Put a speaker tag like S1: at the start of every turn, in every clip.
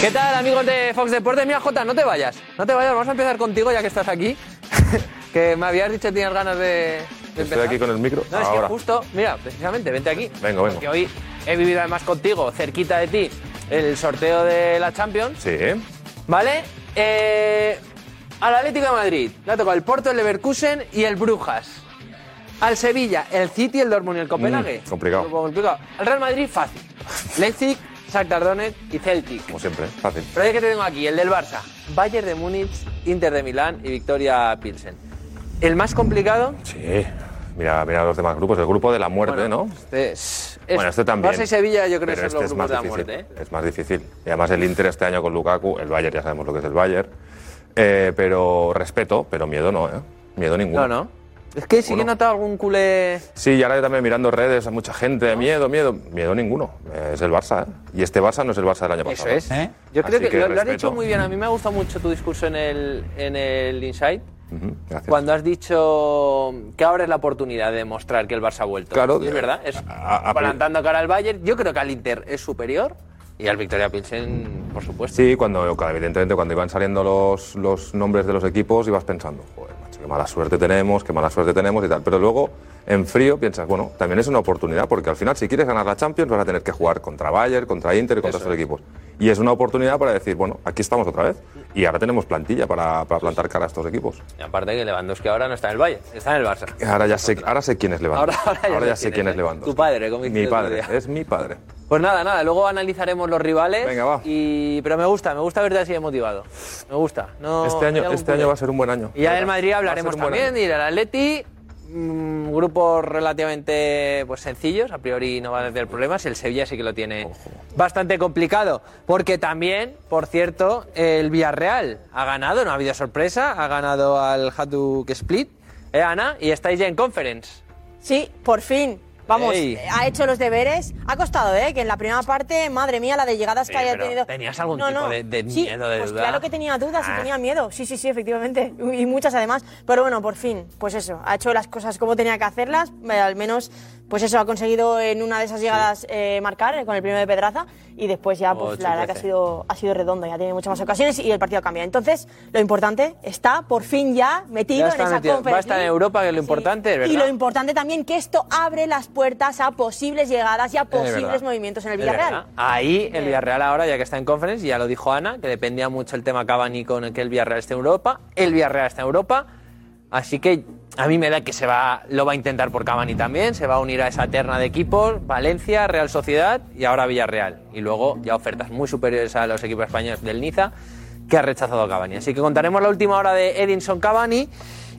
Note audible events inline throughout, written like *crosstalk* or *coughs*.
S1: ¿Qué tal amigos de Fox Deportes? Mira Jota, no te vayas, no te vayas, vamos a empezar contigo ya que estás aquí, *laughs* que me habías dicho que tenías ganas de, de
S2: Estoy
S1: empezar.
S2: aquí con el micro.
S1: No, es que
S2: Ahora.
S1: justo, mira, precisamente, vente aquí.
S2: Vengo, vengo.
S1: Porque hoy he vivido además contigo, cerquita de ti, el sorteo de la Champions.
S2: Sí, ¿eh?
S1: ¿Vale? Eh, al Atlético de Madrid le ha tocado el Porto, el Leverkusen y el Brujas. Al Sevilla, el City, el Dortmund y el Copenhague.
S2: Mm, complicado.
S1: Un poco complicado. Al Real Madrid,
S2: *laughs*
S1: fácil. Leipzig, Shakhtar Donetsk y Celtic.
S2: como siempre, ¿eh? fácil.
S1: Pero hay que tengo aquí, el del Barça. Bayern de Múnich, Inter de Milán y Victoria Pilsen. El más complicado
S2: Sí. Mira, mira los demás grupos. El grupo de la muerte, ¿no?
S1: este es, es
S2: Bueno, este también.
S1: Barça y Sevilla yo creo
S2: Pero
S1: que son
S2: este
S1: los
S2: es
S1: grupos
S2: más
S1: de la
S2: difícil.
S1: muerte. ¿eh?
S2: Es más difícil. Y además el Inter este año con Lukaku, el Bayern, ya sabemos lo que es el Bayern. Eh, pero respeto, pero miedo no, ¿eh? Miedo ninguno.
S1: No, no. Es que sí que he
S2: Bueno.
S1: notado algún culé...
S2: Sí, y ahora yo también mirando redes, a mucha gente, miedo, miedo. Miedo ninguno. Eh, Es el Barça, ¿eh? Y este Barça no es el Barça del año
S1: Eso
S2: pasado.
S1: es. Yo creo
S2: Así
S1: que, lo, lo has
S2: respeto.
S1: dicho muy bien. A mí me ha gustado mucho tu discurso en el, en el Insight.
S2: Ujú, Gracias.
S1: Cuando has dicho que ahora es la oportunidad de demostrar que el Barça ha vuelto.
S2: Claro.
S1: Y es verdad. Es
S2: a- a-
S1: plantando cara al Bayern. Yo creo que al Inter es superior. Y al Victoria Pilsen, por supuesto.
S2: Sí, cuando, claro, evidentemente, cuando iban saliendo los, los nombres de los equipos, ibas pensando, joder, macho, qué mala suerte tenemos, qué mala suerte tenemos y tal. Pero luego, en frío, piensas, bueno, también es una oportunidad, porque al final, si quieres ganar la Champions, vas a tener que jugar contra Bayern, contra Inter y contra estos equipos. Y es una oportunidad para decir, bueno, aquí estamos otra vez. Y ahora tenemos plantilla para, para plantar cara a estos equipos.
S1: Y aparte que Lewandowski ahora no está en el Bayern, está en el Barça.
S2: Ahora ya sé, ahora sé quién es Lewandowski.
S1: Ahora- ahora ya sé
S2: sé
S1: quién
S2: quién
S1: es,
S2: es
S1: ¿eh?
S2: Lewandowski.
S1: Tu padre, como dijiste
S2: Mi
S1: el otro
S2: padre, eh.
S1: día.
S2: es mi padre.
S1: Pues nada, nada, luego analizaremos los rivales.
S2: Venga, va.
S1: Y... Pero me gusta, me gusta verte así de motivado. Me gusta. No,
S2: Este
S1: hay
S2: año,
S1: algún
S2: este
S1: culé.
S2: año va a ser un buen año.
S1: Y ya del
S2: Verás,
S1: Madrid
S2: va a
S1: hablaremos
S2: ser un buen
S1: también,
S2: año.
S1: y del Atleti, mm, grupos relativamente pues, sencillos, a priori no van a tener problemas, el Sevilla sí que lo tiene bastante complicado, porque también, por cierto, el Villarreal ha ganado, no ha habido sorpresa, ha ganado al Hatuk Split, ¿eh, Ana? Y estáis ya en conference.
S3: Sí, por fin. Vamos,
S1: Ey.
S3: eh, ha hecho los deberes. Ha costado, ¿eh? Que en la primera parte, madre mía, la de llegadas
S1: Sí,
S3: que haya
S1: pero
S3: tenido.
S1: ¿tenías algún tipo de- de
S3: Sí,
S1: miedo, de
S3: pues
S1: duda?
S3: Claro que tenía dudas
S1: Ah.
S3: y tenía miedo. Sí, sí, sí, efectivamente. Y muchas además. Pero bueno, por fin, pues eso. Ha hecho las cosas como tenía que hacerlas. Eh, Al menos, pues eso, ha conseguido en una de esas llegadas eh, marcar eh, con el primero de Pedraza. Y después ya, pues
S1: Ocho y
S3: la verdad que ha
S1: trece.
S3: sido, ha sido redondo. Ya tiene muchas más ocasiones y el partido cambia. Entonces, lo importante está por fin ya metido
S1: Ya
S3: en
S1: está
S3: esa
S1: metido.
S3: Conference
S1: Va a estar en
S3: League.
S1: Europa, que es lo importante, ¿verdad?
S3: Y lo importante también que esto abre las puertas a posibles llegadas y a
S1: verdad.
S3: posibles movimientos en el
S1: Es
S3: Villarreal.
S1: verdad. Ahí el Villarreal ahora, ya que está en conference, ya lo dijo Ana, que dependía mucho el tema Cavani con el que el Villarreal esté en Europa. El Villarreal está en Europa, así que a mí me da que se va, lo va a intentar por Cavani también, se va a unir a esa terna de equipos, Valencia, Real Sociedad y ahora Villarreal. Y luego ya ofertas muy superiores a los equipos españoles del Niza que ha rechazado a Cavani. Así que contaremos la última hora de Edinson Cavani.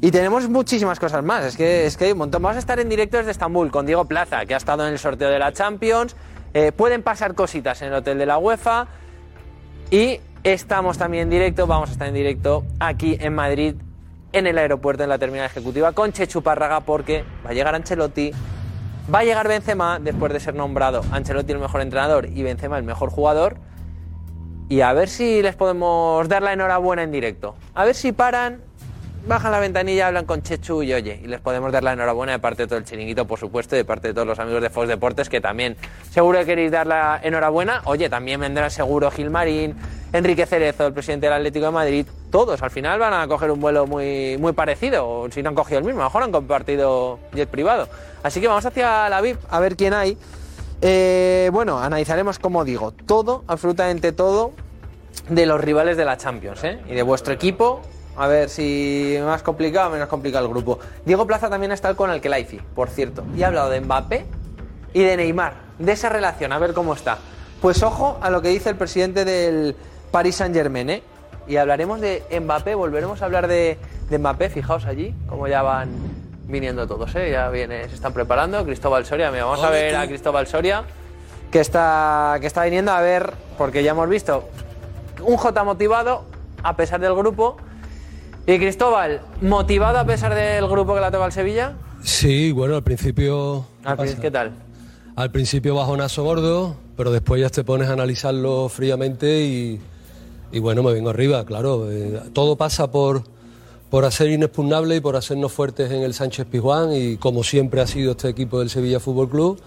S1: Y tenemos muchísimas cosas más. Es que, es que hay un montón. Vamos a estar en directo desde Estambul con Diego Plaza, que ha estado en el sorteo de la Champions. Eh, pueden pasar cositas en el hotel de la UEFA. Y estamos también en directo, vamos a estar en directo aquí en Madrid, en el aeropuerto, en la terminal ejecutiva, con Chechu Párraga, porque va a llegar Ancelotti, va a llegar Benzema, después de ser nombrado Ancelotti el mejor entrenador y Benzema el mejor jugador. Y a ver si les podemos dar la enhorabuena en directo. A ver si paran, bajan la ventanilla, hablan con Chechu y oye, y les podemos dar la enhorabuena de parte de todo el chiringuito, por supuesto, y de parte de todos los amigos de Fox Deportes que también seguro que queréis dar la enhorabuena. Oye, también vendrán seguro Gilmarín, Enrique Cerezo, el presidente del Atlético de Madrid. Todos al final van a coger un vuelo muy, muy parecido, o si no han cogido el mismo, a lo mejor han compartido jet privado. Así que vamos hacia la VIP a ver quién hay. Eh, bueno, analizaremos, como digo, todo, absolutamente todo, de los rivales de la Champions, ¿eh? Y de vuestro equipo, a ver si más complicado o menos complicado el grupo. Diego Plaza también está con el Kelaifi, por cierto. Y ha hablado de Mbappé y de Neymar, de esa relación, a ver cómo está. Pues ojo a lo que dice el presidente del Paris Saint-Germain, ¿eh? Y hablaremos de Mbappé, volveremos a hablar de, de Mbappé, fijaos allí, como ya van viniendo todos, ¿eh? Ya viene, se están preparando. Cristóbal Soria, mira, vamos a ver a Cristóbal Soria, que está, que está viniendo a ver, porque ya hemos visto un J motivado a pesar del grupo. Y Cristóbal, motivado a pesar del grupo que la toca el Sevilla.
S4: Sí, bueno, al principio.
S1: Al principio, Ah, ¿Qué tal?
S4: Al principio bajonazo gordo, pero después ya te pones a analizarlo fríamente y, y bueno, me vengo arriba, claro. Eh, todo pasa por, por hacer inexpugnable y por hacernos fuertes en el Sánchez Pizjuán y como siempre ha sido este equipo del Sevilla Fútbol Club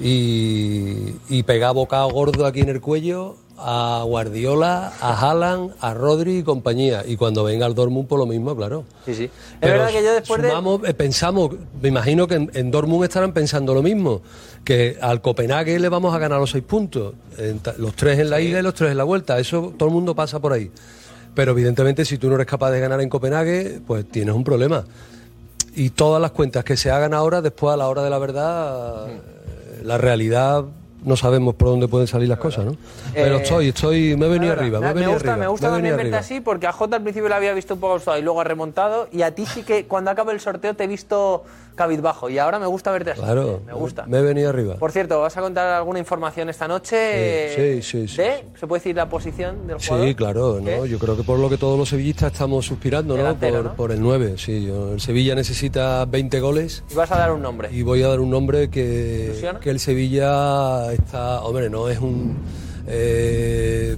S4: y, y pegar bocado gordo aquí en el cuello, a Guardiola, a Haaland, a Rodri y compañía. Y cuando venga el Dortmund, por lo mismo, claro.
S1: Sí, sí. Es
S4: Pero
S1: verdad que yo después de-
S4: sumamos, eh, pensamos, me imagino que en, en Dortmund estarán pensando lo mismo, que al Copenhague le vamos a ganar los seis puntos, en ta- los tres en la ida y los tres en la vuelta. Eso todo el mundo pasa por ahí. Pero evidentemente si tú no eres capaz de ganar en Copenhague, pues tienes un problema. Y todas las cuentas que se hagan ahora, después a la hora de la verdad, eh, la realidad no sabemos por dónde pueden salir las cosas, ¿no? Pero
S1: Eh,
S4: estoy, estoy, me he venido
S1: Ahora,
S4: arriba, me he
S1: me,
S4: venido
S1: gusta,
S4: arriba.
S1: me gusta
S4: he
S1: también
S4: venido
S1: verte
S4: arriba.
S1: así, porque a Jota al principio la había visto un poco asustado y luego ha remontado. Y a ti sí que cuando acaba el sorteo te he visto cabizbajo. Y ahora me gusta verte así.
S4: Claro,
S1: Me gusta.
S4: me he venido arriba.
S1: Por cierto, ¿vas a contar alguna información esta noche?
S4: Sí,
S1: eh,
S4: sí, sí,
S1: de- ¿Se puede decir la posición del jugador?
S4: Sí, claro, ¿no? yo creo que por lo que todos los sevillistas estamos suspirando, ¿no?
S1: Delantero,
S4: Por,
S1: ¿no?
S4: por el 9, sí. yo- el Sevilla necesita 20 goles
S1: Y vas a dar un nombre.
S4: y voy a dar un nombre que,
S1: ¿Ilusiona?
S4: que el Sevilla está... Hombre, no es un... eh,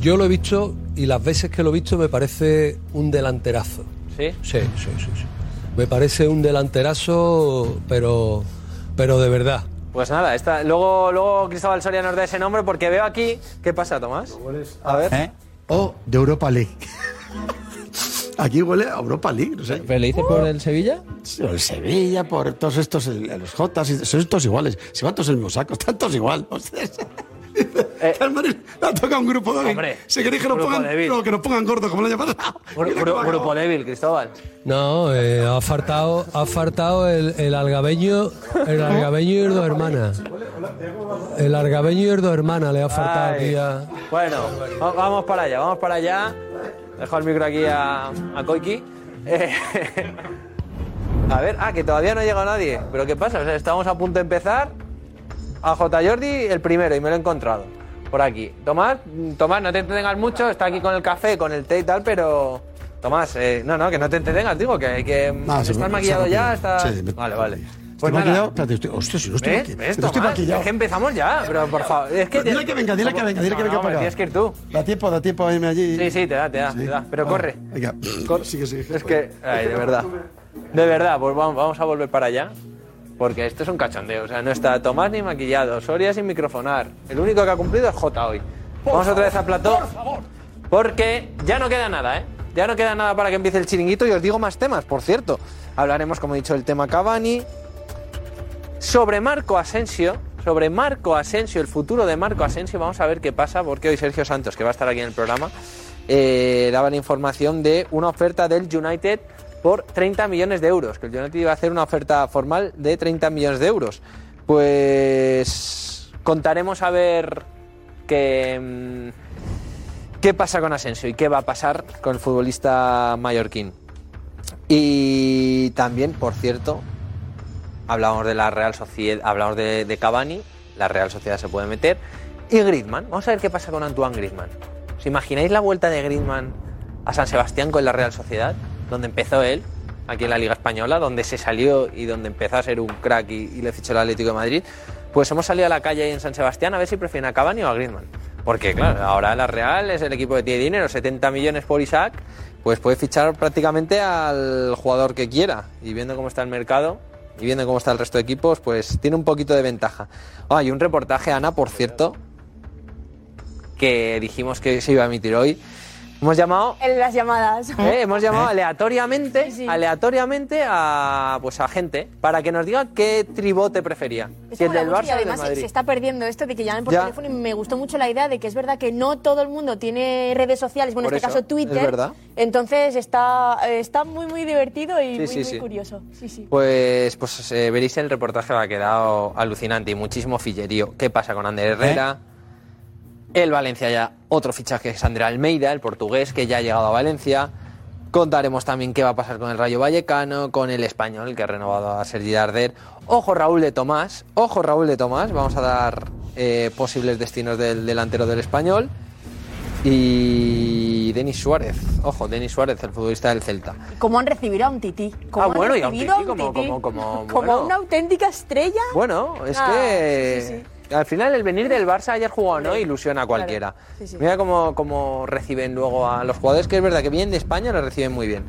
S4: yo lo he visto y las veces que lo he visto me parece un delanterazo.
S1: ¿Sí?
S4: Sí, sí, sí. sí. Me parece un delanterazo, pero, pero de verdad.
S1: Pues nada, esta, luego, luego Cristóbal Soria nos da ese nombre porque veo aquí. ¿Qué pasa, Tomás? A ver.
S5: ¿Eh? O de Europa League. *laughs* Aquí huele a Europa League, no sé. Oh.
S6: ¿Pero le dices por el Sevilla?
S5: El Sevilla, por todos estos, el- los Jotas, y- son todos iguales. Si van todos el mismo saco, están todos igual. *laughs* O sea, es-
S1: Eh,
S5: Real Madrid
S7: *laughs*
S5: le ha tocado un grupo débil.
S1: Hombre,
S5: Se queréis que nos
S1: grupo
S5: pongan,
S1: débil.
S5: no, que nos pongan gordos como el año *laughs* pasado.
S1: Gru-
S5: Mira
S1: gru-
S5: cómo
S1: grupo pues
S5: acabó.
S1: débil, Cristóbal.
S4: No, eh, ha faltado, ha faltado el, el algabeño, el algabeño y el dos hermanas. El algabeño y el dos hermanas le ha faltado
S1: Ay.
S4: aquí a...
S1: Bueno, va- vamos para allá, vamos para allá. Dejo el micro aquí a, a Koiki. Eh, *laughs* a ver, ah, que todavía no ha llegado nadie. ¿Pero qué pasa? O sea, estamos a punto de empezar. A J. Jordi, el primero, y me lo he encontrado. Por aquí. Tomás, mm, Tomás, no te entretengas mucho. Está aquí con el café, con el té y tal, pero... Tomás, eh, no, no, que no te entretengas, digo, que, que mm,
S5: No, Ah, sí, me-
S1: estás maquillado
S5: sí,
S1: ya,
S5: me-
S1: estás...
S5: sí, me-
S1: vale, vale.
S5: Estoy
S1: Pues nada.
S5: maquillado. Espérate, estoy, hostia, si no estoy
S1: ¿Ves? ¿Ves,
S5: maquillado. No estoy
S1: Tomás?
S5: maquillado.
S1: Es que empezamos ya, pero por favor. Es que
S5: Dile que venga, dile que venga, dile
S1: No,
S5: que venga
S1: no,
S5: para
S1: hombre,
S5: acá.
S1: tienes que ir tú.
S5: Da tiempo, da tiempo a irme allí.
S1: Sí, sí, te da, te da,
S5: Sí.
S1: te da. Pero
S5: Ah,
S1: corre.
S5: Venga, *sniffs* sigue, sigue.
S1: Es que, ay, de verdad. De verdad, pues vamos, vamos a volver para allá. Porque esto es un cachondeo. O sea, no está Tomás ni maquillado, Soria sin microfonar. El único que ha cumplido es J hoy. Vamos otra vez a plató. Porque ya no queda nada, ¿eh? Ya no queda nada para que empiece el chiringuito y os digo más temas, por cierto. Hablaremos, como he dicho, del tema Cavani. Sobre Marco Asensio, sobre Marco Asensio, el futuro de Marco Asensio, vamos a ver qué pasa, porque hoy Sergio Santos, que va a estar aquí en el programa, eh, daba la información de una oferta del United por 30 millones de euros, que el United iba a hacer una oferta formal de 30 millones de euros. Pues contaremos a ver qué, mm, qué pasa con Asensio y qué va a pasar con el futbolista mallorquín. Y también, por cierto, hablamos de la Real Sociedad, hablamos de, de Cavani, la Real Sociedad se puede meter. Y Griezmann, vamos a ver qué pasa con Antoine Griezmann. ¿Os imagináis la vuelta de Griezmann a San Sebastián con la Real Sociedad? Donde empezó él, aquí en la Liga Española, donde se salió y donde empezó a ser un crack y, y le fichó el Atlético de Madrid. Pues hemos salido a la calle ahí en San Sebastián a ver si prefieren a Cavani o a Griezmann. Porque claro, ahora la Real es el equipo que tiene dinero, 70 millones por Isaac, pues puede fichar prácticamente al jugador que quiera. Y viendo cómo está el mercado, y viendo cómo está el resto de equipos, pues tiene un poquito de ventaja. Ah, hay un reportaje, Ana, por cierto, que dijimos que se iba a emitir hoy. Hemos llamado,
S3: En las llamadas.
S1: ¿eh? hemos llamado aleatoriamente,
S3: Sí, sí.
S1: aleatoriamente a, pues, a gente para que nos diga qué tribote prefería.
S3: Es
S1: Si el
S3: como la
S1: del
S3: música,
S1: Barça o el del
S3: además se-
S1: Madrid.
S3: se está perdiendo esto de que llamen por
S1: Ya.
S3: teléfono y me gustó mucho la idea de que es verdad que no todo el mundo tiene redes sociales, bueno,
S1: Por
S3: en este
S1: eso,
S3: caso Twitter.
S1: es verdad.
S3: Entonces está, eh, está muy, muy divertido y
S1: Sí,
S3: muy,
S1: sí,
S3: muy
S1: sí.
S3: curioso. Sí, sí.
S1: Pues, pues eh, veréis el reportaje, ha quedado alucinante y muchísimo fillerío. ¿Qué pasa con Ander Herrera? El Valencia ya, otro fichaje es Ander Almeida, el portugués, que ya ha llegado a Valencia. Contaremos también qué va a pasar con el Rayo Vallecano, con el español, que ha renovado a Sergi Darder. Ojo Raúl de Tomás, ojo Raúl de Tomás, vamos a dar eh, posibles destinos del delantero del español. Y Denis Suárez, ojo, Denis Suárez, el futbolista del Celta.
S3: ¿Cómo han recibido a un tití? ¿Cómo
S1: Ah,
S3: han
S1: bueno, y a un
S3: recibido
S1: tití como- como- *laughs* como- bueno.
S3: una auténtica estrella.
S1: Bueno, es
S3: Ah,
S1: que
S3: sí,
S1: al final el venir del Barça ayer jugó, ¿no? Ilusiona a cualquiera.
S3: Sí, sí.
S1: Mira cómo, cómo reciben luego a los jugadores, que es verdad que vienen de España, los reciben muy bien.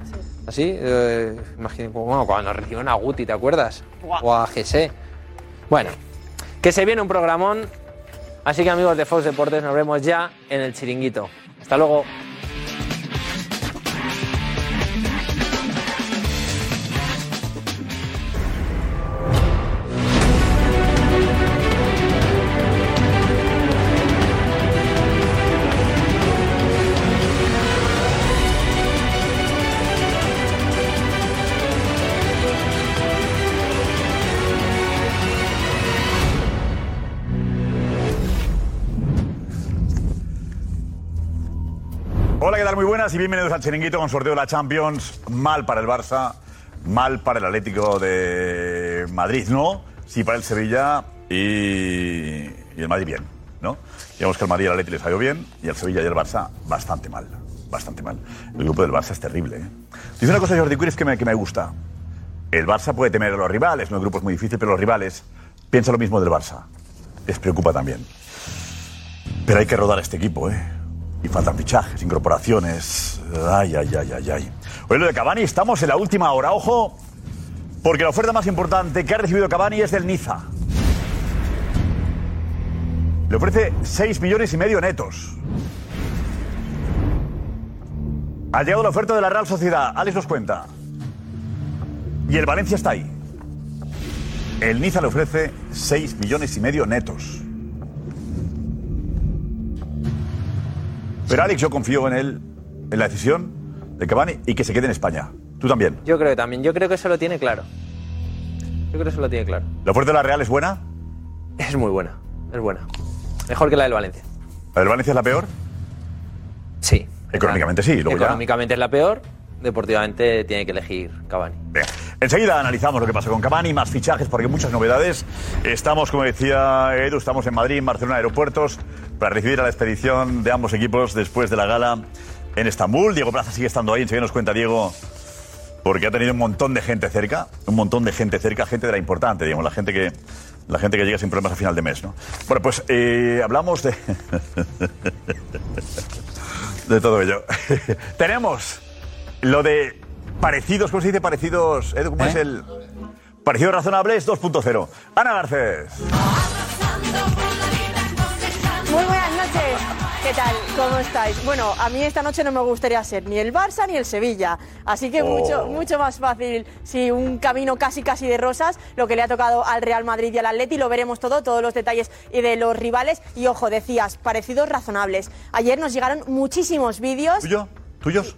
S1: Así, eh, imaginen, bueno, cuando reciben a Guti, ¿te acuerdas? O a Gesé. Bueno, que se viene un programón Así que amigos de Fox Deportes, nos vemos ya en el chiringuito. Hasta luego.
S7: Hola, ¿qué tal? Muy buenas y bienvenidos al Chiringuito con sorteo de la Champions. Mal para el Barça, mal para el Atlético de Madrid, ¿no? Sí para el Sevilla y, y el Madrid bien, ¿no? Digamos que el Madrid y el Atlético les ha ido bien y el Sevilla y el Barça bastante mal, bastante mal. El grupo del Barça es terrible, ¿eh? Dice una cosa Jordi Curis que me, que me gusta. El Barça puede temer a los rivales, no el grupo es muy difícil, pero los rivales piensan lo mismo del Barça. Les preocupa también. Pero hay que rodar a este equipo, ¿eh? Y faltan fichajes, incorporaciones. Ay, ay, ay, ay, ay. Oye, lo de Cavani, estamos en la última hora, ojo, porque la oferta más importante que ha recibido Cavani es del Niza. Le ofrece 6 millones y medio netos. Ha llegado la oferta de la Real Sociedad, Alex nos cuenta. Y el Valencia está ahí. El Niza le ofrece 6 millones y medio netos. Pero Alex, yo confío en él, en la decisión de Cavani y que se quede en España. Tú también.
S1: Yo creo que también, yo creo que eso lo tiene claro. Yo creo que eso lo tiene claro.
S7: ¿La oferta de la Real es buena?
S1: Es muy buena, es buena. Mejor que la del Valencia.
S7: ¿La del Valencia es la peor?
S1: Sí.
S7: Económicamente sí, luego ya.
S1: Económicamente es la peor, deportivamente tiene que elegir Cavani.
S7: Bien. Enseguida analizamos lo que pasa con Cavani, más fichajes porque hay muchas novedades. Estamos, como decía Edu, estamos en Madrid, en Barcelona, aeropuertos, para recibir a la expedición de ambos equipos después de la gala en Estambul. Diego Plaza sigue estando ahí, enseguida nos cuenta Diego, porque ha tenido un montón de gente cerca, un montón de gente cerca, gente de la importante, digamos, la gente que, la gente que llega sin problemas a final de mes. ¿no? Bueno, pues eh, hablamos de... *laughs* de todo ello. Tenemos lo de parecidos, ¿cómo se dice parecidos? Edu, ¿Cómo es el...? Parecidos razonables 2.0. Ana Garcés.
S3: Muy buenas noches. ¿Qué tal? ¿Cómo estáis? Bueno, a mí esta noche no me gustaría ser ni el Barça ni el Sevilla. Así que mucho, mucho más fácil, si un camino casi casi de rosas, lo que le ha tocado al Real Madrid y al Atleti, lo veremos todo, todos los detalles y de los rivales. Y ojo, decías, parecidos razonables. Ayer nos llegaron muchísimos vídeos.
S7: ¿Tuyo? ¿Tuyos?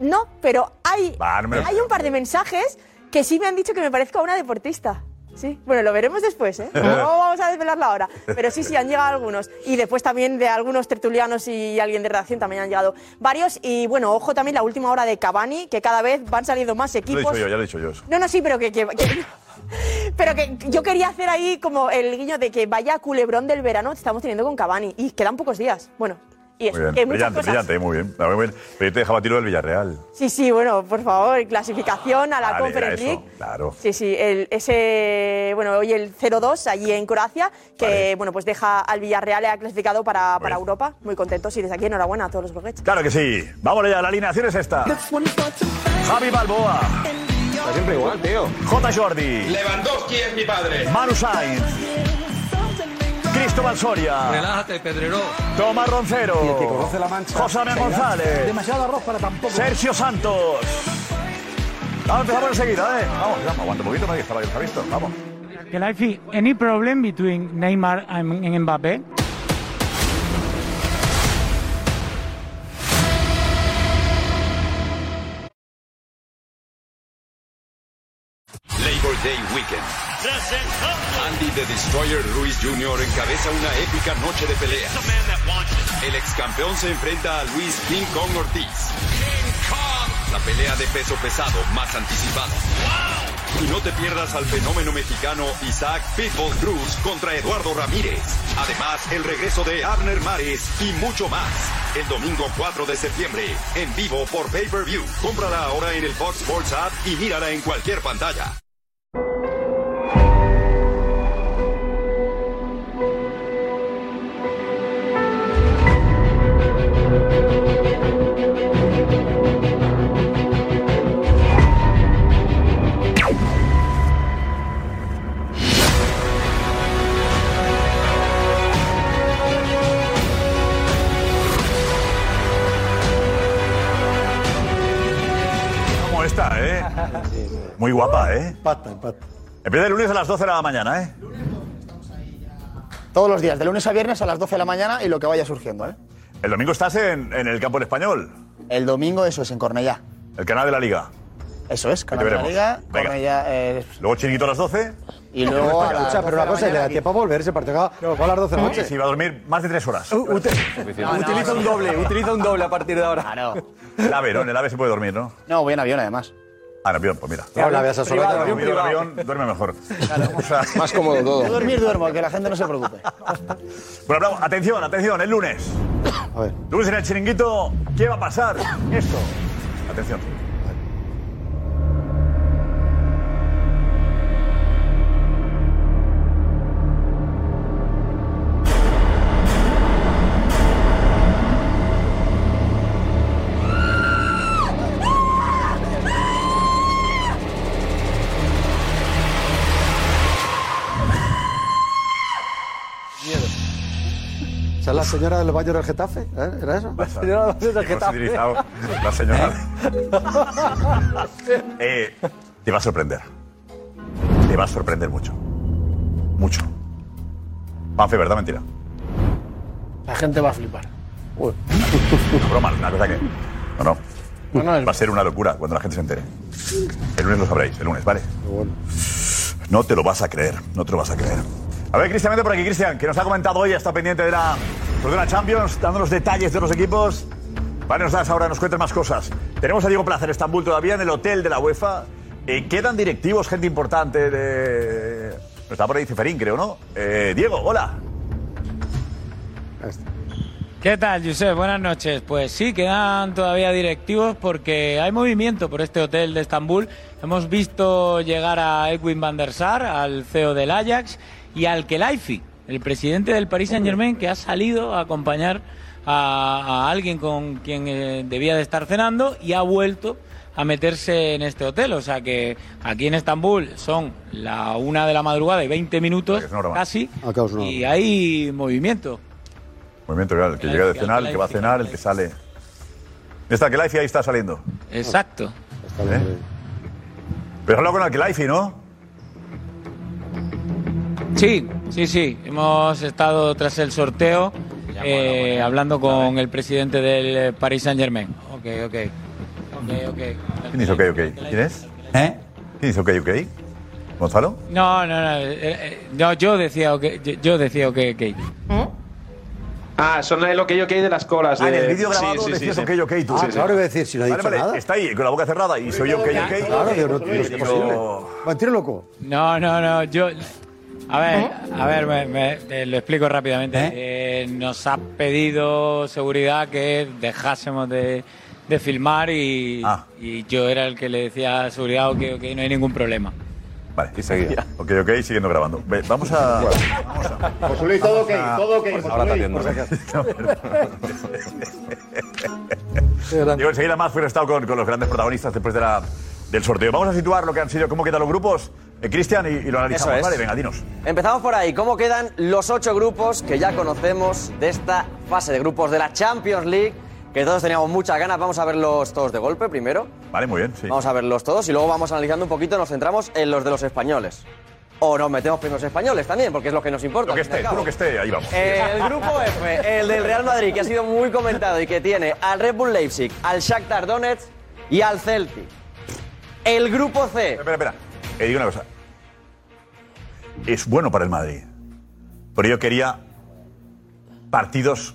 S3: No, pero hay,
S7: ¿Eh? Va, no me lo
S3: hay
S7: creo.
S3: un par de mensajes que sí me han dicho que me parezco a una deportista. Sí, bueno, lo veremos después,
S7: *laughs*
S3: ¿eh? No vamos a desvelarlo ahora. Pero sí, sí, han llegado algunos. Y después también de algunos tertulianos y alguien de redacción también han llegado varios. Y bueno, ojo también la última hora de Cavani, que cada vez van saliendo más
S7: Lo he
S3: equipos.
S7: dicho yo, ya lo he dicho yo. eso.
S3: No, no, sí, pero que, que- que- *laughs* pero que yo quería hacer ahí como el guiño de que vaya culebrón del verano que estamos teniendo con Cavani. Y quedan pocos días. Bueno, y eso,
S7: Muy bien.
S3: que muchas
S7: Brillante,
S3: cosas.
S7: brillante, muy bien. Ah, muy bien. Pero yo te dejaba tiro del Villarreal.
S3: Sí, sí, bueno, por favor, clasificación a la
S7: Vale, era
S3: Conference
S7: eso,
S3: League.
S7: Claro.
S3: Sí, sí, el, ese, bueno, hoy el 0-2 allí en Croacia, que bueno, pues deja al Villarreal ha clasificado para, para Europa. Muy contentos y desde aquí enhorabuena a todos los borgueches.
S7: Claro que sí. Vamos allá, la alineación es esta. Javi Balboa. Está siempre igual, tío. J. Jordi.
S8: Lewandowski es mi padre.
S7: Manu Sainz. Cristóbal Soria.
S9: Relájate, Pedrero.
S7: Tomás Roncero.
S9: Y el que conoce la mancha.
S7: José Manuel González.
S10: Demasiado arroz para tampoco.
S7: Sergio Santos. Vamos, empezamos enseguida, ¿eh? Vamos, vamos, aguanta un poquito, nadie está, nadie está visto. Vamos.
S10: Gelaifi, any problem between Neymar and and Mbappé?
S11: Labor Day Weekend. Andy the Destroyer Ruiz Jr. encabeza una épica noche de pelea. El ex campeón se enfrenta a Luis King Kong Ortiz. La pelea de peso pesado más anticipada. Y no te pierdas al fenómeno mexicano Isaac Pitbull Cruz contra Eduardo Ramírez. Además, el regreso de Abner Mares y mucho más. El domingo 4 de septiembre, en vivo por Pay-Per-View. Cómprala ahora en el Fox Sports App y mírala en cualquier pantalla.
S7: Vamos, futbolista, ¿eh? Muy guapa, ¿eh?
S12: Empata, empata.
S7: Empieza el lunes a las 12 de la mañana, ¿eh?
S12: Todos los días, de lunes a viernes a las 12 de la mañana y lo que vaya surgiendo, ¿eh?
S7: El domingo estás en, en el campo del español.
S12: El domingo, eso es, en Cornellá.
S7: El canal de la liga.
S12: Eso es, canal de la
S7: veremos.
S12: liga,
S7: Venga.
S12: Cornellá. eh,
S7: Luego chinguito a las 12.
S12: Y luego a las
S5: Escucha,
S12: 12 de
S5: pero una
S12: la
S5: cosa, ¿y le
S12: mañana
S5: da
S12: aquí.
S5: tiempo a volver? Se ¿Eh? partió a a las 12 de la
S7: Y
S5: noche. Uh,
S7: si va a dormir más de 3 horas.
S5: U- ute-
S12: Utiliza un doble,
S7: utiliza un doble a partir de ahora. Claro. El ave, ¿no? En el ave se puede dormir, ¿no?
S12: No, voy en avión además.
S7: Ah, en avión, pues mira.
S12: No, el ave es absoluto.
S7: Privado,
S12: Avión privado.
S7: avión, duerme mejor.
S12: Más
S7: cómodo todo.
S12: Yo dormir duermo, que la gente no se
S7: *coughs*
S12: preocupe.
S7: Bueno, bravo. Atención, atención, el lunes.
S12: A ver.
S7: Lunes en el chiringuito, ¿qué va a pasar? Esto. Atención.
S5: O sea, la señora del baño del Getafe, ¿eh? ¿era eso? La
S7: señora del baño del Hemos Getafe. utilizado la señora. Eh, te va a sorprender. Te va a sorprender mucho. Mucho. Panfe, ¿verdad? Mentira.
S12: La gente va a flipar.
S7: Una broma, una cosa que. No, no. Va a ser una locura cuando la gente se entere. El lunes lo sabréis, el lunes, ¿vale? No te lo vas a creer, no te lo vas a creer. A ver, Cristian, vente por aquí, Cristian, que nos ha comentado hoy, está pendiente de la Fortuna Champions, dando los detalles de los equipos. Vale, nos das ahora, nos cuentas más cosas. Tenemos a Diego Placer Estambul todavía en el hotel de la UEFA. Eh, quedan directivos, gente importante de. Está por ahí Ciferín, creo, ¿no? Eh, Diego, hola.
S10: ¿Qué tal, Josep? Buenas noches. Pues sí, quedan todavía directivos porque hay movimiento por este hotel de Estambul. Hemos visto llegar a Edwin van der Sar, al CEO del Ajax, y al Kelaifi, el presidente del Paris Saint-Germain, que ha salido a acompañar a, a alguien con quien eh, debía de estar cenando y ha vuelto a meterse en este hotel. O sea que aquí en Estambul son la una de la madrugada y 20 minutos casi,
S5: Acaos, no.
S10: y hay movimiento.
S7: Movimiento real, el que llega de cenar, el que va a cenar, el que sale. Está Kelaifi ahí está saliendo.
S10: Exacto.
S7: ¿Eh? Pero habla con Alkelaifi, ¿no?
S10: Sí, sí, sí. Hemos estado tras el sorteo eh, hablando con el presidente del eh, Paris Saint Germain. Ok, ok. Ok, ok.
S7: ¿Quién dice ok, ok? ¿Quién es? ¿Eh? ¿Quién dice ok, ok? ¿Gonzalo?
S10: No, no, no. eh, eh, no, yo decía ok. Yo, yo decía ok, ok.
S13: Ah, son el ok ok de las colas.
S7: Ah, en
S13: de-
S7: el vídeo
S13: Sí,
S7: grabado
S13: sí, sí,
S7: decías
S13: sí.
S7: ok, ok, tú.
S5: Ah, claro, iba a decir, si no ha
S7: Vale,
S5: dicho
S13: Ah.
S7: vale,
S5: nada.
S7: Está ahí, con la boca cerrada y soy ok, ok.
S5: Claro, Dios, no, no es
S7: Digo,
S5: posible. Mentira, loco.
S10: No, no, no. Yo. A ver, a ver, me- me- eh, lo explico rápidamente. Eh, nos ha pedido seguridad que dejásemos de, de filmar y,
S5: Ah.
S10: y yo era el que le decía a seguridad ok, ok, no hay ningún problema.
S7: Vale, y seguía. Ok, ok, siguiendo grabando. Ve, vamos a.
S14: José Pues, Luis, todo ok, todo ok. José
S7: Ahora
S14: Luis. pues,
S7: también. Digo, enseguida más fuera estado con, con los grandes protagonistas después de la, del sorteo. Vamos a situar lo que han sido, cómo quedan los grupos, eh, Cristian, y, y lo analizamos.
S15: Eso es.
S7: Vale, venga, dinos.
S15: Empezamos por ahí. ¿Cómo quedan los ocho grupos que ya conocemos de esta fase de grupos de la Champions League? Que todos teníamos muchas ganas. Vamos a verlos todos de golpe primero.
S7: Vale, muy bien, sí.
S15: Vamos a verlos todos y luego vamos analizando un poquito. Nos centramos en los de los españoles. O nos metemos primero los españoles también, porque es lo que nos importa.
S7: Lo que
S15: al fin y al
S7: esté, tú
S15: cabo. Eh,
S7: lo que esté, ahí vamos.
S15: El grupo F, el del Real Madrid, que ha sido muy comentado y que tiene al Red Bull Leipzig, al Shakhtar Donetsk y al Celtic. El grupo C.
S7: Espera, espera. Eh, digo una cosa. Es bueno para el Madrid. Pero yo quería partidos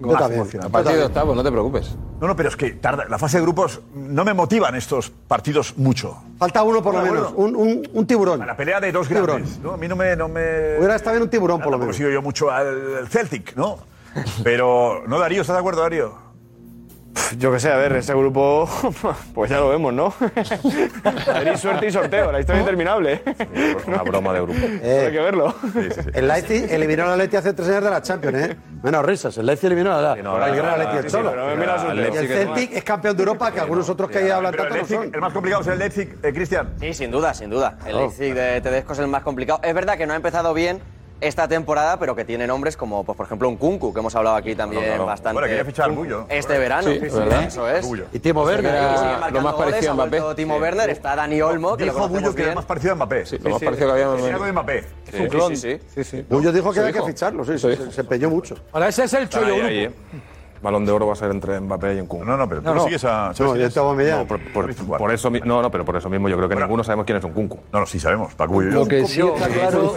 S16: Yo
S7: más
S16: también.
S7: emocionantes.
S16: A partir de octavos, no te
S7: preocupes. No, no, pero es que tarda, la fase de grupos no me motivan estos partidos mucho.
S5: Falta uno por lo
S7: Bueno,
S5: menos, un, un, un tiburón.
S7: La pelea de dos
S5: Tiburón.
S7: grandes. ¿no? A mí no me. No me
S5: Hubiera estado bien un tiburón por lo
S7: tampoco
S5: menos.
S7: sigo yo mucho al al Celtic, ¿no? Pero. ¿No, Darío? ¿Estás de acuerdo, Darío?
S17: Yo qué sé, a ver, ese grupo, *laughs* pues ya lo vemos, ¿no? *laughs* Madrid, suerte y sorteo, la historia interminable.
S18: Una broma de
S17: *laughs*
S18: grupo.
S5: Eh.
S17: Hay que verlo.
S5: El Leipzig eliminó al Atleti hace tres años de la Champions, ¿eh? Menos risas. El Leipzig eliminó al
S18: no, no,
S5: al gran
S18: no,
S5: Atleti
S18: sí,
S5: del
S18: sí,
S5: Cholo.
S18: pero mira,
S5: Y
S18: el
S5: el
S18: Leipzig es-
S5: Celtic es campeón de Europa, que algunos otros que hablan
S7: Pero el
S5: tanto no
S7: Leipzig,
S5: son.
S7: el más complicado es el Leipzig, eh, Cristian.
S15: Sí, sin duda, sin duda. El Leipzig de Tedesco es el más complicado. Es verdad que no ha empezado bien, esta temporada, pero que tienen hombres como, pues, por ejemplo, un Kunku, que hemos hablado aquí también
S7: Claro, claro.
S15: bastante.
S7: Bueno, quería fichar al
S15: Kunku
S7: Bullo.
S15: Este verano.
S7: Sí, sí, ¿verdad?
S15: Eso es.
S7: Bullo.
S15: Y
S7: Timo Werner era lo más parecido a Mbappé.
S15: Timo
S7: Sí.
S15: Werner, está Dani Olmo, que lo
S7: Dijo
S15: conocemos
S7: Bullo que era
S15: bien.
S7: más parecido a Mbappé. Sí,
S2: lo más parecido que había-
S7: algo de Mbappé.
S2: Es un clon.
S5: Bullo dijo que
S2: Se
S5: había que
S2: dijo.
S5: ficharlo, sí, se, se empeñó mucho.
S2: Ahora ese es el
S5: chollo grupo.
S2: Balón de oro va a ser entre Mbappé y Nkunku.
S7: No, no, pero tú
S5: No, no. sigues a- ¿sabes No, quién yo es? estaba media-
S2: No, por, por- por eso, mi- no, no, pero por eso mismo yo creo que ninguno sabemos quién es Nkunku.
S7: No, no, sí sabemos. Paco
S2: Lo que sí está claro-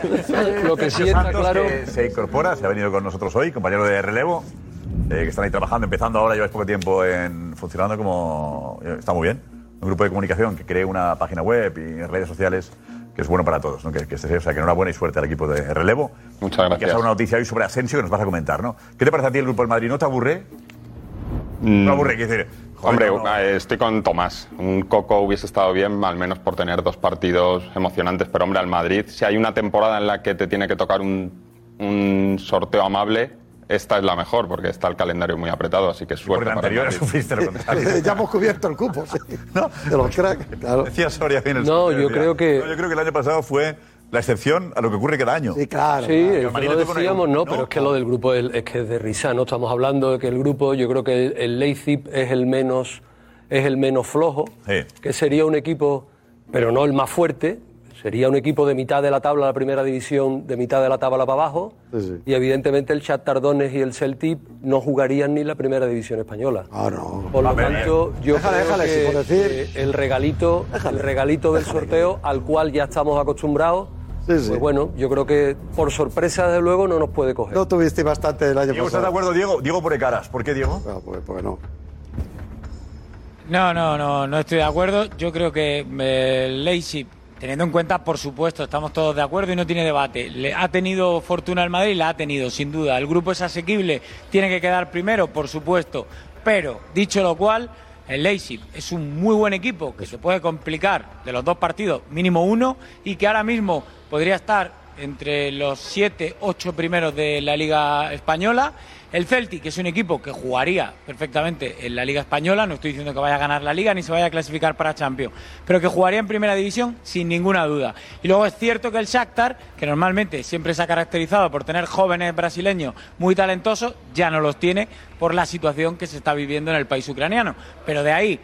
S4: lo que sí está
S7: Santos,
S4: claro-
S7: que se incorpora, se ha venido con nosotros hoy, compañero de relevo, eh, que están ahí trabajando, empezando ahora, lleváis poco tiempo en funcionando como... eh, Está muy bien. Un grupo de comunicación que cree una página web y redes sociales que es bueno para todos, ¿no? que, que estés, o sea, que enhorabuena y suerte al equipo de relevo. Muchas gracias. Que has dado una noticia hoy sobre Asensio que nos vas a comentar, ¿no? ¿Qué te parece a ti el grupo del Madrid? ¿No te aburre?
S19: Mm.
S7: No aburre, quiero decir.
S19: Hombre, eh, estoy con Tomás. Un Coco hubiese estado bien, al menos por tener dos partidos emocionantes. Pero, hombre, al Madrid, si hay una temporada en la que te tiene que tocar un, un sorteo amable, esta es la mejor, porque está el calendario muy apretado. Así que suerte.
S7: Porque la
S19: para el
S7: anterior *laughs*
S19: Madrid.
S7: sufriste lo contrario.
S5: *laughs* ya hemos cubierto el cupo,
S7: *laughs*
S5: sí. De los cracks, claro.
S7: Decía Soria bien el
S5: No,
S7: Soria,
S5: yo
S7: decía,
S5: creo que-
S7: no, yo creo que el año pasado fue la excepción a lo que ocurre cada año. Sí,
S5: claro.
S4: Sí, es que lo decíamos, no, pero es que lo del grupo es, es que es de risa, ¿no? Estamos hablando de que el grupo, yo creo que el, el Leipzig es el menos, es el menos flojo, que sería un equipo, pero no el más fuerte, sería un equipo de mitad de la tabla, la primera división, de mitad de la tabla para abajo, y evidentemente el Chat Tardones y el Celtic no jugarían ni la primera división española. Ah, no. Por lo
S5: Hombre,
S4: tanto, yo
S5: déjale,
S4: creo
S5: déjale,
S4: que
S5: si por decir-
S4: eh, el regalito, el regalito del sorteo al cual ya estamos acostumbrados. Pues bueno, yo creo que por sorpresa, desde luego, no nos puede coger.
S5: No tuviste bastante el año
S4: Diego,
S5: pasado.
S4: ¿estás de acuerdo,
S7: Diego? Diego Purecaras. ¿Por qué, Diego?
S5: Ah, pues, pues no.
S10: No, no, no, no estoy de acuerdo. Yo creo que eh, el Leipzig, teniendo en cuenta, por supuesto, estamos todos de acuerdo y no tiene debate. Le ha tenido fortuna el Madrid, la ha tenido, sin duda. El grupo es asequible, tiene que quedar primero, por supuesto. Pero, dicho lo cual, el Leipzig es un muy buen equipo que se puede complicar de los dos partidos, mínimo uno, y que ahora mismo podría estar entre los siete, ocho primeros de la Liga Española. El Celtic, que es un equipo que jugaría perfectamente en la Liga Española, no estoy diciendo que vaya a ganar la Liga ni se vaya a clasificar para Champions, pero que jugaría en Primera División sin ninguna duda. Y luego es cierto que el Shakhtar, que normalmente siempre se ha caracterizado por tener jóvenes brasileños muy talentosos, ya no los tiene por la situación que se está viviendo en el país ucraniano. Pero de ahí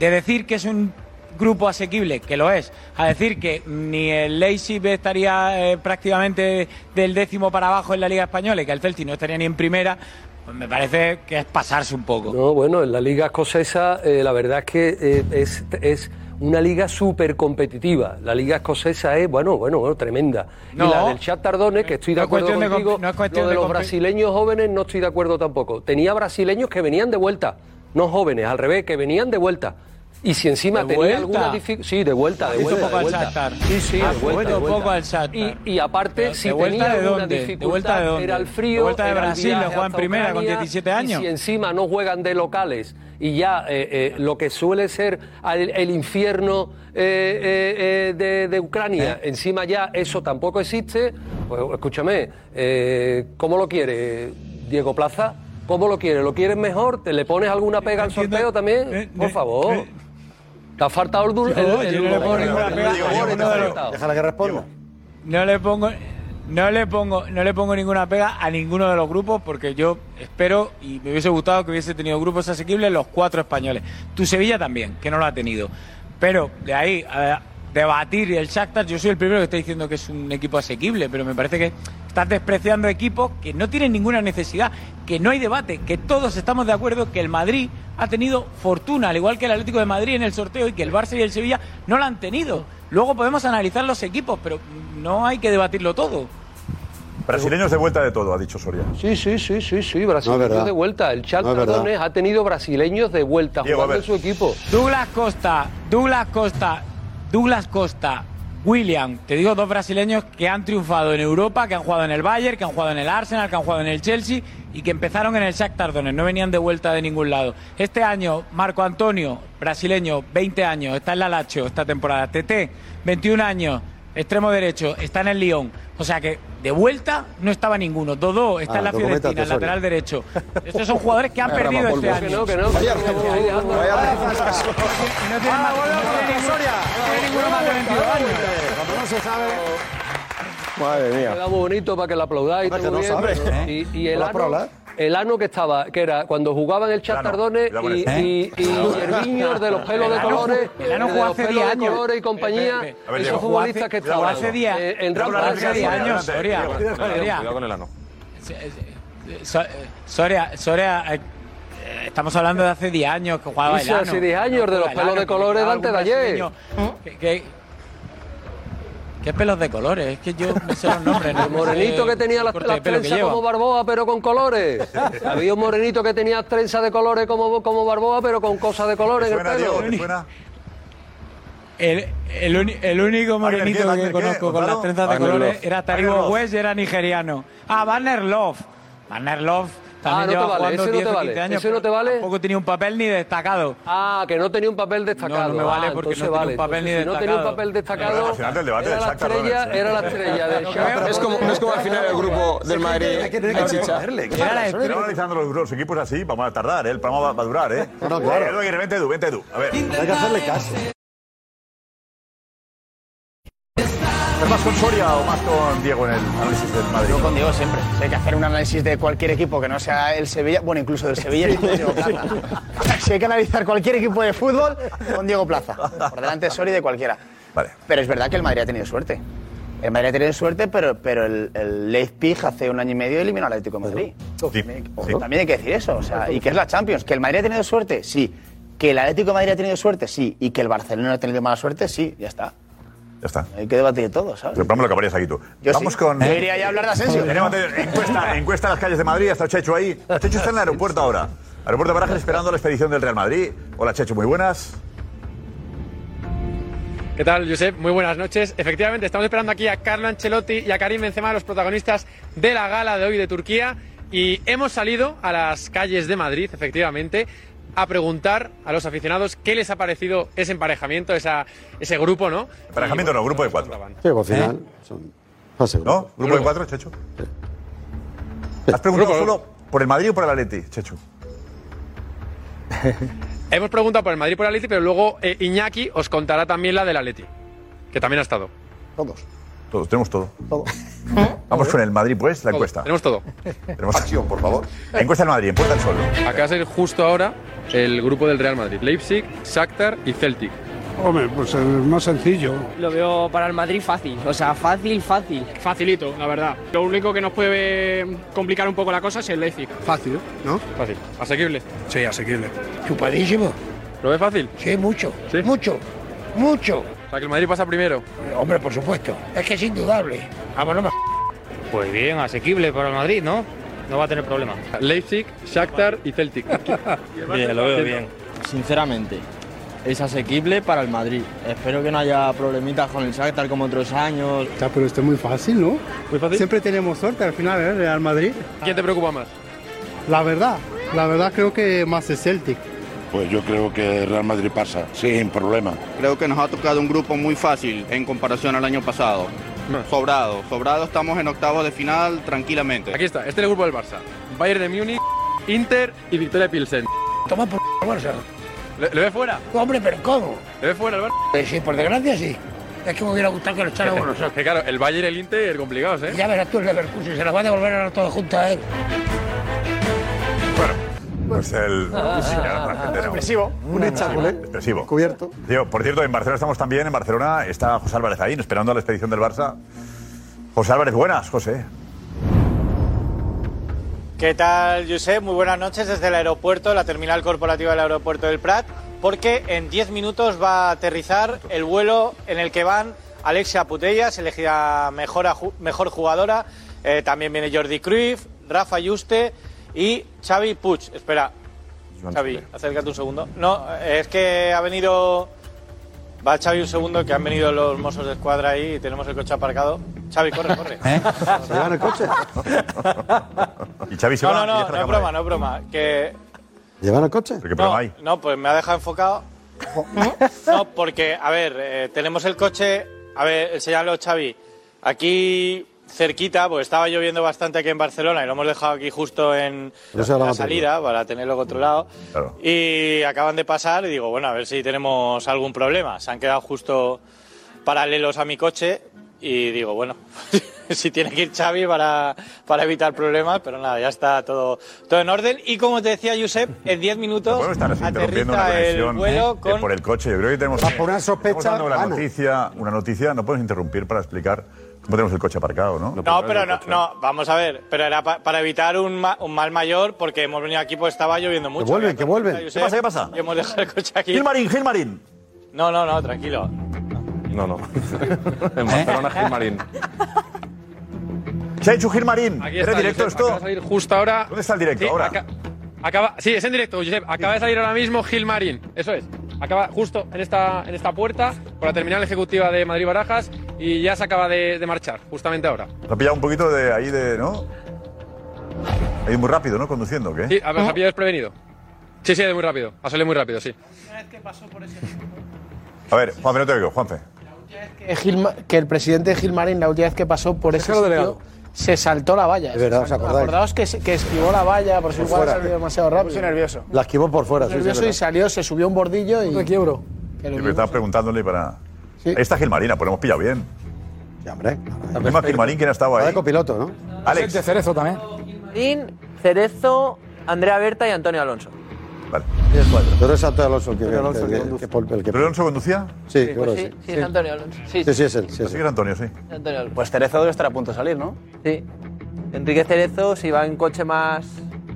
S10: de decir que es un grupo asequible, que lo es, a decir que ni el Leipzig estaría eh, prácticamente del décimo para abajo en la Liga Española y que el Celtic no estaría ni en primera, pues me parece que es pasarse un poco.
S4: No, bueno, en la liga escocesa eh, la verdad es que eh, es, es una liga súper competitiva. La liga escocesa es, bueno, bueno, bueno, tremenda. y
S10: No.
S4: la del Chat Tardones, que estoy de
S10: No es
S4: acuerdo
S10: cuestión de
S4: contigo,
S10: comp- no es cuestión
S4: lo de
S10: de
S4: los
S10: compe-
S4: brasileños jóvenes no estoy de acuerdo tampoco. Tenía brasileños que venían de vuelta, no jóvenes, al revés, que venían de vuelta. Y si encima
S10: ¿De
S4: tenía
S10: vuelta?
S4: alguna dificultad... Sí, de vuelta, Ah, de
S10: Hizo
S4: vuelta.
S10: poco
S4: de
S10: al
S4: vuelta.
S10: Shakhtar.
S4: Sí, sí,
S10: Ha
S4: de vuelta. de
S10: vuelto
S4: vuelta.
S10: poco al Shakhtar.
S4: Y, y aparte,
S10: Pero,
S4: si
S10: ¿de vuelta
S4: tenía
S10: de
S4: alguna
S10: dónde? ¿De
S4: dificultad,
S10: vuelta de dónde?
S4: era el frío...
S10: ¿De vuelta de
S4: era el
S10: Brasil? ¿La
S4: viaje
S10: juega en
S4: hasta
S10: primera con
S4: Ucrania,
S10: 17
S4: y
S10: años?
S4: si encima no juegan de locales y ya eh, eh, lo que suele ser al- el infierno eh, eh, eh, de, de Ucrania,
S10: ¿Eh?
S4: encima ya eso tampoco existe, pues escúchame, eh, ¿cómo lo quiere Diego Plaza? ¿Cómo lo quiere? ¿Lo quieres mejor? ¿Te le pones alguna pega al sorteo también? Por favor. ¿Te ha faltado el dulce?
S10: eh, Yo- yo no le pongo ninguna pega.
S5: Déjala que responda.
S10: No le pongo no le pongo no le pongo ninguna pega a ninguno de los grupos porque yo espero y me hubiese gustado que hubiese tenido grupos asequibles los cuatro españoles. Tu Sevilla también, que no lo ha tenido. Pero de ahí a debatir el Shakhtar, yo soy el primero que está diciendo que es un equipo asequible, pero me parece que estás despreciando equipos que no tienen ninguna necesidad, que no hay debate, que todos estamos de acuerdo que el Madrid ha tenido fortuna, al igual que el Atlético de Madrid en el sorteo y que el Barça y el Sevilla no la han tenido. Luego podemos analizar los equipos, pero no hay que debatirlo todo.
S7: Brasileños de vuelta de todo, ha dicho Soria.
S4: Sí, sí, sí, sí, sí,
S7: No es
S4: brasileños
S7: verdad.
S4: de vuelta. El Charles
S7: No es verdad.
S4: Tardones ha tenido brasileños de vuelta
S7: Diego, a
S4: jugando en
S7: ver.
S4: su equipo.
S10: Douglas Costa, Douglas Costa, Douglas Costa, William, te digo dos brasileños que han triunfado en Europa, que han jugado en el Bayern, que han jugado en el Arsenal, que han jugado en el Chelsea y que empezaron en el Shakhtar Donetsk, no venían de vuelta de ningún lado. Este año Marco Antonio, brasileño, 20 años, está en la Lazio esta temporada. TT, 21 años, extremo derecho, está en el Lyon. O sea que de vuelta no estaba ninguno. Dodó está
S4: Ah,
S10: en la
S4: documentate,
S10: Fiorentina, el
S4: Soria.
S10: lateral derecho. Estos son
S4: *laughs*
S10: jugadores que han
S4: Vaya
S10: perdido este
S4: ramapolvo. Que
S10: año.
S4: no, que no, que no, que no, que no, que no.
S12: *laughs*
S10: No tiene más- no tiene ningún- no tiene ninguno más de 22 años.
S5: Cuando no se sabe.
S20: Madre
S4: Ha quedado muy bonito para que la aplaudáis. está
S20: Hombre, que
S4: muy
S20: no
S4: bien.
S20: sabes, ¿eh?
S4: Y, y el,
S20: Hola,
S4: ano,
S20: Prola.
S4: el ano que estaba, que era cuando jugaban el chat Tardones
S20: cuidado con
S4: y,
S20: esto.
S4: y, y
S20: ¿Eh?
S4: Gervinho, de los pelos
S20: El
S4: de
S20: ano-
S4: colores,
S20: el ano
S4: de
S20: jugó
S4: los
S20: hace
S4: pelos
S20: 10
S4: de
S20: años.
S4: colores y compañía,
S20: Espera,
S21: Pues
S20: espera. A ver, Diego.
S4: esos
S20: Jugó hace-
S4: futbolistas que
S20: jugó
S4: estaban
S20: hace 10
S4: eh, en
S20: Diego,
S4: rampa
S20: hace 10 años,
S10: Soria. Soria.
S21: Cuidado con el ano.
S10: So- eh, Soria, Soria, eh, eh, estamos hablando de hace 10 años que jugaba el
S4: Hice hace 10 años de los pelos de colores de antes de ayer. ¿Mm?
S10: ¿Qué, qué, qué pelos de colores? Es que yo me sé los nombres. no
S4: El morenito
S10: sé
S4: que tenía las,
S10: el corte
S4: las
S10: de pelo que
S4: trenzas
S10: lleva.
S4: como Barboa, pero con
S10: *laughs*
S4: colores. Había un morenito que tenía trenzas de colores como, como Barboa, pero con cosas de colores en el pelo.
S10: El, el, uni- el único morenito
S4: Wagner,
S10: que
S4: ¿qué?
S10: conozco con
S4: ¿Gonzalo?
S10: las trenzas de
S4: Wagner
S10: colores
S4: Love.
S10: era
S4: Wagner
S10: Taribo
S4: Love.
S10: West y era nigeriano. Ah, Banner Love. Banner Love
S4: Ah, no
S10: también
S4: te
S10: lleva
S4: vale,
S10: jugando
S4: ese no
S10: 10
S4: te
S10: o
S4: vale.
S10: 15 años.
S4: Ese no te vale. Tampoco
S10: tenía un papel ni destacado.
S4: Ah, que no tenía un papel destacado. Ah,
S10: No, no me vale porque no tenía un papel ni
S4: No tenía un
S10: destacado.
S4: papel
S10: Pero
S4: destacado.
S10: es apasionante el debate
S4: era,
S10: de
S4: la
S10: Jack Tardones,
S4: estrella,
S10: ¿eh?
S4: era la estrella de
S22: Es como, no es como al final el grupo del Madrid. el Chicha.
S7: Estamos analizando los, los equipos así, vamos a tardar, ¿eh? el programa va, va a durar, ¿eh?
S5: No, no, claro.
S7: Eh, Edu Aguirre, vente Edu, vente Edu. A ver.
S5: Hay que hacerle caso.
S7: ¿Estás más con Soria o más con Diego en el análisis del Madrid?
S12: Yo con Diego siempre. Si hay que hacer un análisis de cualquier equipo que no sea el Sevilla, bueno, incluso del Sevilla,
S7: Sí,
S12: es con Diego
S7: sí. *laughs*
S12: Plaza. Si hay que analizar cualquier equipo de fútbol, con Diego Plaza. Por delante de Soria y de cualquiera.
S7: Vale.
S12: Pero es verdad que el Madrid ha tenido suerte. El Madrid ha tenido suerte, pero, pero el, el Leipzig hace un año y medio eliminó al Atlético de Madrid. Ojo, También hay que decir eso. O sea, y que es la Champions. ¿Que el Madrid ha tenido suerte? Sí. ¿Que el Atlético de Madrid ha tenido suerte? Sí. ¿Y que el Barcelona ha tenido mala suerte? Sí. Ya está.
S7: Ya está.
S12: Hay que debatir todo, ¿sabes?
S7: El programa lo acabarías aquí tú.
S12: Yo
S7: Vamos
S12: sí.
S7: con.
S12: Yo iría ya a hablar de Asensio.
S7: *laughs* Tenemos antes- encuesta, encuesta en las calles de Madrid. Está Checho ahí. Checho está en el aeropuerto ahora. Aeropuerto de Barajas esperando la expedición del Real Madrid. Hola Checho, muy buenas.
S13: ¿Qué tal, Josep? Muy buenas noches. Efectivamente, estamos esperando aquí a Carlo Ancelotti y a Karim Benzema, los protagonistas de la gala de hoy de Turquía. Y hemos salido a las calles de Madrid, efectivamente, a preguntar a los aficionados qué les ha parecido ese emparejamiento, esa, ese grupo, ¿no? pues,
S7: Emparejamiento no, grupo de cuatro.
S5: Sí, al final. Son fase grupo.
S7: ¿No? Grupo de cuatro, Checho. ¿Has
S13: ¿eh?
S7: preguntado solo por el Madrid o por el Atleti, Checho?
S13: Hemos preguntado por el Madrid y por el Atleti, pero luego eh, Iñaki os contará también la del Atleti, que también ha estado.
S7: Todos. Todos, tenemos todo. Todo. Vamos con el Madrid, pues, la encuesta.
S13: Tenemos todo.
S7: Tenemos acción, por favor. Encuesta en Madrid, encuesta el sol.
S13: Acá es justo ahora el grupo del Real Madrid, Leipzig, Shakhtar y Celtic.
S23: Hombre, *laughs* pues es más sencillo.
S15: Lo veo para el Madrid fácil, o sea, fácil, fácil. Facilito, la verdad. Lo único que nos puede complicar un poco la cosa es el Leipzig.
S23: Fácil, ¿eh? ¿no?
S13: Fácil. ¿Asequible?
S23: Sí, asequible. Chupadísimo.
S13: ¿Lo ves fácil?
S23: Sí, mucho. Mucho. Mucho.
S13: O sea, que el Madrid pasa primero.
S23: Hombre, por supuesto. Es que es indudable. Vámonos más.
S13: Pues bien, asequible para el Madrid, ¿no? No va a tener problema. Leipzig, Shakhtar y
S23: *laughs*
S13: Celtic.
S1: Bien, lo veo bien. Sinceramente, es asequible para el Madrid. Espero que no haya problemitas con el Shakhtar como otros años.
S23: Ya, pero esto es muy fácil, ¿no?
S13: Muy fácil.
S23: Siempre tenemos suerte al final, ¿eh? Real Madrid.
S13: ¿Quién te preocupa más?
S23: La verdad, la verdad creo que más es Celtic.
S24: Pues yo creo que Real Madrid pasa, sin problema.
S18: Creo que nos ha tocado un grupo muy fácil en comparación al año pasado. Sobrado, sobrado estamos en octavos de final tranquilamente.
S13: Aquí está, este es el grupo del Barça. Bayern de Múnich, Inter y Victoria Pilsen.
S23: Toma por el Barça.
S13: ¿Le, le ves fuera?
S23: Hombre, pero ¿cómo?
S13: ¿Le ves fuera el Barça?
S23: Eh, sí, por desgracia sí. Es que me hubiera gustado que lo echaran
S19: *laughs*
S23: a nosotros.
S13: Que claro, el Bayern y el Inter complicados,
S1: Pues,
S13: ¿eh?
S23: Ya verás tú el Leverkusen, se las va a devolver a todas juntas, ¿eh?
S7: Pues el.
S12: ah, Expresivo. ¿eh?
S7: Un echáculo. Expresivo. Cubierto. por cierto, en Barcelona estamos también. En Barcelona está José Álvarez ahí, esperando a la expedición del Barça. José Álvarez, buenas, José.
S25: ¿Qué tal, Josep? Muy buenas noches desde el aeropuerto, la terminal corporativa del aeropuerto del Prat, porque en 10 minutos va a aterrizar el vuelo en el que van Alexia Putellas, elegida mejor, a ju- mejor jugadora, eh, también viene Jordi Cruyff, Rafa Yuste y Xavi Puig. Espera, Xavi, acércate un segundo. No, es que ha venido... Va Xavi un segundo, que han venido los mozos de escuadra ahí y tenemos el coche aparcado. Xavi,
S5: *laughs*
S25: corre, corre.
S5: ¿Eh? ¿Se llevan el
S25: *laughs*
S5: coche?
S7: Y Xavi se
S25: No,
S7: va.
S25: no,
S7: y deja la
S25: no, no es
S7: cámara
S25: broma, no es broma. Que
S5: ¿Llevan el coche?
S7: ¿Qué problema hay?
S25: No, pues me ha dejado enfocado. No, porque, a ver, eh, tenemos el coche. A ver, enséñalo, Xavi. Aquí cerquita, porque estaba lloviendo bastante aquí en Barcelona y lo hemos dejado aquí justo en
S5: Yo sé la
S25: la
S5: batería.
S25: salida para tenerlo controlado. Y acaban de pasar y digo, bueno, a ver si tenemos algún problema. Se han quedado justo paralelos a mi coche y digo, bueno, *laughs* si tiene que ir Xavi para, para evitar problemas, pero nada, ya está todo, todo en orden. Y como te decía, Josep, en 10 minutos
S7: interrumpiendo una
S25: aterriza el
S7: conexión
S25: vuelo
S7: eh,
S25: con...
S7: por el coche. Yo creo que tenemos
S25: Va por una sospecha
S7: estamos dando una
S25: vana.
S7: noticia, una noticia, no podemos interrumpir para explicar cómo tenemos el coche aparcado, ¿no?
S25: No, pero no, no, vamos a ver, pero era pa- para evitar un, ma- un mal mayor, porque hemos venido aquí pues estaba lloviendo mucho. pues,
S7: vuelven, que vuelven.
S25: Josep,
S7: ¿Qué pasa, qué pasa?
S25: y hemos dejado el coche aquí.
S7: Gilmarín, Gilmarín.
S25: No, no, no, tranquilo.
S2: No, *laughs* no. en Barcelona,
S15: ¿Eh?
S2: Gilmarín.
S7: Se ha hecho Gilmarín.
S19: Aquí
S7: ¿Era
S19: está,
S7: directo
S19: Josep,
S7: esto?
S19: acaba de salir justo ahora.
S7: ¿Dónde está el directo
S19: Sí,
S7: ahora?
S19: aca- acaba, sí, es en directo, Josep. Acaba de salir ahora mismo Gil Marín. Eso es. Acaba justo en esta, en esta puerta, por la terminal ejecutiva de Madrid Barajas, y ya se acaba de, de marchar, justamente ahora.
S7: Lo ha pillado un poquito de ahí de, ¿no? Ahí muy rápido, ¿no? Conduciendo, ¿o ¿qué?
S19: Sí, a ver, se ha pillado desprevenido. Sí, sí, de muy rápido. Ha salido muy rápido, sí.
S7: A ver, Juanfe, no te oigo, Juanfe.
S1: que, Gilma- que el presidente Gilmarín, la última vez que pasó por ese sitio, se saltó la valla.
S5: Es verdad,
S1: Se saltó-
S5: ¿os acordáis?
S1: Acordaos que, se- que esquivó la valla, por si
S5: Por
S1: igual
S5: fuera.
S1: salió demasiado rápido.
S5: puse
S1: nervioso.
S5: La esquivó por fuera. sí, sí,
S1: Nervioso y
S5: es
S1: salió, se subió a un bordillo y... quiebro.
S7: Sí, pero estaba preguntándole para. Ahí está Gilmarina, pues lo hemos pillado bien. Ya, hombre. El mismo Gilmarín, ¿quién ha estado ahí?
S5: copiloto, ¿no?
S7: Alex.
S20: De Cerezo también.
S15: Martín, Cerezo, Andrea Berta y Antonio Alonso.
S5: verdad. Yo creo que es Antonio Alonso el que-
S15: Antonio Alonso
S5: el que-
S15: que
S5: el que- el que-
S7: ¿Pero Alonso conducía?
S5: Sí, yo
S1: pues
S5: creo
S18: pues
S15: sí,
S5: que
S15: sí, es Antonio Alonso. Sí,
S5: sí. Sí, sí, es él. Sí,
S7: Así que era Pues Antonio, sí.
S15: es Antonio Alonso.
S9: Pues Cerezo debe estar a punto de salir, ¿no?
S15: Sí. Enrique Cerezo, si va en coche más.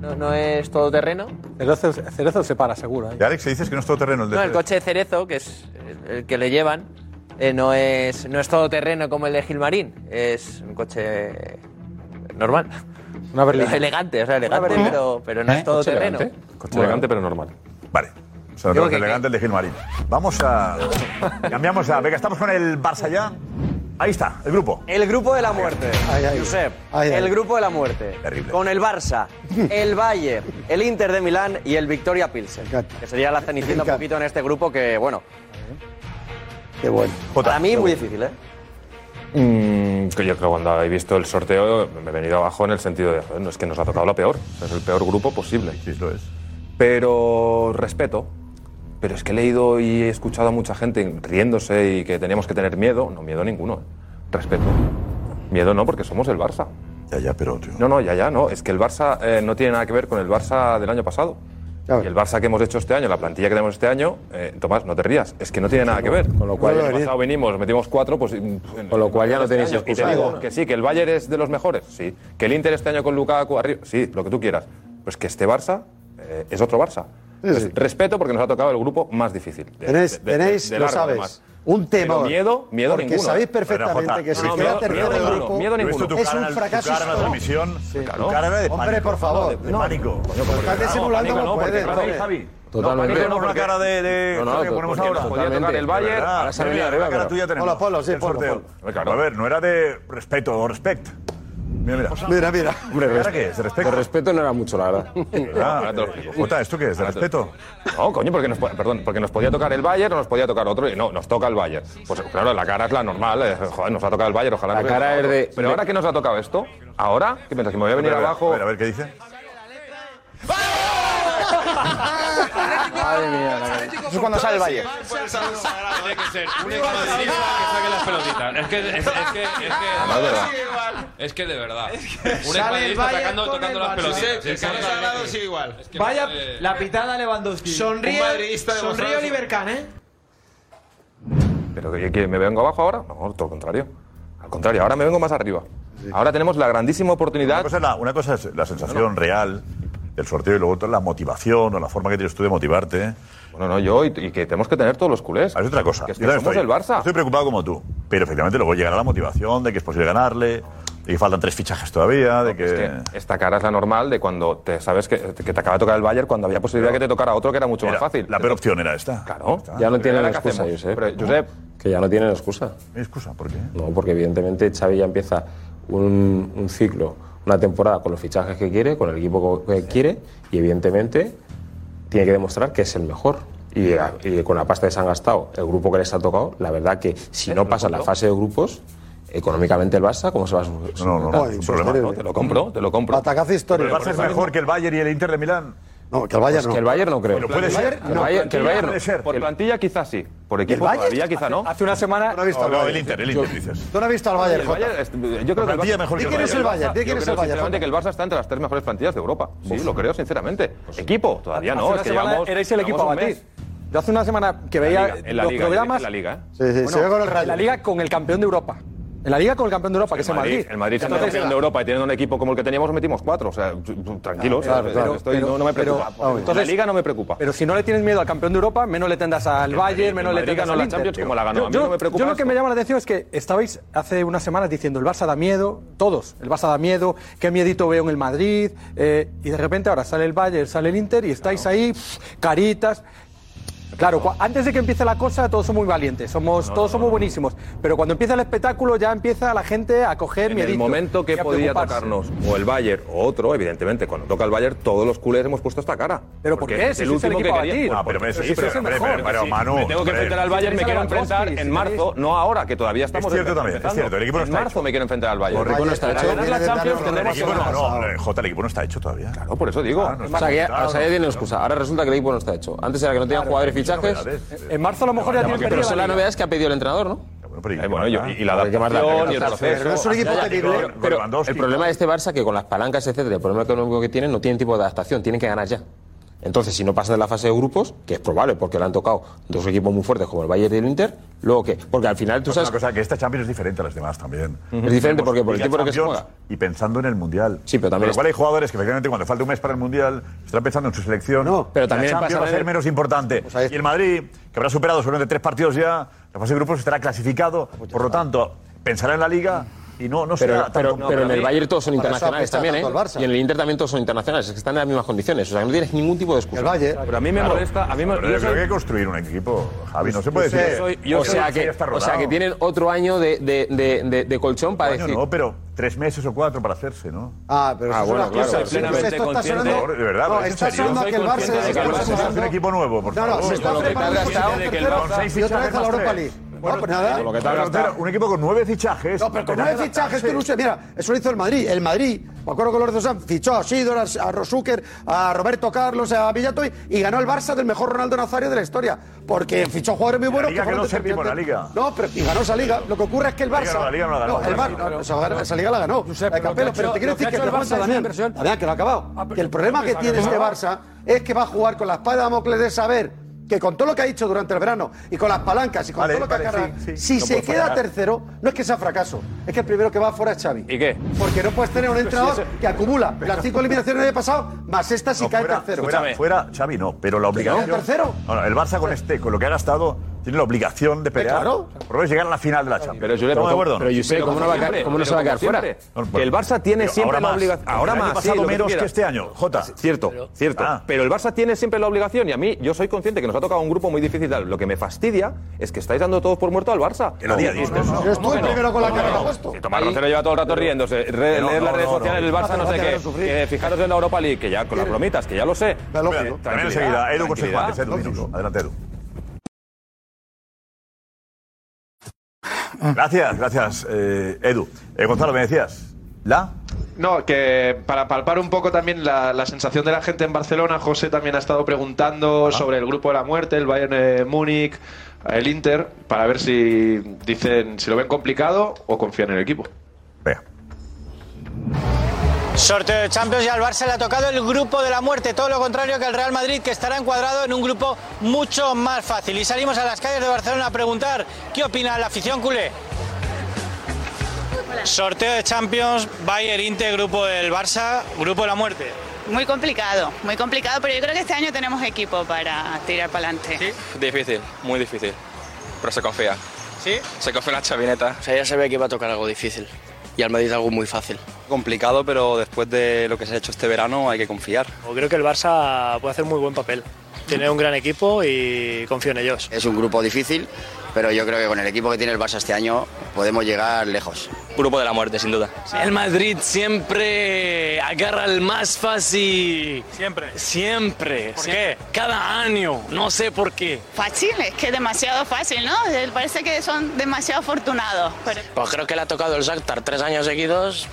S15: No, no es todoterreno.
S20: Cerezo, Cerezo se para, seguro. ¿eh?
S7: Y Alex, ¿qué dices que no es todo terreno el de
S15: No, el coche de Cerezo, que es el- el que le llevan, eh, no, es, no es todoterreno como el de Gilmarín. Es un coche normal.
S20: Una berlina.
S15: Elegante, o sea, elegante,
S2: berlina.
S15: pero, pero no
S2: ¿Eh?
S15: es todoterreno.
S2: Coche elegante. Coche elegante, pero normal.
S7: Vale. O sea,
S2: Digo
S7: los
S2: que-
S7: elegantes de Gilmarín. Vamos
S9: *laughs*
S7: a. Cambiamos a. Venga, estamos con el Barça ya. Ahí está, el grupo.
S15: El grupo de la muerte.
S20: Josep,
S7: Ay, ay.
S15: el grupo de la muerte. Con el
S7: *laughs*
S15: Barça, el Bayern, el Inter de Milán y el Victoria Pilsen. Que sería la cenicienta un poquito en este grupo que, bueno,
S5: Qué bueno.
S15: para mí muy difícil, ¿eh?
S2: Mm, que yo creo que cuando habéis visto el sorteo me he venido abajo en el sentido de, joder, no es que nos ha tocado lo peor, es el peor grupo posible.
S7: Sí, lo es.
S2: Pero respeto, pero es que he leído y he escuchado a mucha gente riéndose y que teníamos que tener miedo, no miedo ninguno, ¿eh? respeto. Miedo no, porque somos el Barça.
S7: Ya, ya, pero
S2: No, no, ya, ya, no. Es que el Barça eh, no tiene nada que ver con el Barça del año pasado. Y el Barça que hemos hecho este año, la plantilla que tenemos este año, eh, Tomás, no te rías, es que no tiene nada que ver. Con lo
S20: cual-
S2: el año pasado venimos, metimos cuatro, pues. Con
S20: lo cual ya no tenéis
S2: este Y te
S20: excusa
S2: digo
S20: alguna.
S2: que sí, que el Bayern es de los mejores, sí. Que el Inter este año con Lukaku arriba, sí, lo que tú quieras. Pues que este Barça eh, es otro Barça. Entonces, Respeto porque nos ha tocado el grupo más difícil. De-
S5: Tenéis,
S2: de- de-
S5: tenéis
S2: de
S5: lo
S2: largo,
S5: sabes,
S2: además.
S5: un
S2: Pero
S5: temor.
S2: miedo, miedo
S5: porque
S2: ninguno.
S5: sabéis
S2: Bueno, Jota,
S5: perfectamente que si
S2: no, no,
S5: queda
S2: miedo-
S5: tercero
S2: miedo
S5: el
S2: ninguno,
S5: grupo
S2: miedo
S5: es
S2: ninguno.
S5: un fracaso
S7: Tu cara en la
S5: histórico.
S7: transmisión.
S5: Sí,
S7: tu
S5: claro.
S7: cara era de
S5: Hombre,
S7: pánico,
S5: por favor,
S7: De, de
S5: no.
S7: pánico.
S5: Coño, porque- Estás disimulando
S7: pánico
S5: como
S7: no, porque
S5: puedes,
S7: claro,
S5: joder.
S7: Javi.
S5: Totalmente.
S7: No, tenemos una
S5: Porque-
S7: cara de. de
S5: No, no,
S7: ¿sabes qué ponemos
S5: porque
S7: ahora.
S5: nos podía tocar
S7: Totalmente.
S5: el Bayern,
S7: De verdad,
S5: ahora se
S7: de
S5: veía
S7: verdad,
S5: arriba,
S7: la cara
S5: pero-
S7: tuya tenemos.
S5: Hola, Polo, sí,
S7: El
S5: Polo,
S7: sorteo.
S5: Polo. Claro.
S7: A ver, no era de respeto o respect. Mira, mira.
S5: Mira, mira.
S7: Hombre, ¿Ahora qué es? ¿De respeto?
S20: De respeto no era mucho, la verdad.
S7: Ah,
S2: *laughs*
S7: Jota, ¿esto qué es? ¿De respeto?
S2: No, coño, porque nos, po- perdón, porque nos podía tocar el Bayern o nos podía tocar otro y no, nos toca el Bayern. Pues claro, la cara es la normal, eh, joder, nos ha tocado el Bayern, ojalá
S20: La
S2: nos hubiera
S20: cara
S2: tocado
S20: es
S2: otro.
S20: de-
S2: Pero
S20: de-
S2: ahora que nos ha tocado esto, ahora, ¿qué piensas? ¿Que me voy a venir
S7: A ver, a ver,
S2: abajo?
S7: a ver, a ver, ¿qué dice?
S20: Madre mía, la verdad.
S9: Eso es cuando sale el Valle.
S26: Tiene que ser un exmadridista que saque las pelotitas. Es que, es, es que, es que,
S2: Además, de verdad.
S26: es que de verdad. Un
S27: Sale el
S26: exmadridista
S27: Bayern
S26: tocando,
S27: con el
S26: tocando las
S27: Barça.
S26: pelotitas.
S27: Sí,
S26: Es que
S27: Carlos
S26: no-
S27: Alvarado sigue igual.
S26: es que-
S27: Vaya
S26: eh,
S27: la pitada a Lewandowski. Sonríe- Un madridista demostrado sonríe su- Oliver Kahn, ¿eh?
S2: ¿Pero que, que me vengo abajo ahora? No, todo lo contrario. Al contrario, ahora me vengo más arriba. Ahora tenemos la grandísima oportunidad.
S7: Una cosa es la, una cosa es la sensación real del sorteo y luego otra la motivación o la forma que tienes tú de motivarte. Ah,
S2: Bueno, no, yo y, que tenemos que tener todos los culés.
S7: Es otra cosa.
S2: Que es
S7: Yo
S2: que
S7: también
S2: somos el Barça.
S7: Estoy preocupado como tú. Pero efectivamente luego llegará la motivación de que es posible ganarle, de que faltan tres fichajes todavía, de que...
S2: Esta cara es la normal de cuando te sabes que, que te acaba de tocar el Bayern cuando había posibilidad que te tocara otro que era mucho más fácil.
S7: La peor opción era esta.
S2: Claro.
S20: Ya no tienen
S2: Era la que
S20: excusa,
S2: hacemos.
S20: Josep.
S2: Pero, Josep,
S20: Ah, Que ya no tienen excusa.
S7: excusa? ¿Por qué?
S20: No, porque evidentemente Xavi ya empieza un, un ciclo, una temporada con los fichajes que quiere, con el equipo que quiere, y evidentemente tiene que demostrar que es el mejor. Y, a- y con la pasta que se han gastado, el grupo que les ha tocado, la verdad que si no pasa la fase de grupos, económicamente el Barça, ¿cómo se va a No,
S7: no, no, es ¿eh? un problema.
S2: Te lo compro, te lo compro.
S7: Atacazo histórico. ¿El Barça es mejor que el Bayern y el Inter de Milán?
S5: No, que el Bayern
S20: Pues
S5: no.
S20: que el Bayern no creo.
S5: Pero puede
S20: El Bayern-
S5: ser. No,
S20: que el Bayern- que el
S5: plantilla
S20: Bayern no.
S5: puede ser.
S20: Por plantilla quizás sí. Por
S5: ¿El
S20: equipo
S5: Bayern?
S20: todavía quizá no.
S5: Hace una semana. No lo he visto.
S20: No,
S5: al
S20: no,
S5: Bayern.
S20: el Inter, el Inter,
S5: Yo-
S20: dices.
S5: ¿Tú no has visto al Bayern,
S20: El
S5: Jota?
S20: Bayern, este, yo creo que el
S5: plantilla
S20: Barça,
S5: mejor que
S20: yo
S5: el
S20: creo que
S5: Bayern. ¿De quién es el Bayern?
S20: Barça-
S5: ¿De quién
S20: yo
S5: es
S20: creo
S5: el Bayern,
S20: sinceramente
S5: Jota?
S20: que el Barça está entre las tres mejores plantillas de Europa. Sí, lo creo sinceramente. equipo, todavía
S18: Hace
S20: no.
S18: una
S20: Es que
S18: semana
S20: llevamos,
S18: erais el equipo a
S20: llevamos un
S18: batir.
S20: mes.
S18: Yo hace una semana que
S20: En la
S18: veía
S20: liga, en la
S18: los
S20: liga,
S18: programas.
S20: en la liga, ¿eh?
S5: Sí, sí, se ve con el
S18: En la liga con el campeón de Europa. En la liga con el campeón de Europa, que es el Madrid.
S2: El Madrid está
S18: Entonces,
S2: campeón de Europa y teniendo un equipo como el que teníamos metimos cuatro. O sea, tranquilos.
S18: Claro,
S2: ¿sabes?
S18: claro.
S2: Estoy-
S18: Pero-
S2: no, no me
S18: pero-
S2: preocupa.
S18: obvio. Entonces-
S2: la Liga no me preocupa.
S18: Pero si no le tienes miedo al campeón de Europa, menos le tendrás al
S2: El
S18: Bayern,
S2: Madrid-
S18: menos
S2: el
S18: le
S2: Madrid
S18: tendrás
S2: ganó
S18: al
S2: la
S18: Inter.
S2: Champions como la ganó.
S18: Yo,
S2: A mí no
S18: yo-
S2: me preocupa
S18: yo lo
S2: esto.
S18: que me llama la atención es que estabais hace unas semanas diciendo el Barça da miedo, todos, el Barça da miedo, qué miedito veo en el Madrid, eh, y de repente ahora sale el Bayern, sale el Inter y estáis ahí, pff, caritas. Claro, cua- antes de que empiece la cosa todos somos muy valientes, somos, todos somos buenísimos, pero cuando empieza el espectáculo ya empieza la gente a coger
S2: En
S18: miedito.
S2: el momento
S18: y
S2: que
S18: a
S2: podía
S18: preocuparse.
S2: tocarnos o el Bayern o otro, evidentemente, cuando toca el Bayern, todos los culés hemos puesto esta cara. ¿Pero
S18: por qué? Si es el equipo a batir.
S7: Ah, pero me- sí,
S2: sí,
S7: pero- hombre, pero- pero, Manu,
S2: Me tengo que
S7: hombre.
S2: enfrentar al Bayern, me
S7: Si tienes
S2: quiero
S7: a
S2: enfrentar
S7: Lewandowski,
S2: en
S7: si
S2: marzo, no ahora, que todavía estamos.
S7: Es cierto también, es
S2: empezando.
S7: cierto, el equipo no
S2: En
S7: está
S2: marzo me quiero enfrentar al Bayern.
S7: Correcto, no está
S2: Para
S7: hecho.
S2: ganar la
S7: Viene de
S2: Champions
S7: dar una
S2: tendremos que
S7: equipo no,
S2: ganar.
S7: no, hombre, Jota, el equipo no está hecho todavía. Ah,
S2: Claro, por eso digo.
S20: O sea, que ya, o sea, ya tienen excusa. Ahora resulta que el equipo no está hecho. Antes era que no tenían jugadores
S7: eso es
S20: fichajes.
S7: novedades.
S18: En marzo a lo mejor ya tienen
S20: Pero
S18: perdida la
S20: son las
S18: liga.
S20: novedades que ha pedido el entrenador, ¿no?
S2: Eh, bueno, yo- y, y la
S20: Hay que marcar
S2: adaptación y el
S20: cartas.
S2: proceso. Ya, ya,
S20: Pero-
S2: con- con
S20: pero
S2: Lewandowski,
S20: el problema de este Barça que con las palancas, etcétera, el problema económico que tienen, no tienen tipo de adaptación, tienen que ganar ya. Entonces, si no pasan de la fase de grupos, que es probable porque le han tocado dos equipos muy fuertes como el Bayern y el Inter, luego qué? Porque al final tú
S7: Pues
S20: sabes
S7: una cosa que esta Champions es diferente a las demás también.
S20: Es diferente, ¿por qué? Por el
S7: Liga
S20: tipo en el que se
S7: Champions
S20: juega.
S7: Y pensando en el Mundial.
S20: Sí, pero también
S7: Con lo cual
S20: es-
S7: hay jugadores que efectivamente cuando falta un mes para el Mundial están pensando en su selección. No,
S20: pero también
S7: la
S20: pasa
S7: Champions va a
S20: en
S7: ser
S20: el- Pues
S7: menos importante. y el Madrid, que habrá superado seguramente tres partidos ya, la fase de grupos estará
S20: Ah,
S7: clasificado. Por lo tanto, pensará en la Liga y no, no
S20: pues pero,
S7: será
S20: pero,
S7: tanto-
S20: pero en el Bayern todos son
S7: Para eso
S20: internacionales
S7: apuesta
S20: también, ¿eh?
S7: tanto el Barça.
S20: Y en el Inter también todos son internacionales, es que están en las mismas condiciones, o sea, que no tienes ningún tipo de excusa.
S2: Pero a mí me molesta. A mí me,
S7: Pero yo,
S2: yo
S7: creo
S2: soy-
S7: que hay que construir un equipo, Javi. No se puede
S20: Yo
S7: decir.
S20: sé, soy- yo o, sea que, o sea que tienen otro año de, de, de, de, de colchón para
S7: Coño,
S20: decir.
S7: No, pero tres meses o cuatro para hacerse, ¿no?
S5: Ah, pero
S20: Ah,
S5: eso
S20: bueno,
S5: es una
S20: claro,
S5: cosa.
S20: soy plenamente
S5: esto está
S20: consciente.
S5: sonando.
S7: Por- de verdad,
S5: no,
S7: pero es
S5: está
S7: en serio.
S5: sonando a que el Barça
S7: Soy
S5: se está
S7: consciente de que el Barça es
S5: preparando-
S7: un equipo nuevo, por
S5: No, no,
S7: favor.
S5: se está
S7: Con lo que te
S5: preparando
S7: has gastado,
S5: para
S7: que el
S5: tercero,
S7: Barça- seis
S5: y otra
S7: fichajes
S5: vez a la
S7: más
S5: Europa
S7: tres.
S5: League. Bueno, pues nada.
S7: Pero, pero, un equipo con nueve fichajes.
S5: No, pero con nueve fichajes tú no sé. Mira, eso lo hizo el Madrid. El Madrid, me acuerdo que los dos han fichó a Sidor, a Rosuker, a Roberto Carlos, a Villatoy y ganó el Barça del mejor Ronaldo Nazario de la historia. Porque fichó jugadores muy
S7: La
S5: buenos.
S7: Liga
S5: que fueron
S7: quedó séptimo en la Liga.
S5: No, pero y ganó esa liga. Lo que ocurre es que el
S7: La Liga
S5: Barça.
S7: no, la Liga no la ganó.
S5: el Barça. no, esa, esa liga la ganó. la de
S18: lo
S5: Capello,
S18: que ha
S5: pero te
S18: hecho-
S5: quiero
S18: lo que
S5: decir
S18: ha
S5: que
S18: hecho
S5: te
S18: el Barça,
S5: cuenta,
S18: Damián,
S5: Damián,
S18: inversión.
S5: Damián, que lo ha acabado.
S7: Ah,
S5: que el problema que
S18: Ah, no,
S5: tiene
S18: no,
S5: este
S18: no.
S5: Barça es que va a jugar con la espada de Damocles de saber que con todo lo que ha dicho durante el verano y con las palancas y con
S7: Vale,
S5: todo lo que ha
S7: vale,
S5: cargado,
S7: sí, sí.
S5: si
S7: No
S5: se
S7: puede
S5: queda
S7: fallar.
S5: tercero, no es que sea fracaso, es que el primero que va fuera es Xavi.
S2: ¿Y qué?
S5: Porque no puedes tener un entrenador que acumula las cinco eliminaciones del año pasado, más esta si cae
S7: Fuera,
S5: tercero.
S7: fuera, fuera, Xavi no, pero la
S5: ¿Que
S7: obligación.
S5: no? ¿Tercero?
S7: No, no, el Barça con este, con lo que ha gastado, tiene la obligación de pelear.
S5: claro.
S7: Por lo menos llegar a la final de la Champions.
S2: Pero yo le
S7: ¿Estamos de
S2: pongo-
S7: acuerdo?
S2: pero yo sé,
S7: Pero
S2: ¿cómo no va a ca-
S7: siempre,
S2: cómo no se
S7: pero
S2: va a quedar
S7: como
S2: fuera?
S7: siempre.
S2: Que el Barça tiene
S7: Pero
S2: siempre
S7: ahora
S2: la
S7: más.
S2: obligación- ahora
S7: El año
S2: más, sí,
S7: pasado
S2: lo que
S7: menos
S2: quieras.
S7: que este año, Jota.
S2: Cierto, cierto.
S7: Ah.
S2: Pero el Barça tiene siempre la obligación, y a mí yo soy consciente que nos ha tocado un grupo muy difícil. tal. Lo que me fastidia es que estáis dando todos por muerto al Barça.
S7: Que lo diga, dices, ¿no?
S5: Eres tú el primero con la que ha puesto.
S2: Si Tomás Rocero lleva todo el rato riéndose, re-
S7: Que no,
S2: leer
S7: no,
S2: las redes
S7: no, no.
S2: sociales del Barça, no,
S7: No hace
S2: sé
S7: falta
S2: qué.
S7: que sufrir.
S2: que fijaros en la Europa League, que ya con las bromitas, que ya lo sé. Eh,
S7: Espérate, También enseguida, Edu con Sejuanes, Edu, minuto. Adelante, Edu. Gracias, gracias, eh, Edu. Eh, Gonzalo, me decías, ¿la?
S28: No, que para palpar un poco también la, la sensación de la gente en Barcelona, José también ha estado preguntando sobre el grupo de la muerte, el Bayern eh, Múnich, el Inter, para ver si dicen si lo ven complicado o confían en el equipo.
S25: Sorteo de Champions y al Barça le ha tocado el grupo de la muerte, todo lo contrario que al Real Madrid, que estará encuadrado en un grupo mucho más fácil. Y salimos a las calles de Barcelona a preguntar qué opina la afición culé. Sorteo de Champions, Bayern Inter, grupo del Barça, grupo de la muerte.
S29: Muy complicado, muy complicado, pero yo creo que este año tenemos equipo para tirar para adelante.
S13: Difícil, muy difícil. Pero se confía.
S25: ¿Sí?
S13: Se confía en la chavineta. O sea, ya se ve que iba a tocar algo difícil. Y al Madrid algo muy fácil. Complicado, pero después de lo que se ha hecho este verano hay que confiar.
S1: Creo que el Barça puede hacer muy buen papel. Tiene un gran equipo y confío en ellos.
S12: Es un grupo difícil, pero yo creo que con el equipo que tiene el Barça este año podemos llegar lejos.
S13: Grupo de la muerte, sin duda.
S15: El Madrid siempre agarra el más fácil. Siempre. Siempre. ¿Por qué? Cada año. No sé por qué.
S29: Fácil, es que demasiado fácil, ¿no? Parece que son demasiado afortunados. pero-
S15: Pues creo que le ha tocado el Shakhtar tres años seguidos.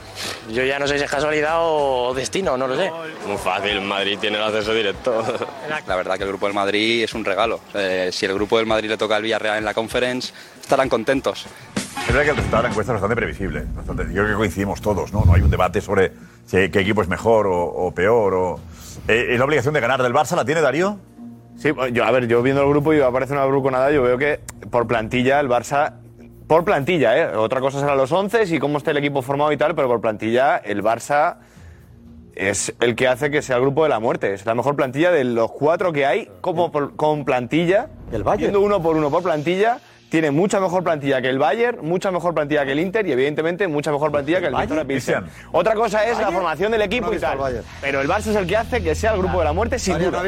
S30: Yo ya no sé si es casualidad o destino, no lo sé.
S1: Muy fácil, Madrid tiene el acceso directo. *laughs* La verdad que el grupo del Madrid es un regalo. Eh, si el grupo del Madrid le toca al Villarreal en la conference, estarán contentos.
S7: Es verdad que el resultado de la encuesta es bastante previsible. bastante- yo creo que coincidimos todos, ¿no? No hay un debate sobre si- qué equipo es mejor o, o peor. O, Eh, ¿Es la obligación de ganar del Barça? ¿La tiene Darío?
S17: Sí, yo, a ver, yo viendo el grupo y aparece una bruconada, yo veo que por plantilla el Barça. Por plantilla, ¿eh? Otra cosa será los 11 y cómo está el equipo formado y tal, pero por plantilla el Barça es el que hace que sea el grupo de la muerte. Es la mejor plantilla de los cuatro que hay como por- con plantilla. El Bayern. Yendo uno por uno por plantilla, tiene mucha mejor plantilla que el Bayern, mucha mejor plantilla que el Inter y evidentemente mucha mejor plantilla que el Victoria Pilsen. Otra cosa es la formación del equipo y tal. Pero el Barça es el que hace que sea el grupo de la muerte sin duda.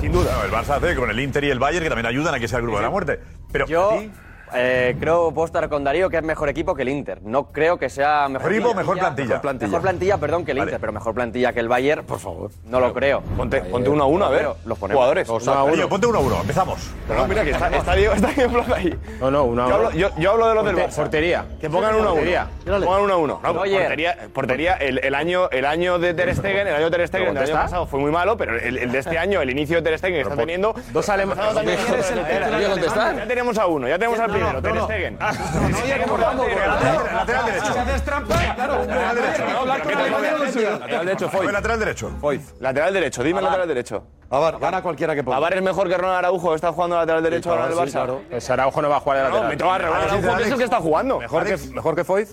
S17: Sin duda.
S7: No, el Barça hace con el Inter y el Bayern que también ayudan a que sea el grupo de la muerte. Pero
S15: Yo eh, creo, puedo estar con Darío, que es mejor equipo que el Inter. No creo que sea mejor
S7: Primo, mejor plantilla.
S15: Mejor plantilla, perdón, que el Inter, pero mejor plantilla que el Bayern. Por favor. No lo creo.
S17: Ponte, ponte uno a uno, a ver.
S15: Los ponemos.
S17: Jugadores.
S15: Darío,
S7: Eh, ponte uno a uno, empezamos.
S17: No, no, mira que está, está Diego, está Diego Plaza ahí. No, no, uno
S30: a
S17: yo
S30: uno.
S17: hablo, yo, yo hablo de los del
S30: Porte-
S17: Barça.
S30: portería.
S17: Que pongan uno a uno.
S30: Portería.
S17: Pongan uno a uno. No,
S30: Neuer.
S17: portería, portería el, el año, el año de Ter Stegen, el año de Ter Stegen del año
S30: ¿Está?
S17: pasado fue muy malo, pero el, el de este año, el inicio de Ter Stegen que está teniendo... Dos alemanes. Ya tenemos a uno, ya tenemos al primero, Ter Stegen.
S7: Lateral derecho.
S17: Lateral derecho, Foyt.
S7: Lateral derecho.
S17: Lateral derecho, dime lateral derecho. Avar, gana cualquiera que ponga. Avar es mejor que Ronald Araujo, está jugando lateral derecho ahora en el Barça.
S30: Pues Araujo no va a jugar de
S17: No,
S30: lateral.
S17: me toca Ronald Araujo, que es el que está jugando. Mejor que
S15: ¿Mejor que Foyth?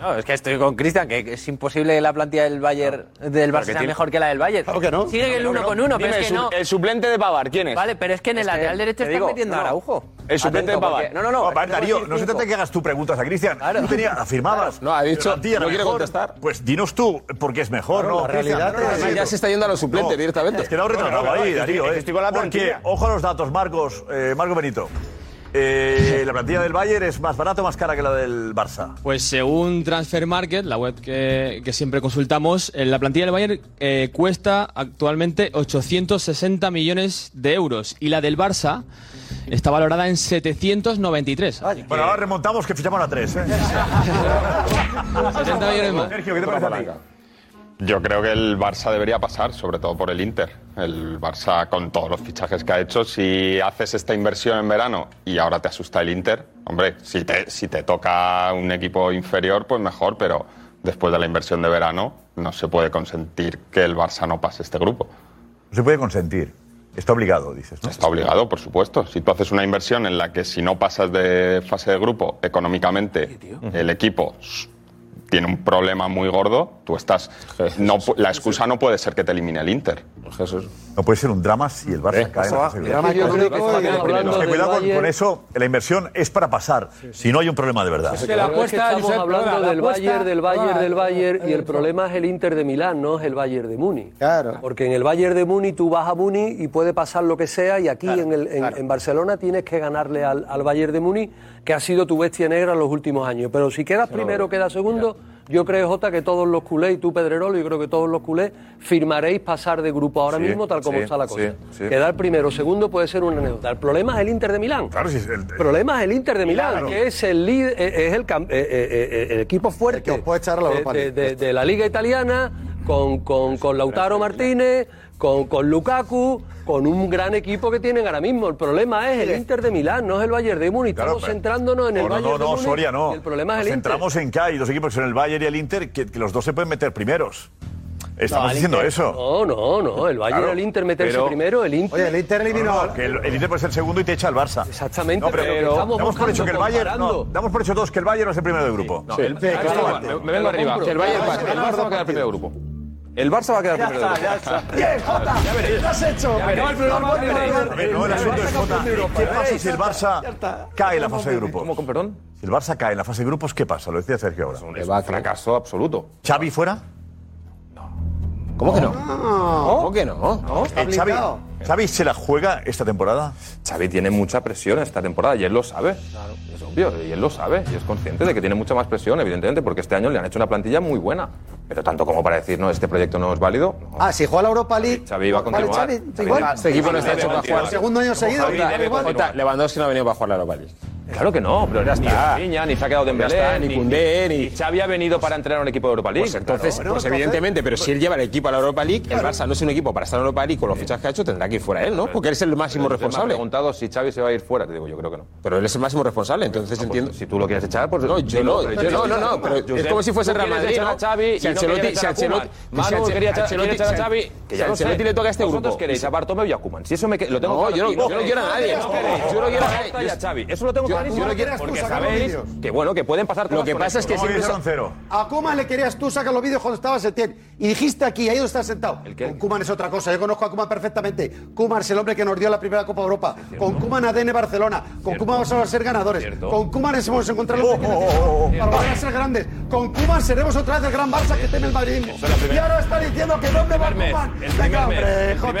S15: No, es que estoy con Cristian, que que es imposible que la plantilla del Bayern del Barça
S17: que
S15: sea
S17: tiene-
S15: mejor que la del Bayern.
S17: Claro que no.
S15: Sigue
S17: Claro
S15: el
S17: que
S15: uno
S17: no.
S15: con uno,
S17: Dime,
S15: pero es que
S17: el su-
S15: no.
S17: el suplente de Pavar, ¿quién es?
S15: Vale, pero es que en el
S17: Es que
S15: lateral derecho
S17: te
S15: están
S17: digo,
S15: metiendo
S17: no,
S15: a
S17: no.
S15: Araujo.
S17: El suplente
S15: Atento,
S17: de Pavard.
S15: porque- No, no, no.
S7: Vamos a ver,
S15: tengo
S7: Darío,
S15: aquí
S7: no se
S15: cinco.
S7: trata de que hagas tú preguntas a Cristian.
S15: Claro.
S7: Tú tenías, afirmabas.
S15: No, ha
S7: que
S15: dicho,
S7: la plantilla era
S15: no quiere
S7: mejor.
S15: contestar.
S7: Pues dinos tú, porque es mejor,
S15: Claro,
S7: ¿no?
S15: la realidad
S7: Cristian?
S15: es- ya se está yendo a los suplentes directamente.
S7: Te has quedado
S15: No, no,
S7: retratado
S15: no,
S7: ahí,
S15: estoy-
S7: Darío.
S15: estoy
S7: eh.
S15: con la
S7: porque,
S15: plantilla.
S7: ojo a los datos, Marcos, eh, Marco Benito. Eh, la plantilla del Bayern es más barata o más cara que la del Barça.
S5: Pues según Transfer Market, la web que, que siempre consultamos, eh, la plantilla del Bayern eh, cuesta actualmente 860 millones de euros y la del Barça está valorada en 793. Así que
S7: Bueno, ahora remontamos que fichamos a tres. ¿eh?
S15: *laughs*
S5: 70 millones más.
S7: Sergio, ¿qué te parece a ti?
S19: Yo creo que el Barça debería pasar, sobre todo por el Inter. El Barça, con todos los fichajes que ha hecho, si haces esta inversión en verano y ahora te asusta el Inter, hombre, si te, si te toca un equipo inferior, pues mejor, pero después de la inversión de verano no se puede consentir que el Barça no pase este grupo.
S7: No se puede consentir. Está obligado, dices. ¿no?
S19: Está obligado, por supuesto. Si tú haces una inversión en la que si no pasas de fase de grupo, económicamente el equipo s- tiene un problema muy gordo, tú estás... No, pu- la excusa no puede ser que te elimine el Inter.
S7: No puede ser un drama si el Barça cae en la
S19: Eso va-
S7: fase de
S19: drama
S7: grupos.
S19: económico,
S7: Es que
S19: hablando del
S7: Cuidado con,
S19: Bayern.
S7: con eso, la inversión es para pasar, si no hay un problema de verdad.
S4: Es que la apuesta, estamos
S18: Josep,
S4: hablando
S18: perdona, la
S4: del
S18: apuesta-
S4: Bayern, del Bayern,
S18: Ah,
S4: del Bayern, y
S18: eh,
S4: el problema es el Inter de Milán, no es el Bayern de Muni. Claro. Porque en el Bayern de Muni tú vas a Muni y puede pasar lo que sea, y aquí en, el- en- en Barcelona tienes que ganarle al, al Bayern de Muni, que ha sido tu bestia negra en los últimos años. Pero si quedas primero, quedas segundo, yo creo, Jota, que todos los culés, y tú, Pedrerolo, yo creo que todos los culés firmaréis pasar de grupo ahora
S7: Sí,
S4: mismo, tal como
S7: sí,
S4: está la cosa.
S7: sí, sí.
S4: Quedar primero, segundo puede ser una anécdota. El problema es el Inter de Milán.
S7: Claro, sí, el,
S4: problema es el Inter de Milán,
S18: Claro.
S4: que es el, líder- eh, es el, cam- eh, eh, eh, el equipo fuerte de- de, de- de la Liga Italiana, con, con- con Lautaro Martínez, con, con Lukaku, con un gran equipo que tienen ahora mismo. El problema es el Inter de Milán, no es el Bayern de Múnich. Estamos
S7: pero- Oh,
S4: centrándonos en el
S7: No, no,
S4: Bayern
S7: no,
S4: de
S7: no,
S4: Múnich
S7: Soria, no.
S4: y El problema es
S7: Nos
S4: el Inter.
S7: centramos en que hay dos equipos, que son el Bayern y el Inter, que, que los dos se pueden meter primeros. Estamos
S4: No, el
S7: diciendo
S4: Inter-
S7: eso.
S4: No, no, no. El Bayern, el Inter meterse primero, el Inter.
S7: Oye, el Inter eliminó. que el, el Inter puede ser segundo y te echa el Barça.
S4: Exactamente,
S7: No, pero,
S4: pero lo que estamos
S7: damos por
S4: buscando,
S7: hecho que el Bayern. No,
S4: comparando.
S7: damos por hecho todos que el Bayern va a ser primero de grupo.
S5: No, el- me- me- me vengo arriba. El Bayern va- el Barça va a quedar primero de grupo.
S7: El Barça va a quedar
S5: Ya primero de está, grupo. ya está. Bien, Jota,
S7: ¿Qué has hecho?
S5: Ya veréis.
S7: A
S5: Ya veréis.
S7: ver, No, el asunto es Jota. ¿Qué pasa si el Barça cae en la fase de grupos? ¿Cómo con perdón? Si el Barça cae en la fase de grupos, ¿qué pasa? Lo decía Sergio ahora. Es un fracaso absoluto. ¿Xavi fuera?
S18: ¿Cómo que no?
S9: Oh.
S7: ¿Cómo que no?
S2: Eh,
S18: Está
S7: Xavi,
S18: blindado.
S7: ¿Xavi se la juega esta temporada?
S2: Xavi tiene mucha presión esta temporada y él lo sabe. Es obvio, y él lo sabe y es consciente de que tiene mucha más presión, evidentemente, porque este año le han hecho una plantilla muy buena. Pero tanto como para decir, no, este proyecto no es válido, no.
S9: Ah, si juega la Europa League.
S2: Xavi va a
S9: Vale,
S2: continuar.
S9: Xavi, igual.
S2: Este equipo no está hecho para
S9: Por
S2: jugar.
S9: segundo año seguido.
S2: Xavi debe
S9: igual.
S2: continuar.
S20: Lewandowski no ha venido para jugar la Europa League.
S2: Claro que no, pero
S1: Ya
S2: ni
S1: está.
S2: Rafinha, ni se ha quedado
S1: Ya
S2: Dembélé,
S1: está, ni Koundé,
S2: ni Xavi ha venido para entrenar a un equipo de Europa League.
S1: Pues entonces,
S2: Claro.
S1: pues evidentemente, pero si él lleva el equipo a la Europa League, el Barça no es un equipo para estar en Europa League con los fichajes que ha hecho, tendrá que ir fuera él, ¿no? Porque él es el máximo
S2: Pero usted Me
S1: responsable.
S2: ha preguntado si Xavi se va a ir fuera, te digo, yo creo que no.
S1: Pero él es el máximo responsable, entonces entiendo.
S2: Si tú lo quieres echar, pues.
S1: No, yo no, yo no, no, no, pero
S2: Josep,
S1: es como si fuese
S2: tú
S1: el Real
S2: quieres
S1: Madrid.
S2: echar
S1: ¿no?
S2: a Xavi
S1: Si
S2: y no
S1: Ancelotti-
S2: quieres
S1: si
S2: echar a eh, Kuman.
S1: Ancelotti.
S2: Manu
S1: si Ancelotti-
S2: quería echar-
S1: Ancelotti-
S2: quiere echar a Xavi.
S1: Que
S2: Que
S1: ya
S2: ya
S1: no sé.
S2: Ancelotti le toca a este
S1: Vosotros
S2: grupo.
S1: queréis
S2: queréis a Bartomeu y a Kuman. Si eso me que- lo tengo
S1: No, yo no-
S2: clarísimo.
S1: yo no quiero a nadie.
S2: No queréis, Yo no quiero a nadie. Y a Xavi. Eso lo tengo
S1: Yo-
S2: clarísimo.
S1: yo no quiero-
S2: Porque
S1: excusa,
S2: sabéis
S1: cabrón,
S2: que bueno, que pueden pasar
S1: Lo que pasa es que siempre son-
S5: A Kuman le querías tú sacar los vídeos cuando estabas Setién. Y dijiste aquí, ahí donde estás sentado. Con Kuman es otra cosa. Yo conozco a Kuman perfectamente. Kuman es el hombre que nos dio la primera Copa Europa. Con Kuman ADN Barcelona. Con Kuman vamos a ser ganadores. Con Kuman nos hemos encontrado
S2: Oh,
S5: los pequeños para volver a ser grandes. Con Kuman seremos otra vez el gran Barça que teme el madridismo. Y ahora está diciendo que dónde va Kuman. Venga, hombre, Jota.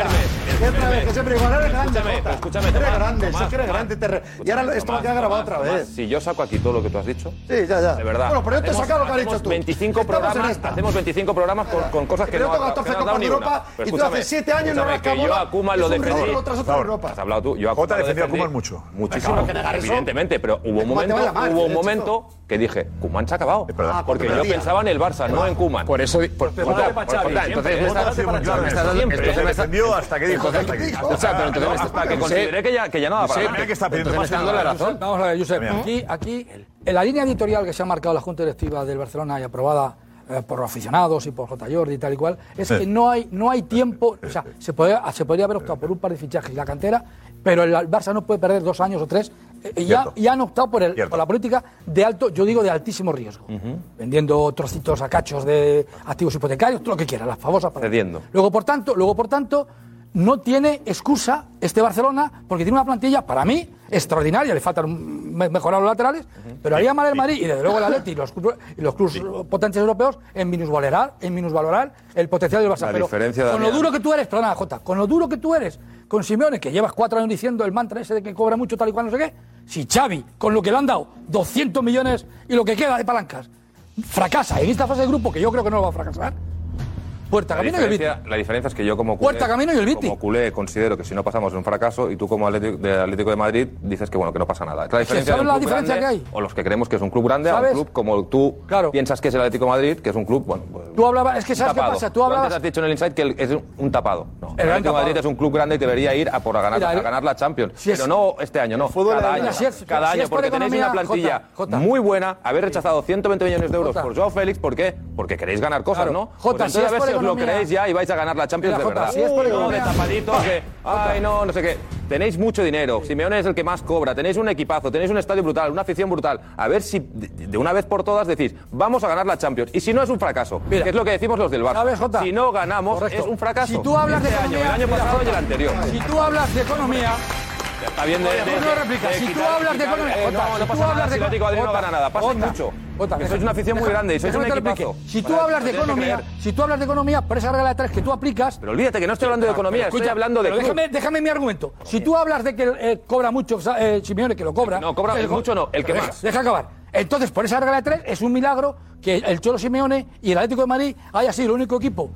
S5: Que otra vez, que siempre igual eres grande. Jota. Eres grande, sé que eres grande. te re- Y ahora esto me queda grabado otra
S2: Tomás,
S5: vez.
S2: Si yo saco aquí todo lo que tú has dicho.
S5: Sí, ya, ya.
S2: De verdad.
S5: Bueno, pero yo te he
S2: Hacemos-
S5: sacado lo que has dicho
S2: hacemos
S5: tú.
S2: 25
S5: Estamos en
S2: programas,
S5: esta.
S2: hacemos 25 programas con, con cosas que
S5: Pero
S2: no
S5: yo tengo
S2: has-
S5: 14
S2: que no has dado
S5: Copas
S2: ni
S5: de
S2: una.
S5: Europa
S2: Pero
S5: y tú
S2: escúchame,
S5: hace siete años no
S2: escúchame,
S5: rascas
S2: que yo
S5: bola,
S2: a Koeman
S5: es
S2: lo
S5: un ridículo
S2: defendí.
S5: tras otro
S2: Por favor,
S5: Europa.
S2: Has hablado tú. Yo a
S7: Jota
S2: Koeman lo
S7: defendió a
S2: defendí
S7: Koeman mucho.
S2: Muchísimo,
S7: Acabo de negar eso.
S2: evidentemente, pero hubo un
S7: Koeman te va
S2: momento,
S7: a llamar,
S2: hubo un
S7: de hecho.
S2: momento que dije, Kuman se ha acabado. Porque yo
S1: Perdía.
S2: pensaba en el Barça, no en Kuman. Por
S1: eso,
S2: Jota, Jota, entonces me estás- me estás dando- entonces me estás-
S1: Entonces- O sea, pero entonces me estás-
S2: Hasta que consideré que ya- que ya no daba para
S1: Josep,
S2: más. Mira que está pidiendo
S1: entonces me estás
S2: más que
S1: dando la
S2: nada.
S1: razón.
S9: Vamos a ver, Josep.
S1: Mira.
S9: Aquí, aquí, en la línea editorial que se ha marcado la Junta Directiva del Barcelona y aprobada eh, por aficionados y por J. Jordi y tal y cual, es que no hay, no hay tiempo. O sea, se, puede, se podría haber optado por un par de fichajes y la cantera, pero el Barça no puede perder dos años o tres. eh, y ya, y han optado por, el, por la política de alto, yo digo de altísimo riesgo. Vendiendo trocitos a cachos de activos hipotecarios, todo lo que quiera, las famosas.
S2: Cediendo.
S9: Luego, por tanto, luego, por tanto, no tiene excusa este Barcelona porque tiene una plantilla, para mí, extraordinaria. Le faltan me- mejorar los laterales, pero haría mal el Madrid y desde luego el Atleti y los, club- y los clubes potentes europeos en minusvalorar, en minusvalorar el potencial del Barça.
S2: La
S9: Pero
S2: diferencia,
S9: con lo
S2: Damián.
S9: duro que tú eres, perdona, Jota, con lo duro que tú eres, con Simeone, que llevas cuatro años diciendo el mantra ese de que cobra mucho tal y cual, no sé qué, si Xavi, con lo que le han dado, 200 millones y lo que queda de palancas, fracasa en esta fase de grupo, que yo creo que no lo va a fracasar, puerta,
S2: La
S9: camino y el
S2: diferencia, la diferencia es que yo como culé,
S9: Puerta, Camino y el Viti.
S2: como culé considero que si no pasamos es un fracaso y tú como Atlético, de Atlético de Madrid dices que bueno que no pasa nada. Es la
S9: Es que
S2: diferencia de
S9: ¿sabes
S2: un
S9: la
S2: club
S9: diferencia
S2: grande,
S9: que
S2: O los que creemos que es un club grande a
S9: ¿Sabes?
S2: un club como tú piensas que es el Atlético de Madrid, que es un club bueno. pues,
S9: Tú hablabas, es que sabes qué
S2: tapado.
S9: pasa, tú hablabas.
S2: antes has dicho en el Inside que el- es un- un tapado. No, el
S9: gran
S2: Atlético de Madrid
S9: tapado.
S2: es un club grande y debería ir a por a ganar,
S9: Mira,
S2: a
S9: el-
S2: ganar la Champions.
S9: es-
S2: Pero no este año, no.
S9: fútbol
S2: Cada
S9: es-
S2: año,
S9: si es-
S2: cada
S9: si
S2: año
S9: es por
S2: porque tenéis
S9: economía,
S2: una plantilla
S9: Jota, Jota.
S2: muy buena, habéis rechazado 120 millones de euros
S9: Jota.
S2: por Joao Félix, ¿por qué? Porque queréis ganar cosas,
S9: Claro.
S2: ¿no? Pues
S9: Jota, si es
S2: entonces a ver
S9: por
S2: si os lo
S9: economía-
S2: creéis ya y vais a ganar la Champions
S9: Mira,
S2: de
S9: Jota,
S2: verdad.
S9: si es por
S2: No,
S9: economía-
S2: de tapaditos que, ay no, no sé qué. Tenéis mucho dinero, Simeone es el que más cobra, tenéis un equipazo, tenéis un estadio brutal, una afición brutal. A ver si de de una vez por todas decís, vamos a ganar la Champions. Y si no es un fracaso, que es lo que decimos los del Barça. si no ganamos, es un fracaso.
S9: Si tú hablas de
S2: Este año,
S9: economía-
S2: el año
S9: Mira,
S2: pasado y el
S9: Jota,
S2: anterior.
S9: Si tú hablas de economía,
S2: Ya Está bien de,
S9: Oye,
S2: de-
S9: pues no
S2: de-
S9: replica.
S2: de
S9: Si tú
S2: quitar-
S9: hablas de
S2: quitar-
S9: economía-
S2: eh,
S9: Jota,
S2: no,
S9: si
S2: no
S9: tú
S2: pasa nada
S9: hablas
S2: si
S9: de
S2: el Atlético de Madrid no
S9: Jota,
S2: gana nada. Pasa
S9: Jota,
S2: mucho.
S9: Jota,
S2: Que
S9: deja-
S2: sois una afición muy
S9: deja-
S2: grande y sois un
S9: déjame que te
S2: equipazo.
S9: explique. Si
S2: O
S9: tú
S2: sea,
S9: hablas de
S2: no tenéis que
S9: economía,
S2: creer.
S9: si tú hablas de economía, por esa regla de tres que tú aplicas. Ah,
S2: Pero olvídate que no estoy hablando de economía, estoy hablando de club.
S9: Déjame, déjame mi argumento. Si tú hablas de que eh, cobra mucho eh, Simeone, que lo cobra.
S2: No, cobra
S9: el-
S2: mucho no, el que
S9: deja,
S2: más.
S9: Deja acabar. Entonces, por esa regla de tres, es un milagro que el Cholo Simeone y el Atlético de Madrid haya sido el único equipo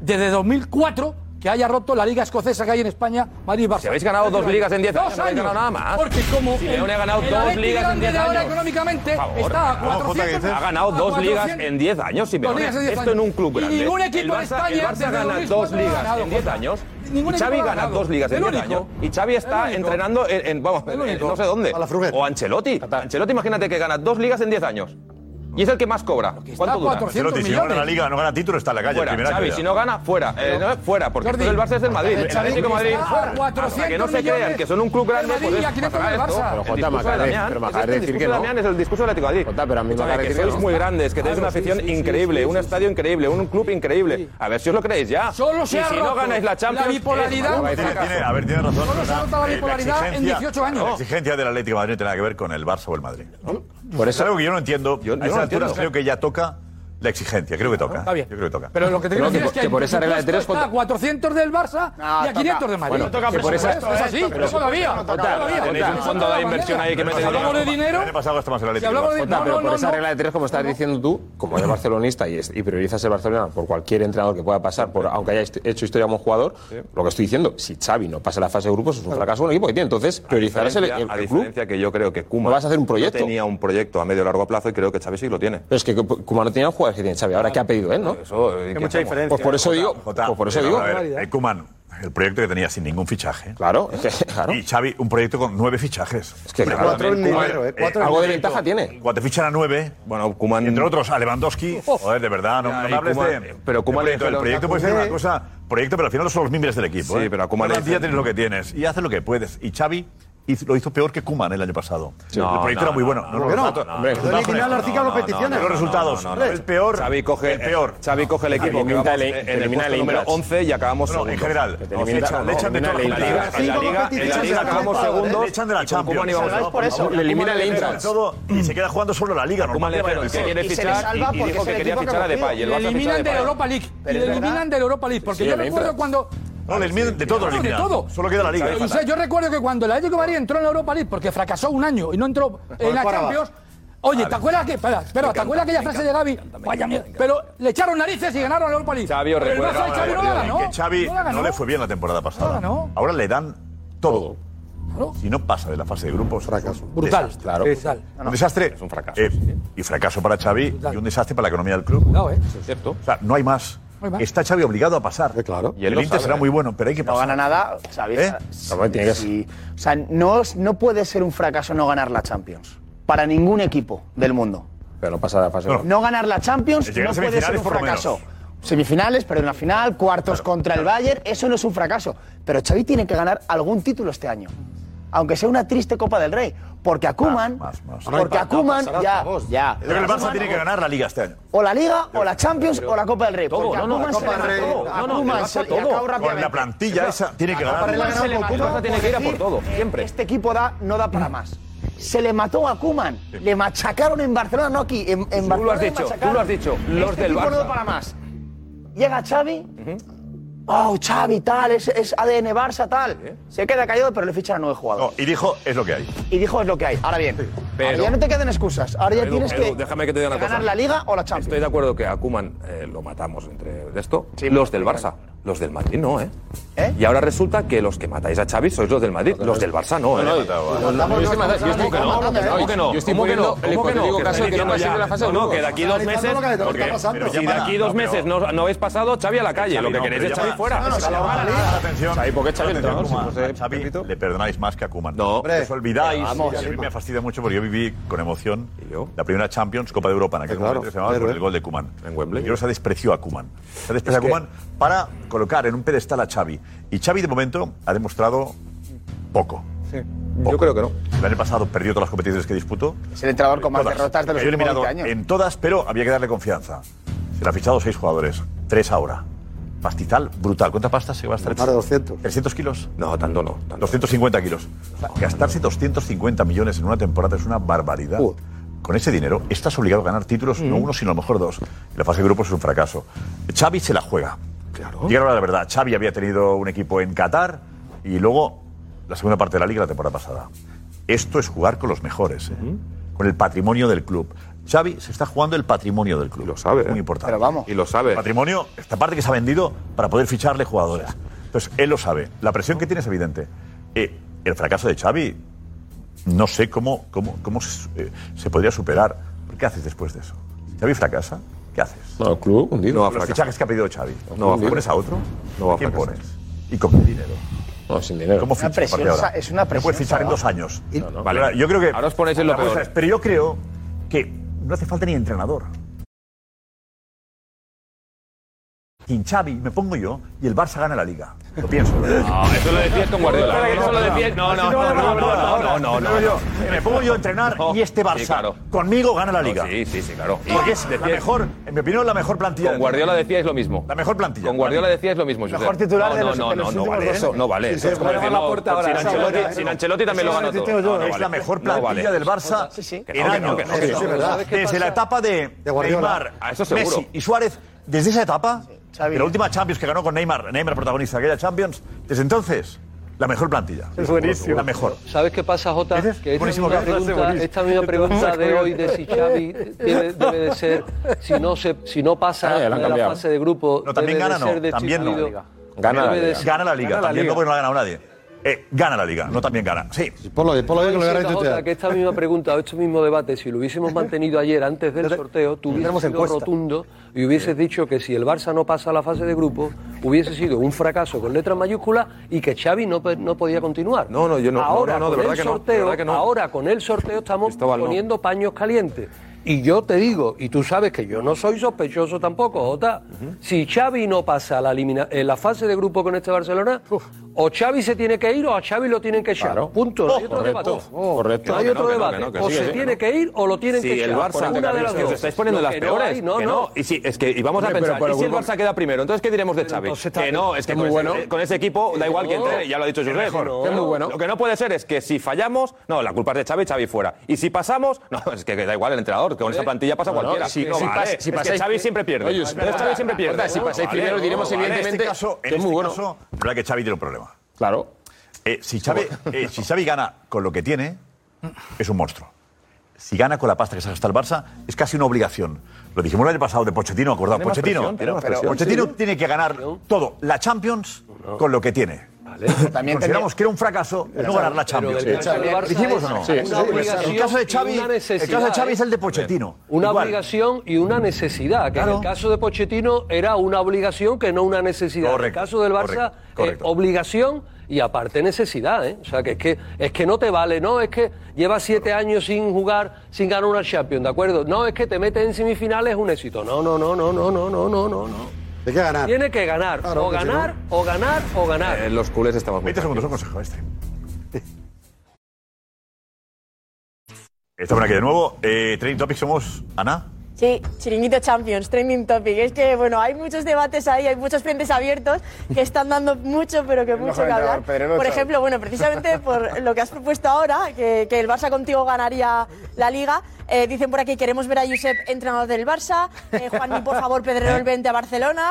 S9: desde 2004 que haya roto la liga escocesa que hay en España, Madrid y Barça.
S2: Si habéis ganado dos ligas en 10
S9: Dos
S2: años, no habéis ganado nada más.
S9: Porque como
S2: Simeone
S9: el-
S2: ha ganado
S9: el
S2: dos
S9: Atleti
S2: ligas en
S9: grande
S2: 10
S9: de ahora
S2: años.
S9: económicamente
S2: Por favor.
S9: está a
S2: Vamos, Jota, que
S9: 400,
S2: dices- Ha ganado
S9: a
S2: dos ligas
S9: 400.
S2: en 10 años,
S9: Dos
S2: Simeone.
S9: ligas en 10
S2: Esto en
S9: años.
S2: un club
S9: Y
S2: grande.
S9: ningún
S2: el
S9: equipo de
S2: Barça,
S9: España
S2: el Barça
S9: desde
S2: gana
S9: 2004
S2: dos
S9: no ha
S2: ligas
S9: ganado,
S2: en 10
S9: Jota.
S2: años.
S9: Ningún
S2: y
S9: equipo
S2: Xavi
S9: ha
S2: gana
S9: ganado.
S2: dos ligas en
S9: El
S2: 10 años.
S9: único.
S2: Y Xavi está
S9: El único.
S2: entrenando en, en- vamos, en- en no sé dónde. o Ancelotti. Ancelotti, imagínate que gana dos ligas en 10 años. Y es el que más cobra. ¿Cuánto dura?
S7: Ancelotti, si no gana la liga, no gana título, está en la calle.
S2: Fuera,
S7: el primer
S2: Xavi,
S7: año
S2: si no gana, fuera. Eh, no, fuera, porque
S7: Jordi,
S2: esto del Barça es del Madrid.
S7: el
S2: El
S7: Xavi
S2: Atlético de Madrid.
S7: está a
S2: fuera.
S7: 400
S2: Hasta que no se
S7: millones
S2: crean que son un club grande,
S7: del Madrid
S2: pues
S7: y a 500
S2: pasará
S7: del
S2: esto.
S7: Barça.
S1: Pero,
S2: El
S1: Jota,
S2: discurso
S1: me acabas
S2: de
S1: de-
S2: Damián,
S1: pero me
S2: es
S1: acabas
S2: el
S1: de decir
S2: discurso
S1: que
S2: de
S1: no.
S2: Damián es el discurso del Atlético de Madrid.
S1: pero a mí me acabas de
S2: Escúchame, que
S1: decir que
S2: sois
S1: no.
S2: muy grandes, que tenéis
S1: Claro,
S2: una
S1: sí,
S2: afición
S1: sí, sí,
S2: increíble,
S1: sí,
S2: un
S1: sí,
S2: estadio increíble, un club increíble. A ver si os lo creéis ya.
S9: Solo
S2: Y
S9: se ha
S2: si no
S9: roto
S2: ganáis la Champions, eh,
S9: la bipolaridad.
S2: es-
S7: Tiene- tiene- a ver, tiene razón.
S9: Solo se ha notado la
S7: Eh,
S9: bipolaridad en
S7: exigencia-
S9: 18 años.
S7: La exigencia del Atlético de Madrid no tiene nada que ver con el Barça o el Madrid. ¿no?
S1: Por
S7: Es algo que yo no entiendo.
S1: yo
S7: a
S1: no
S7: esas alturas
S1: entiendo.
S7: creo que ya toca La exigencia, creo que toca.
S9: Está bien.
S7: Yo creo que toca.
S9: Pero lo que te quiero decir es que,
S7: cuatro
S9: está a 400 del Barça y a 500 de Madrid.
S7: Bueno,
S9: Eso
S7: que por esa-
S9: es así, pero eso todavía. todavía.
S1: Tenéis un fondo de inversión ahí que mete
S9: hablamos de dinero, Si hablamos de-
S1: Jota,
S9: no,
S1: pero
S9: no,
S1: por
S9: no,
S1: esa
S9: no.
S1: regla de tres, como estás diciendo tú, como eres barcelonista y, es- y priorizas el Barcelona por cualquier entrenador que pueda pasar, por, aunque haya est- hecho historia como jugador,
S2: eh,
S1: lo que estoy diciendo, si Xavi no pasa la fase de grupos, es un fracaso en el equipo que tiene. Entonces, priorizar es el, el-
S2: a
S1: el club.
S2: diferencia que yo creo que Kuma
S1: No vas a hacer un proyecto.
S2: no tenía un proyecto a medio o largo plazo y creo que Xavi sí lo tiene. Ah.
S1: Pero es que como no tenía jugadores que tiene Xavi, ahora que ha pedido él, ¿no?
S2: Eso, eh,
S1: Hay
S2: ¿qué
S1: mucha
S2: hacemos?
S1: diferencia. Pues por eso digo- pues por eso
S7: pero,
S1: digo-
S7: a ver, eh, Koeman, el proyecto que tenía sin ningún fichaje.
S1: Claro,
S7: Y Xavi, un proyecto con nueve fichajes. Es que
S1: claro, Cuatro también en Koeman, enero, eh, cuatro en algo de enero. ventaja tiene.
S7: Cuando te fichan a nueve,
S2: bueno, Koeman...
S7: entre otros a Lewandowski, joder, de verdad, no,
S2: Ya,
S7: no me
S2: y
S7: hables
S2: Koeman-
S7: de...
S2: pero
S7: de
S2: Koeman
S7: proyecto.
S2: le-
S7: El proyecto puede ser una cosa... Proyecto, pero al final son los miembros del equipo.
S2: Sí,
S7: ¿eh?
S2: pero a Koeman
S7: Cada
S2: le-
S7: día tienes lo que tienes y haces lo que puedes. Y Xavi hizo- lo hizo peor que Kuman el año pasado. el
S2: No,
S7: proyecto
S2: no,
S7: era muy
S2: no,
S7: bueno.
S2: no,
S7: No,
S2: no,
S7: los
S2: no,
S7: resultados-
S2: no,
S7: los
S2: no,
S7: resultados-
S2: no, no, no, no, no,
S7: Los
S2: no,
S7: resultados.
S2: no, no, no,
S7: El peor.
S2: Xavi coge,
S7: el peor.
S2: Xavi coge el equipo que
S7: elimina el-
S2: vamos en el
S7: elimina
S2: puesto
S7: el
S2: número
S7: Eintracht.
S2: 11 y acabamos
S7: No, no, en
S2: segundos.
S7: general.
S2: Que te
S7: Os
S2: elimina-
S7: echan- le
S2: no,
S7: echan de
S2: elimina
S7: todas
S2: la
S7: las
S2: Liga.
S7: ligas.
S2: En la
S7: Cinco
S2: Liga- en
S7: competiciones
S2: la Liga
S7: en la
S2: acabamos
S7: temporada, ¿eh?
S2: segundos
S7: Le echan de la
S2: y con Koeman
S7: Champions.
S2: íbamos
S7: ¿Sabes
S2: abajo.
S7: por eso?
S2: Le elimina el
S7: Koeman le
S2: Eintracht.
S7: dejan todo y se queda jugando solo la Liga.
S2: Koeman le
S7: normal.
S2: dijeron que quiere
S7: Y se le
S2: fichar
S7: salva
S2: y- y
S7: porque
S2: dijo
S7: es
S2: que
S7: el
S2: quería
S7: equipo
S2: fichar a
S7: cogió.
S2: Depay. y el
S9: Le
S2: Barça ficha a
S9: eliminan de
S2: Depay.
S9: Europa League.
S2: Pero
S9: Le
S2: es
S9: eliminan
S2: verdad.
S9: de Europa League. Porque
S2: Sí,
S9: yo
S2: el
S9: recuerdo
S2: Eintracht.
S9: cuando.
S7: No, le eliminan de todo lo
S9: No, de
S7: eliminan.
S9: todo.
S7: Solo queda la Liga.
S9: Y, sé, yo recuerdo que cuando el Atlético de Madrid entró en la Europa League porque fracasó un año y no entró en la
S5: para
S9: Champions.
S5: abajo.
S9: Oye, ¿te acuerdas que espera, espera, ¿te acuerdas aquella frase de Gaby? Vaya mierda. Pero le echaron narices y ganaron la Europa League.
S7: Xavi os
S9: Pero el
S7: recuerda
S9: Barça de Xavi no la ganó.
S7: que Xavi
S9: No la
S7: no
S9: ganó.
S7: le fue bien la temporada pasada. Ahora le dan todo. Si no pasa de la fase de grupos, fracaso.
S9: Brutal.
S7: claro.
S9: Brutal.
S7: Un desastre. Es un fracaso. y fracaso para Xavi y un desastre para la economía del club.
S9: No, ¿eh?
S7: Es cierto. O sea, no hay más.
S9: No hay más.
S7: Está Xavi obligado a pasar. Claro.
S2: él
S7: el
S2: lo
S7: Inter
S2: sabe,
S7: será
S2: ¿eh?
S7: muy bueno, pero hay que
S12: No
S7: pasar.
S12: gana nada, ¿sabes? Ah,
S7: ¿Eh?
S12: Sí. O sea, no, no puede ser un fracaso no ganar la Champions. Para ningún equipo del mundo.
S1: Pero no pasa la fase.
S12: No ganar la Champions
S1: Llegar
S12: no
S1: a
S12: puede ser
S1: semifinales
S12: un
S1: por lo
S12: fracaso.
S1: menos.
S12: Semifinales, pero en la final, cuartos contra el Bayern, eso no es un fracaso. Pero Xavi tiene que ganar algún título este año. Aunque sea una triste Copa del Rey. Porque a Koeman- Porque a Koeman- ya, ya.
S7: Yo creo que el Barça tiene que ganar la Liga este año.
S12: O la Liga, o la Champions, o la Copa del Rey. Porque a
S7: no, no,
S12: Koeman
S7: la
S12: se
S7: Copa
S12: le
S7: del
S12: ganó
S7: Rey,
S12: todo.
S7: no, no,
S12: A Koeman
S7: el
S12: se
S7: Barça
S12: le acabó
S7: todo.
S12: rápidamente.
S7: Con la plantilla esa tiene que
S12: A Copa
S7: ganar.
S12: del Rey se le mató por decir, eh, Este equipo da, no da para más. Se le mató a Kuman. Le machacaron en Barcelona, no aquí. En, en
S15: Tú lo
S12: Barcelona
S15: has
S12: le
S15: dicho, tú
S12: machacaron.
S15: lo has dicho. Los
S12: este
S15: del
S12: equipo no
S15: Barça.
S12: da para más. Llega Xavi. Oh, Xavi, tal, es, es ADN Barça, tal. Se queda callado, pero le fichan a nueve jugadores.
S7: Y dijo, es lo que hay.
S12: Y dijo, es lo que hay. Ahora bien,
S2: pero-
S12: ahora ya no te quedan excusas. Ahora ya
S2: Edu,
S12: tienes
S2: Edu,
S12: que,
S2: déjame que te diga una
S12: ganar
S2: cosa.
S12: la Liga o la Champions.
S2: Estoy de acuerdo que a Koeman eh, lo matamos entre de esto. los del Barça. Los del Madrid no, ¿eh? Y ahora resulta que los que matáis a Xavi sois los del Madrid. Los del Barça no, ¿eh?
S1: No, no, no, no, no, yo estoy matando, yo estoy-
S2: ¿Cómo que no?
S1: ¿Cómo que no?
S2: Yo estoy
S1: ¿Cómo que no?
S2: poniendo el
S1: ¿Cómo que no?
S2: hipotético
S1: Que
S2: caso de que no
S1: estoy
S2: paséis
S1: diciendo
S2: de la fase de
S1: ya.
S2: grupos. No, que de aquí dos meses...
S1: Analizando lo que está
S2: porque-
S1: pasando.
S2: pero
S1: Pero
S2: Si
S1: ya
S2: de aquí dos
S1: para, no,
S2: meses no no habéis pasado, Xavi a la calle. Lo que queréis es Xavi fuera. Es que no gana nada.
S7: Atención.
S2: Xavi, ¿por qué Xavi
S7: Atención,
S2: entró?
S7: Koeman. A Xavi le perdonáis más que a Kuman. No,
S2: Hombre.
S7: os olvidáis.
S2: Vamos.
S7: Y a mí me fastidia mucho porque yo viví con emoción la primera Champions Copa de Europa en aquel momento que se llamaba
S2: Claro,
S7: por
S2: ¿eh?
S7: el gol de Kuman. En
S2: Wembley.
S7: Yo creo que se despreció a Kuman. Se despreció a Kuman para colocar en un pedestal a Xavi. Y Xavi de momento ha demostrado poco. Yo creo que no. El año pasado perdió todas las competiciones que disputó.
S12: Es el entrenador con más
S7: Todas.
S12: derrotas de los
S7: Cayó
S12: últimos
S7: eliminado
S12: 20 años.
S7: En todas, pero había que darle confianza. Se le ha fichado seis jugadores, tres ahora. Pastizal brutal. ¿Cuánta pasta se va a estar?
S5: Para 200.
S7: ¿300 kilos? No, tanto no. 250 kilos. Gastarse 250 millones en una temporada es una barbaridad. Con ese dinero estás obligado a ganar títulos, no uno, sino a lo mejor dos. Y la fase de grupos es un fracaso. Xavi se la juega. Claro. Y ahora la verdad, Xavi había tenido un equipo en Qatar y luego la segunda parte de la liga la temporada pasada. Esto es jugar con los mejores, ¿eh? con el patrimonio del club. Xavi se está jugando el patrimonio del club. Lo sabe. Muy importante. Pero vamos.
S2: Y lo sabe.
S7: El patrimonio, esta parte que se ha vendido para poder ficharle jugadores. Entonces, él lo sabe. La presión que tiene es evidente. Eh, el fracaso de Xavi, no sé cómo, cómo, cómo se, eh, se podría superar. ¿Qué haces después de eso? Si Xavi fracasa, ¿qué haces?
S1: No, el club hundido.
S7: Los fichajes que ha pedido Xavi.
S1: No va a
S7: ¿Pones
S1: fracasar.
S7: a otro?
S1: No va a
S7: ¿Quién
S1: fracasar.
S7: pones? ¿Y con qué dinero?
S1: No, sin dinero.
S7: ¿Cómo fichas a partir de ahora?
S12: es una
S7: No puedes fichar en dos años. Vale. Ahora, yo creo que.
S2: Ahora os ponéis en lo
S7: la cosa
S2: peor.
S7: es- Pero yo creo que no hace falta ni entrenador. sin Xavi me pongo yo y el Barça gana la Liga. Lo pienso.
S29: No, eso lo decías con Guardiola. Eso lo decías. No, no, no, no, no, no, no, no.
S7: Yo, me pongo yo a entrenar y este Barça conmigo gana la Liga.
S29: Sí, sí, sí, claro.
S7: Porque es la mejor, en mi opinión, la mejor plantilla.
S2: Con
S7: del
S2: Guardiola
S7: mundo.
S2: decíais lo mismo.
S7: La mejor plantilla.
S2: Con Guardiola decías lo mismo, Josep.
S7: Mejor titular
S2: no,
S7: de
S2: no,
S7: los-
S2: no,
S7: de los
S2: no, no
S7: últimos
S2: vale
S7: dos.
S2: eso, no vale
S7: Sí,
S2: eso.
S7: sí,
S2: Es como
S7: bueno,
S2: decir,
S7: la
S2: no,
S7: puerta ahora,
S2: sin
S7: esa
S2: Ancelotti-
S7: buena, ¿eh?
S2: sin Ancelotti también lo
S7: Sí,
S2: ganó
S7: sí,
S2: todo.
S7: tengo yo,
S2: No, no
S7: es
S2: vale.
S7: la mejor
S2: No vale.
S7: plantilla del Barça
S2: Sí, sí. Que
S7: en
S2: no, que no,
S7: años.
S2: que no, que no.
S7: Sí, es verdad.
S2: ¿Sabes qué
S7: Desde
S2: pasa?
S7: la etapa de
S2: De Guardiola.
S7: Neymar,
S2: Ah, eso seguro.
S7: Messi y Suárez, desde esa etapa, de la última Champions que ganó con Neymar, Neymar protagonista de aquella Champions, desde entonces, la mejor plantilla.
S4: Es buenísimo.
S7: La mejor.
S4: ¿Sabes qué pasa, Jota? Que esta
S7: Buenísimo,
S4: misma,
S7: ¿verdad?
S4: pregunta,
S7: Buenísimo.
S4: esta misma pregunta de hoy de si Xavi debe, debe de ser, si no, se, si no pasa
S7: Ah, ya lo han
S4: de la
S7: cambiado.
S4: fase de grupo,
S7: No, también
S4: debe
S7: gana,
S4: de ser
S7: no. También no.
S4: destituido.
S7: Gana la
S4: Debe de
S7: liga.
S4: ser-
S7: Gana la liga.
S4: Gana la
S7: También no,
S4: liga.
S7: porque no la ha ganado nadie. Eh, gana la liga. No también gana. Sí.
S5: Ponlo ahí, ponlo ahí que
S4: Estoy
S5: lo voy a
S4: diciendo,
S5: retuitear.
S4: Jota, que esta misma pregunta o este mismo debate, si lo hubiésemos mantenido ayer antes del sorteo, tú hubieses
S5: Tendremos
S4: sido
S5: encuesta.
S4: rotundo y hubieses dicho que si el Barça no pasa a la fase de grupo, hubiese sido un fracaso con letras mayúsculas y que Xavi no, pe- no podía continuar. No,
S2: no, yo no- no,
S4: Ahora,
S2: no, no, de
S4: con
S2: verdad
S4: el
S2: que no, de
S4: sorteo-
S2: verdad que no.
S4: Ahora, con el sorteo estamos
S2: no.
S4: poniendo paños calientes. Y yo te digo, y tú sabes que yo no soy sospechoso tampoco, Jota, si Xavi no pasa la, elimina- eh, la fase de grupo con este Barcelona, o Xavi se tiene que ir o a Xavi lo tienen que echar. Punto. No hay otro
S2: Oh, Correcto.
S4: debate.
S2: Correcto.
S4: No hay
S2: Que no,
S4: otro
S2: que no, que
S4: debate.
S2: no, que
S4: o
S2: sí,
S4: se
S2: sí, que
S4: tiene que ir o lo tienen
S2: Sí,
S4: que echar.
S2: el Barça,
S4: Una de las
S2: que os
S4: dos.
S2: estáis poniendo
S4: Lo
S2: las
S4: que no
S2: peores.
S4: hay, no,
S2: que
S4: no.
S2: Y, sí, es que, y vamos a
S4: Hombre,
S2: pensar,
S4: pero- pero
S2: ¿y si el
S4: grupo-
S2: Barça queda primero? Entonces, ¿qué diremos de Xavi?
S4: entonces
S2: que no, es que
S4: es
S2: con,
S4: muy
S2: ese-
S4: bueno.
S2: con ese equipo da igual quién
S4: No.
S2: entre, ya lo ha dicho
S4: Es
S2: Josep.
S4: mejor,
S2: No.
S4: que es muy bueno.
S2: Lo que no puede ser es que si fallamos, no, la culpa es de Xavi, Xavi fuera. Y si pasamos, no, es que da igual el entrenador, que con esa plantilla pasa
S1: No, no,
S2: cualquiera.
S1: si-
S2: No
S1: si
S2: vale.
S1: pas- si
S2: Es que
S1: pasáis-
S2: Xavi siempre pierde.
S1: Oye,
S2: Entonces,
S1: verdad,
S2: Xavi siempre pierde.
S1: verdad, si pasáis
S2: Vale,
S1: primero, diremos
S2: vale.
S1: evidentemente-
S7: En este caso, en
S1: que es
S7: este
S1: muy bueno.
S7: caso, es verdad que Xavi tiene un problema. Claro. si,
S2: *laughs*
S7: Xavi, eh, si Xavi gana con lo que tiene, es un monstruo. Si gana con la pasta que se gasta el Barça, es casi una obligación. Lo dijimos el año pasado de Pochettino, acordado.
S2: Tiene más
S7: Pochettino,
S2: presión, tiene más
S7: Pero
S2: presión,
S7: Pochettino
S2: sí.
S7: tiene que ganar todo, la Champions, con lo que tiene. También Consideramos que era un fracaso no ganar la Champions.
S4: Pero el caso del Barça
S7: ¿Dijimos
S4: es
S7: o no?
S4: una
S7: El caso de
S4: obligación y
S7: Xavi,
S4: una
S7: el caso de
S4: necesidad,
S7: Xavi es el de
S4: ¿eh?
S7: Pochettino.
S4: Una
S7: Igual.
S4: obligación y una necesidad. Que en el caso de Pochettino era una obligación que no una necesidad. en el caso del Barça,
S7: correcto, correcto.
S4: eh, obligación y aparte necesidad. ¿eh? O sea, que es, que es que no te vale. No, es que llevas siete años sin jugar, sin ganar una Champions, ¿de acuerdo? No, es que te metes en semifinales, es un éxito. No, no, no, no, no, no, no, no, no.
S5: Hay que ganar.
S4: Tiene que ganar.
S5: Claro,
S4: o
S5: que si no-
S4: ganar, o ganar, o ganar.
S2: Eh, los culés estamos muy
S7: 20 segundos, un consejo este. Estamos aquí de nuevo. Eh, Training Topic somos Ana.
S3: Sí, Chiringuito Champions, Trending Topic. Es que, bueno, hay muchos debates ahí, hay muchos frentes abiertos que están dando mucho, pero que mucho
S19: mejor
S3: que hablar.
S19: entrenador, Pedrerol,
S3: Por
S19: ¿sabes?
S3: ejemplo, bueno, precisamente por lo que has propuesto ahora, que, que el Barça contigo ganaría la Liga, eh, dicen por aquí, queremos ver a Josep, entrenador del Barça. Eh, Juanmi, por favor, Pedrerol, vente a Barcelona.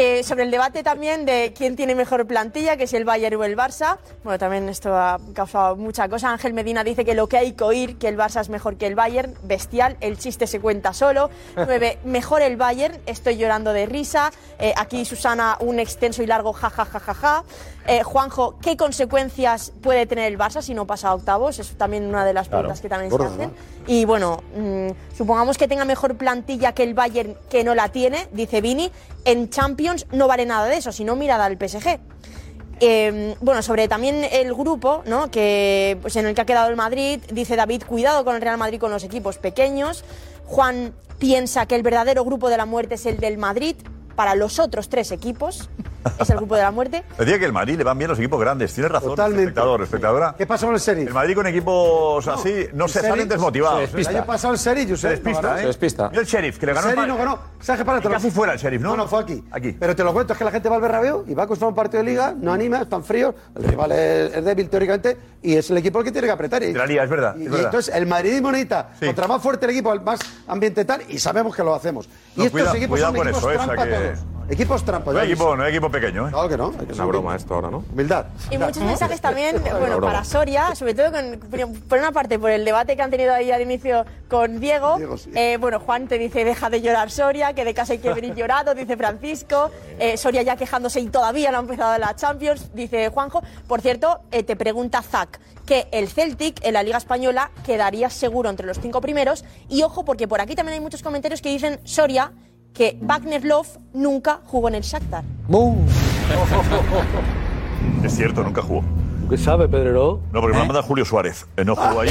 S3: Eh, sobre el debate también de quién tiene mejor plantilla, que si el Bayern o el Barça. Bueno, también esto ha causado mucha cosa. Ángel Medina dice que lo que hay que oír, que el Barça es mejor que el Bayern. Bestial, el chiste se cuenta solo. 9. Mejor el Bayern, estoy llorando de risa. Eh, aquí Susana, un extenso y largo ja, ja, ja, ja, ja. Eh, Juanjo, ¿qué consecuencias puede tener el Barça si no pasa a octavos? Es también una de las
S19: Claro,
S3: preguntas que también
S19: gordo,
S3: se hacen. Y bueno, mm, supongamos que tenga mejor plantilla que el Bayern, que no la tiene, dice Vini. En Champions no vale nada de eso, sino mirada al PSG. Eh, bueno, sobre también el grupo, ¿no? Que pues en el que ha quedado el Madrid, dice David, cuidado con el Real Madrid con los equipos pequeños. Juan piensa que el verdadero grupo de la muerte es el del Madrid. Para los otros tres equipos es el grupo de la muerte.
S7: Decía que el Madrid le van bien los equipos grandes. Tienes razón, espectador, espectadora. ¿Qué
S5: pasó con el Serif?
S7: El Madrid con equipos así no se
S5: Serif
S7: salen desmotivados.
S5: se despista. El año pasado el Serif, Josep,
S7: se despista,
S5: no ganó, ¿eh?
S7: ¿eh?
S5: Se despista.
S7: Mira el Sheriff, que le ganó
S5: el
S7: el
S5: Serif no ganó. ¿Sabes qué para
S7: Y casi fuera el Sheriff, ¿no?
S5: No, no, fue aquí.
S7: Aquí.
S5: Pero te lo cuento, es que la gente va al Bernabéu y va a costar un partido de liga, no anima, están fríos, el rival es, es débil teóricamente y es el equipo el que tiene que apretar. Y,
S7: De la liga, es verdad,
S5: y-
S7: es
S5: y
S7: verdad.
S5: entonces el madridismo necesita, contra más fuerte el equipo, el más ambiente tal, y sabemos que lo hacemos. Y
S7: No,
S5: estos
S7: cuida-
S5: equipos
S7: cuidado
S5: son
S7: con
S5: equipos
S7: eso, eh, o sea
S5: trampa
S7: que-
S5: todos. Equipos trampa.
S7: No
S5: yo
S7: hay equipo,
S5: aviso.
S7: no hay equipo pequeño, ¿eh?
S5: Claro que no.
S2: Es una broma esto ahora, ¿no?
S5: Humildad.
S3: Y muchos
S5: *laughs*
S3: mensajes también, bueno,
S2: broma.
S3: para Soria, sobre todo con- por una parte por el debate que han tenido ahí al inicio con Diego. Eh, bueno, Juan te dice, deja de llorar Soria, que de casa hay que venir llorado, dice Francisco. Eh, Soria ya quejándose y todavía no ha empezado la Champions, dice Juanjo. Por cierto, eh, te pregunta Zac que el Celtic en la Liga Española quedaría seguro entre los cinco primeros. Y ojo, porque por aquí también hay muchos comentarios que dicen, Soria, que Wagner Love nunca jugó en el Shakhtar.
S7: *laughs* Es cierto, nunca jugó.
S4: ¿Qué sabe Pedrerol?
S7: No, porque me lo manda Julio Suárez. Eh, No jugó ahí.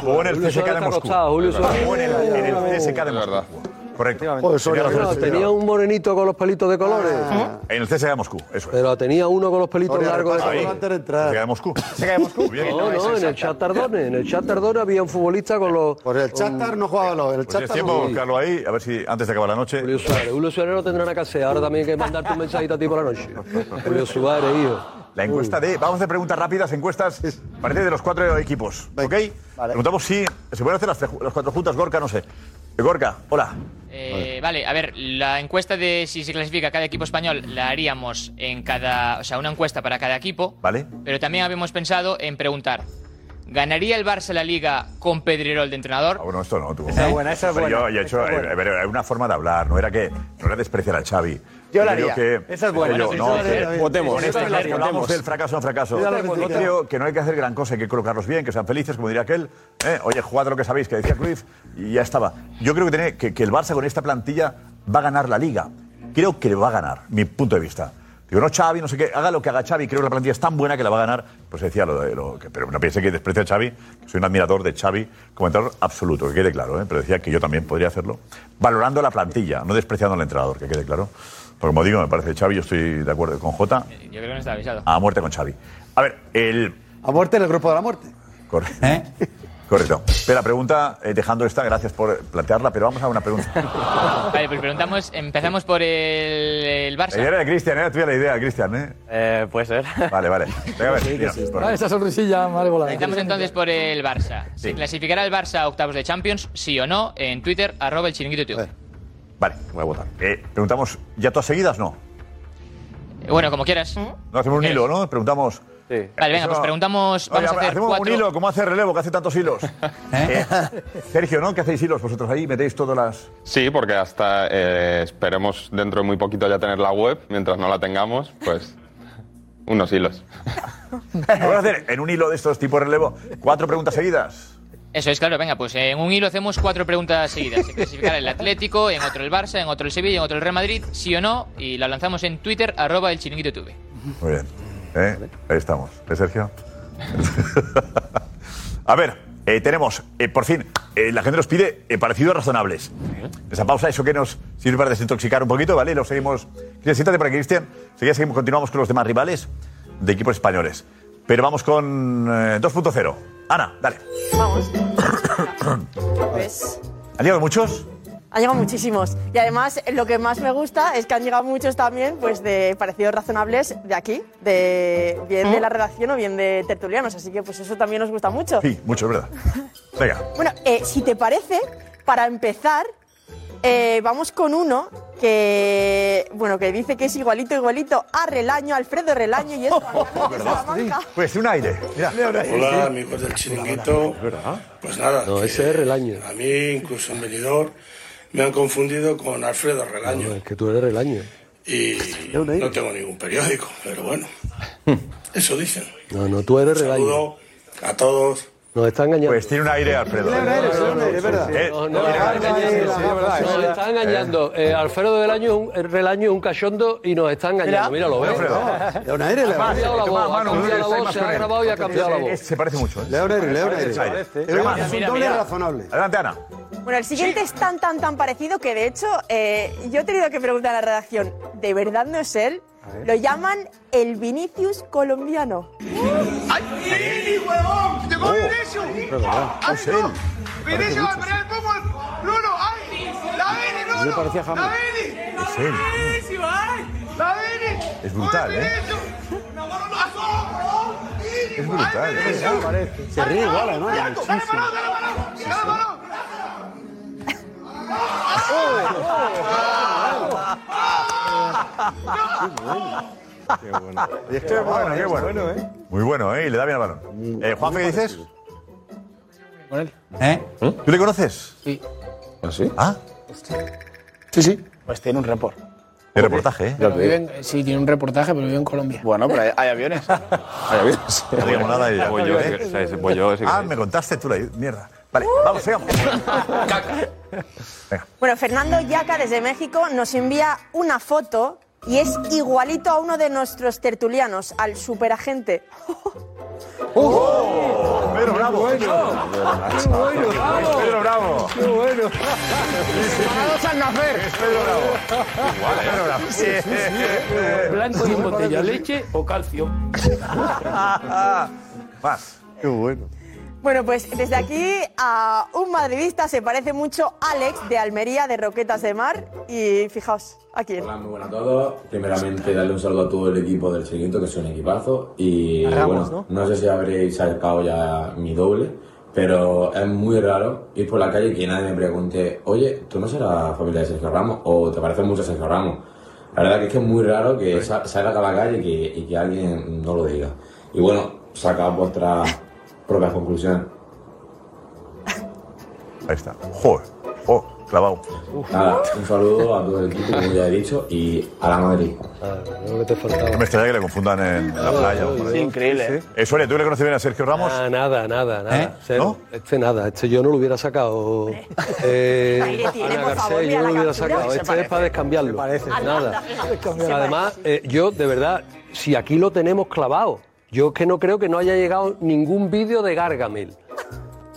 S7: Jugó en el
S4: Julio
S7: CSK de
S4: Suárez está
S7: Moscú.
S4: acostado, Julio Suárez.
S7: Jugó en el, en el CSK de Moscú. Correcto.
S29: Joder, Soria,
S7: Tenía
S29: Soria,
S7: razón.
S29: Soria.
S4: Tenía un morenito con los pelitos de colores.
S7: En el CSKA de Moscú, eso es.
S4: Pero tenía uno con los pelitos
S7: Soria,
S4: largos de
S7: repasa
S4: colores.
S7: todo antes de entrar. CSKA
S4: *laughs*
S7: de Moscú. CSKA de Moscú. Bien.
S4: No,
S7: es
S4: no, en el
S7: exacta.
S4: chat Tardone. En el chat Tardone había un futbolista con los. Por el
S29: Shakhtar no jugaba los. El
S7: Pues tienes
S29: Shakhtar
S7: tiempo
S29: no
S7: de buscarlo ahí, a ver si antes de acabar la noche.
S4: Julio Suárez, Julio Suárez no tendrá nada que hacer. Ahora también hay que mandarte un mensajito a ti por la noche. Julio Suárez, hijo.
S7: La encuesta de. Vamos a hacer preguntas rápidas, encuestas. Parece de los cuatro equipos. ¿Ok? Preguntamos si se pueden hacer las, tres ju- las cuatro juntas, Gorka, no sé. Eh, Gorka, hola.
S31: Eh, vale, a ver, la encuesta de si se clasifica cada equipo español la haríamos en cada. O sea, una encuesta para cada equipo.
S7: ¿Vale?
S31: Pero también habíamos pensado en preguntar: ¿ganaría el Barça la liga con Pedrerol de entrenador?
S7: Bueno, esto no, tú.
S31: Esa es buena, esa es
S7: Pero Yo,
S31: buena,
S7: yo he hecho,
S31: esa es buena.
S7: eh, pero era una forma de hablar, no era que no era despreciar al Xavi.
S31: Yo la
S7: creo
S31: haría.
S7: que-
S31: Esa es buena.
S7: creo yo,
S31: Esa
S7: no,
S31: es la haría.
S7: que-
S31: Votemos.
S7: con esto
S31: Esa es la
S7: que
S31: haría.
S7: hablamos
S31: Votemos.
S7: del fracaso no fracaso.
S31: Yo la haría.
S7: Yo creo que no hay que hacer gran cosa, hay que colocarlos bien, que sean felices, como diría aquel. Eh, oye, jugad lo que sabéis, que decía Cruyff, y ya estaba. Yo creo que, tiene, que, que el Barça con esta plantilla va a ganar la Liga. Creo que va a ganar, mi punto de vista. Digo, no, Xavi, no sé qué, haga lo que haga Xavi, creo que la plantilla es tan buena que la va a ganar. Pues decía lo de lo que, pero no piense que desprecia a Xavi, que soy un admirador de Xavi, como entrenador absoluto, que quede claro, ¿eh? pero decía que yo también podría hacerlo. Valorando la plantilla, no despreciando al entrenador, que quede claro. Porque como digo, me parece Xavi, yo estoy de acuerdo con Jota,
S31: Yo creo que no
S7: *laughs*
S31: está avisado.
S7: a muerte con Xavi. A ver, el...
S29: A muerte en el grupo de la muerte.
S7: Correcto.
S31: ¿Eh?
S7: Correcto. Pero la pregunta, eh, dejando esta, gracias por plantearla, pero vamos a una pregunta.
S31: *laughs* Vale, pues preguntamos, empezamos por el, el
S7: La idea
S31: Barça.
S7: era de Cristian, era tuya la idea, Cristian, ¿eh?
S31: puede ser.
S7: Vale, *laughs* vale. Venga, a ver, mira, por-
S32: Ah, esa sonrisilla, madre volada.
S31: Preguntamos entonces por el Barça. ¿Se
S7: Sí.
S31: clasificará el Barça a octavos de Champions? Sí o no, en Twitter, arroba el chiringuito tío.
S7: Vale, voy a votar. Eh, preguntamos, ¿ya todas seguidas? No.
S31: Bueno, como quieras.
S7: No hacemos un hilo, ¿no? Preguntamos. Eh, Sí.
S31: Vale, venga, pues preguntamos. Vamos a hacer
S7: hacemos
S31: cuatro.
S7: un hilo, ¿cómo hace relevo que hace tantos
S31: *laughs*
S7: hilos? Eh, Sergio, ¿no? ¿Qué hacéis hilos vosotros ahí? ¿Metéis todas
S31: *laughs*
S7: las.?
S19: Sí, porque hasta eh, esperemos dentro de muy poquito ya tener la web. Mientras no la tengamos, pues unos hilos.
S7: Vamos a hacer en un hilo de estos tipo de relevo cuatro preguntas seguidas.
S31: Eso es, claro, venga, pues en un hilo hacemos cuatro preguntas seguidas. Se clasificará el Atlético, en otro el Barça, en otro el Sevilla, en otro el Real Madrid, sí o no, y la lanzamos en Twitter, arroba el chiringuito tuve.
S7: Muy bien. ¿Eh? Ahí estamos. ¿Eh, Sergio? *laughs* a ver, eh, tenemos, eh, por fin, eh, la gente nos pide eh, parecidos razonables. Esa pausa, eso que nos sirve para desintoxicar un poquito, ¿vale? Lo seguimos. Cristian, siéntate para Cristian. Seguimos, seguimos, continuamos con los demás rivales de equipos españoles. Pero vamos con eh, 2.0. Ana, dale.
S3: Vamos. Pues
S7: ¿Han llegado muchos?
S3: han llegado muchísimos. Y además, lo que más me gusta es que han llegado muchos también, pues de parecidos razonables de aquí, de bien de la redacción o bien de tertulianos. Así que, pues eso también nos gusta mucho.
S7: Sí, muchos, ¿verdad? Venga.
S3: Bueno, eh, si te parece, para empezar, eh, vamos con uno que, bueno, que dice que es igualito, igualito a Relaño, Alfredo Relaño, y es Juan Carlos de Salamanca.
S7: Pues un aire. Mira.
S5: Hola, amigos del chiringuito. Pues nada.
S7: No,
S5: que
S7: ese es Relaño.
S5: A mí, incluso en Benidorm, me han confundido con Alfredo Relaño.
S4: Es que tú eres el año.
S5: Y no tengo ningún periódico,
S7: *laughs*
S5: pero bueno. Eso dicen.
S4: No, no, tú eres el año.
S5: Saludo a todos.
S4: Nos está engañando.
S7: Pues tiene un aire, Alfredo.
S4: ¿eh?
S5: No,
S4: no, Nos está engañando. Eh, Alfredo del año es un, el Relaño es un cachondo y nos está engañando. Mira, lo veo.
S29: León Aire,
S4: Ha
S29: León Aire.
S4: cambiado la
S29: Toma,
S4: voz, ha
S29: Manu,
S4: cambiado
S29: tú
S4: la
S29: que
S4: voz,
S29: estáis
S4: se
S29: más
S4: ha
S29: con él.
S4: grabado y ha cambiado la
S7: Se-
S4: voz.
S7: Se parece mucho. ¿eh?
S29: León Aire, León
S7: Se
S29: Aire.
S7: parece.
S29: Parece.
S7: Venga,
S29: Mira,
S7: más.
S29: mira, mira. razonable.
S7: Adelante, Ana.
S3: Bueno, el siguiente es tan, tan, tan parecido que, de hecho, eh, yo he tenido que preguntar a la redacción, ¿de verdad no es él? Lo llaman el Vinicius colombiano.
S33: ¡Ay, huevón! ¡Llegó
S7: Oh.
S33: Vinicius! ¡Ay,
S7: Es
S33: no!
S7: él.
S33: ¡Vinicius va a perder el fútbol! ¡Bruno, ay! ¡La Vini, Bruno!
S7: Me parecía James.
S33: ¡La Vini!
S7: Es él.
S33: ¡Vinicius, ay! ¡La Vini!
S7: Es brutal,
S33: ¡Uy,
S7: ¿eh?
S33: Vinicius!
S7: Es brutal. ¿eh?
S33: ¡Ay, Vinicius!
S29: Se ríe igual,
S33: ¡Dale, balón,
S29: además.
S33: dale, balón, dale, balón! ¡Dale, balón!
S7: Qué bueno. Y es que bueno, qué bueno. Muy bueno, ¿eh? Y le da bien al balón. Eh, Juan, ¿qué dices?
S34: Con él.
S7: ¿Eh? ¿Tú le conoces?
S34: Sí.
S7: ¿Ah, sí? Ah,
S34: Sí, sí. Pues tiene un report.
S7: el reportaje, ¿eh?
S34: Pero vive en- sí, tiene un reportaje, pero vive en Colombia. Bueno, pero hay, aviones.
S7: Ahí habías. No digamos nada y ya.
S2: Voy yo,
S7: ¿Eh?
S2: ese- ese- ese- voy yo, ese que
S7: Ah,
S2: sabéis.
S7: me contaste tú la mierda. Vale, vamos, sigamos.
S3: Bueno, Fernando Yaca desde México nos envía una foto y es igualito a uno de nuestros tertulianos, al superagente.
S9: ¡Oh!
S7: ¡Oh! Pedro Bravo.
S5: bueno, bravo.
S7: Pedro Bravo.
S5: Qué bueno.
S7: Parados
S5: al nacer. Pedro
S7: Bravo. Pedro Bravo.
S9: Blanco y en botella, leche o
S7: *laughs*
S9: calcio.
S7: Más.
S5: Qué bueno.
S3: Bueno, pues desde aquí a un madridista se parece mucho a Alex de Almería, de Roquetas de Mar. Y fijaos, aquí. quién.
S4: Hola a todos. Primeramente, darle un saludo a todo el equipo del Chiringuito, que es un equipazo. Y
S3: A Ramos,
S4: bueno, ¿no? sé si habréis sacado ya mi doble, pero es muy raro ir por la calle y que nadie me pregunte, oye, ¿tú no serás familia de Sergio Ramos? ¿O te pareces mucho a Sergio Ramos? La verdad que es que es muy raro que sa- salgas a la calle y que, y que alguien no lo diga. Y bueno, sacad vuestras propias conclusiones.
S7: Ahí está. Joder. Oh, clavado.
S4: Nada, un saludo a todo el equipo, como ya he dicho, y a la Madrid.
S7: Que me extraña que le confundan en la playa. o por ahí.
S8: increíble.
S7: Eh, Soria, ¿tú le conoces bien a Sergio Ramos?
S4: Ah, nada, nada, nada.
S7: ¿Eh?
S4: O sea, Este nada, este yo no lo hubiera sacado. Eh,
S8: Aire tiene,
S4: Ana
S8: por
S4: Garcés,
S8: favor, mira
S4: yo no
S8: la
S4: lo hubiera
S8: captura.
S4: sacado.
S8: Se
S4: Este es
S8: parece.
S4: para descambiarlo.
S8: Se parece.
S4: Nada.
S8: Descambiarlo.
S4: Además, eh, yo de verdad, si aquí lo tenemos clavado, yo es que no creo que no haya llegado ningún vídeo de Gargamel.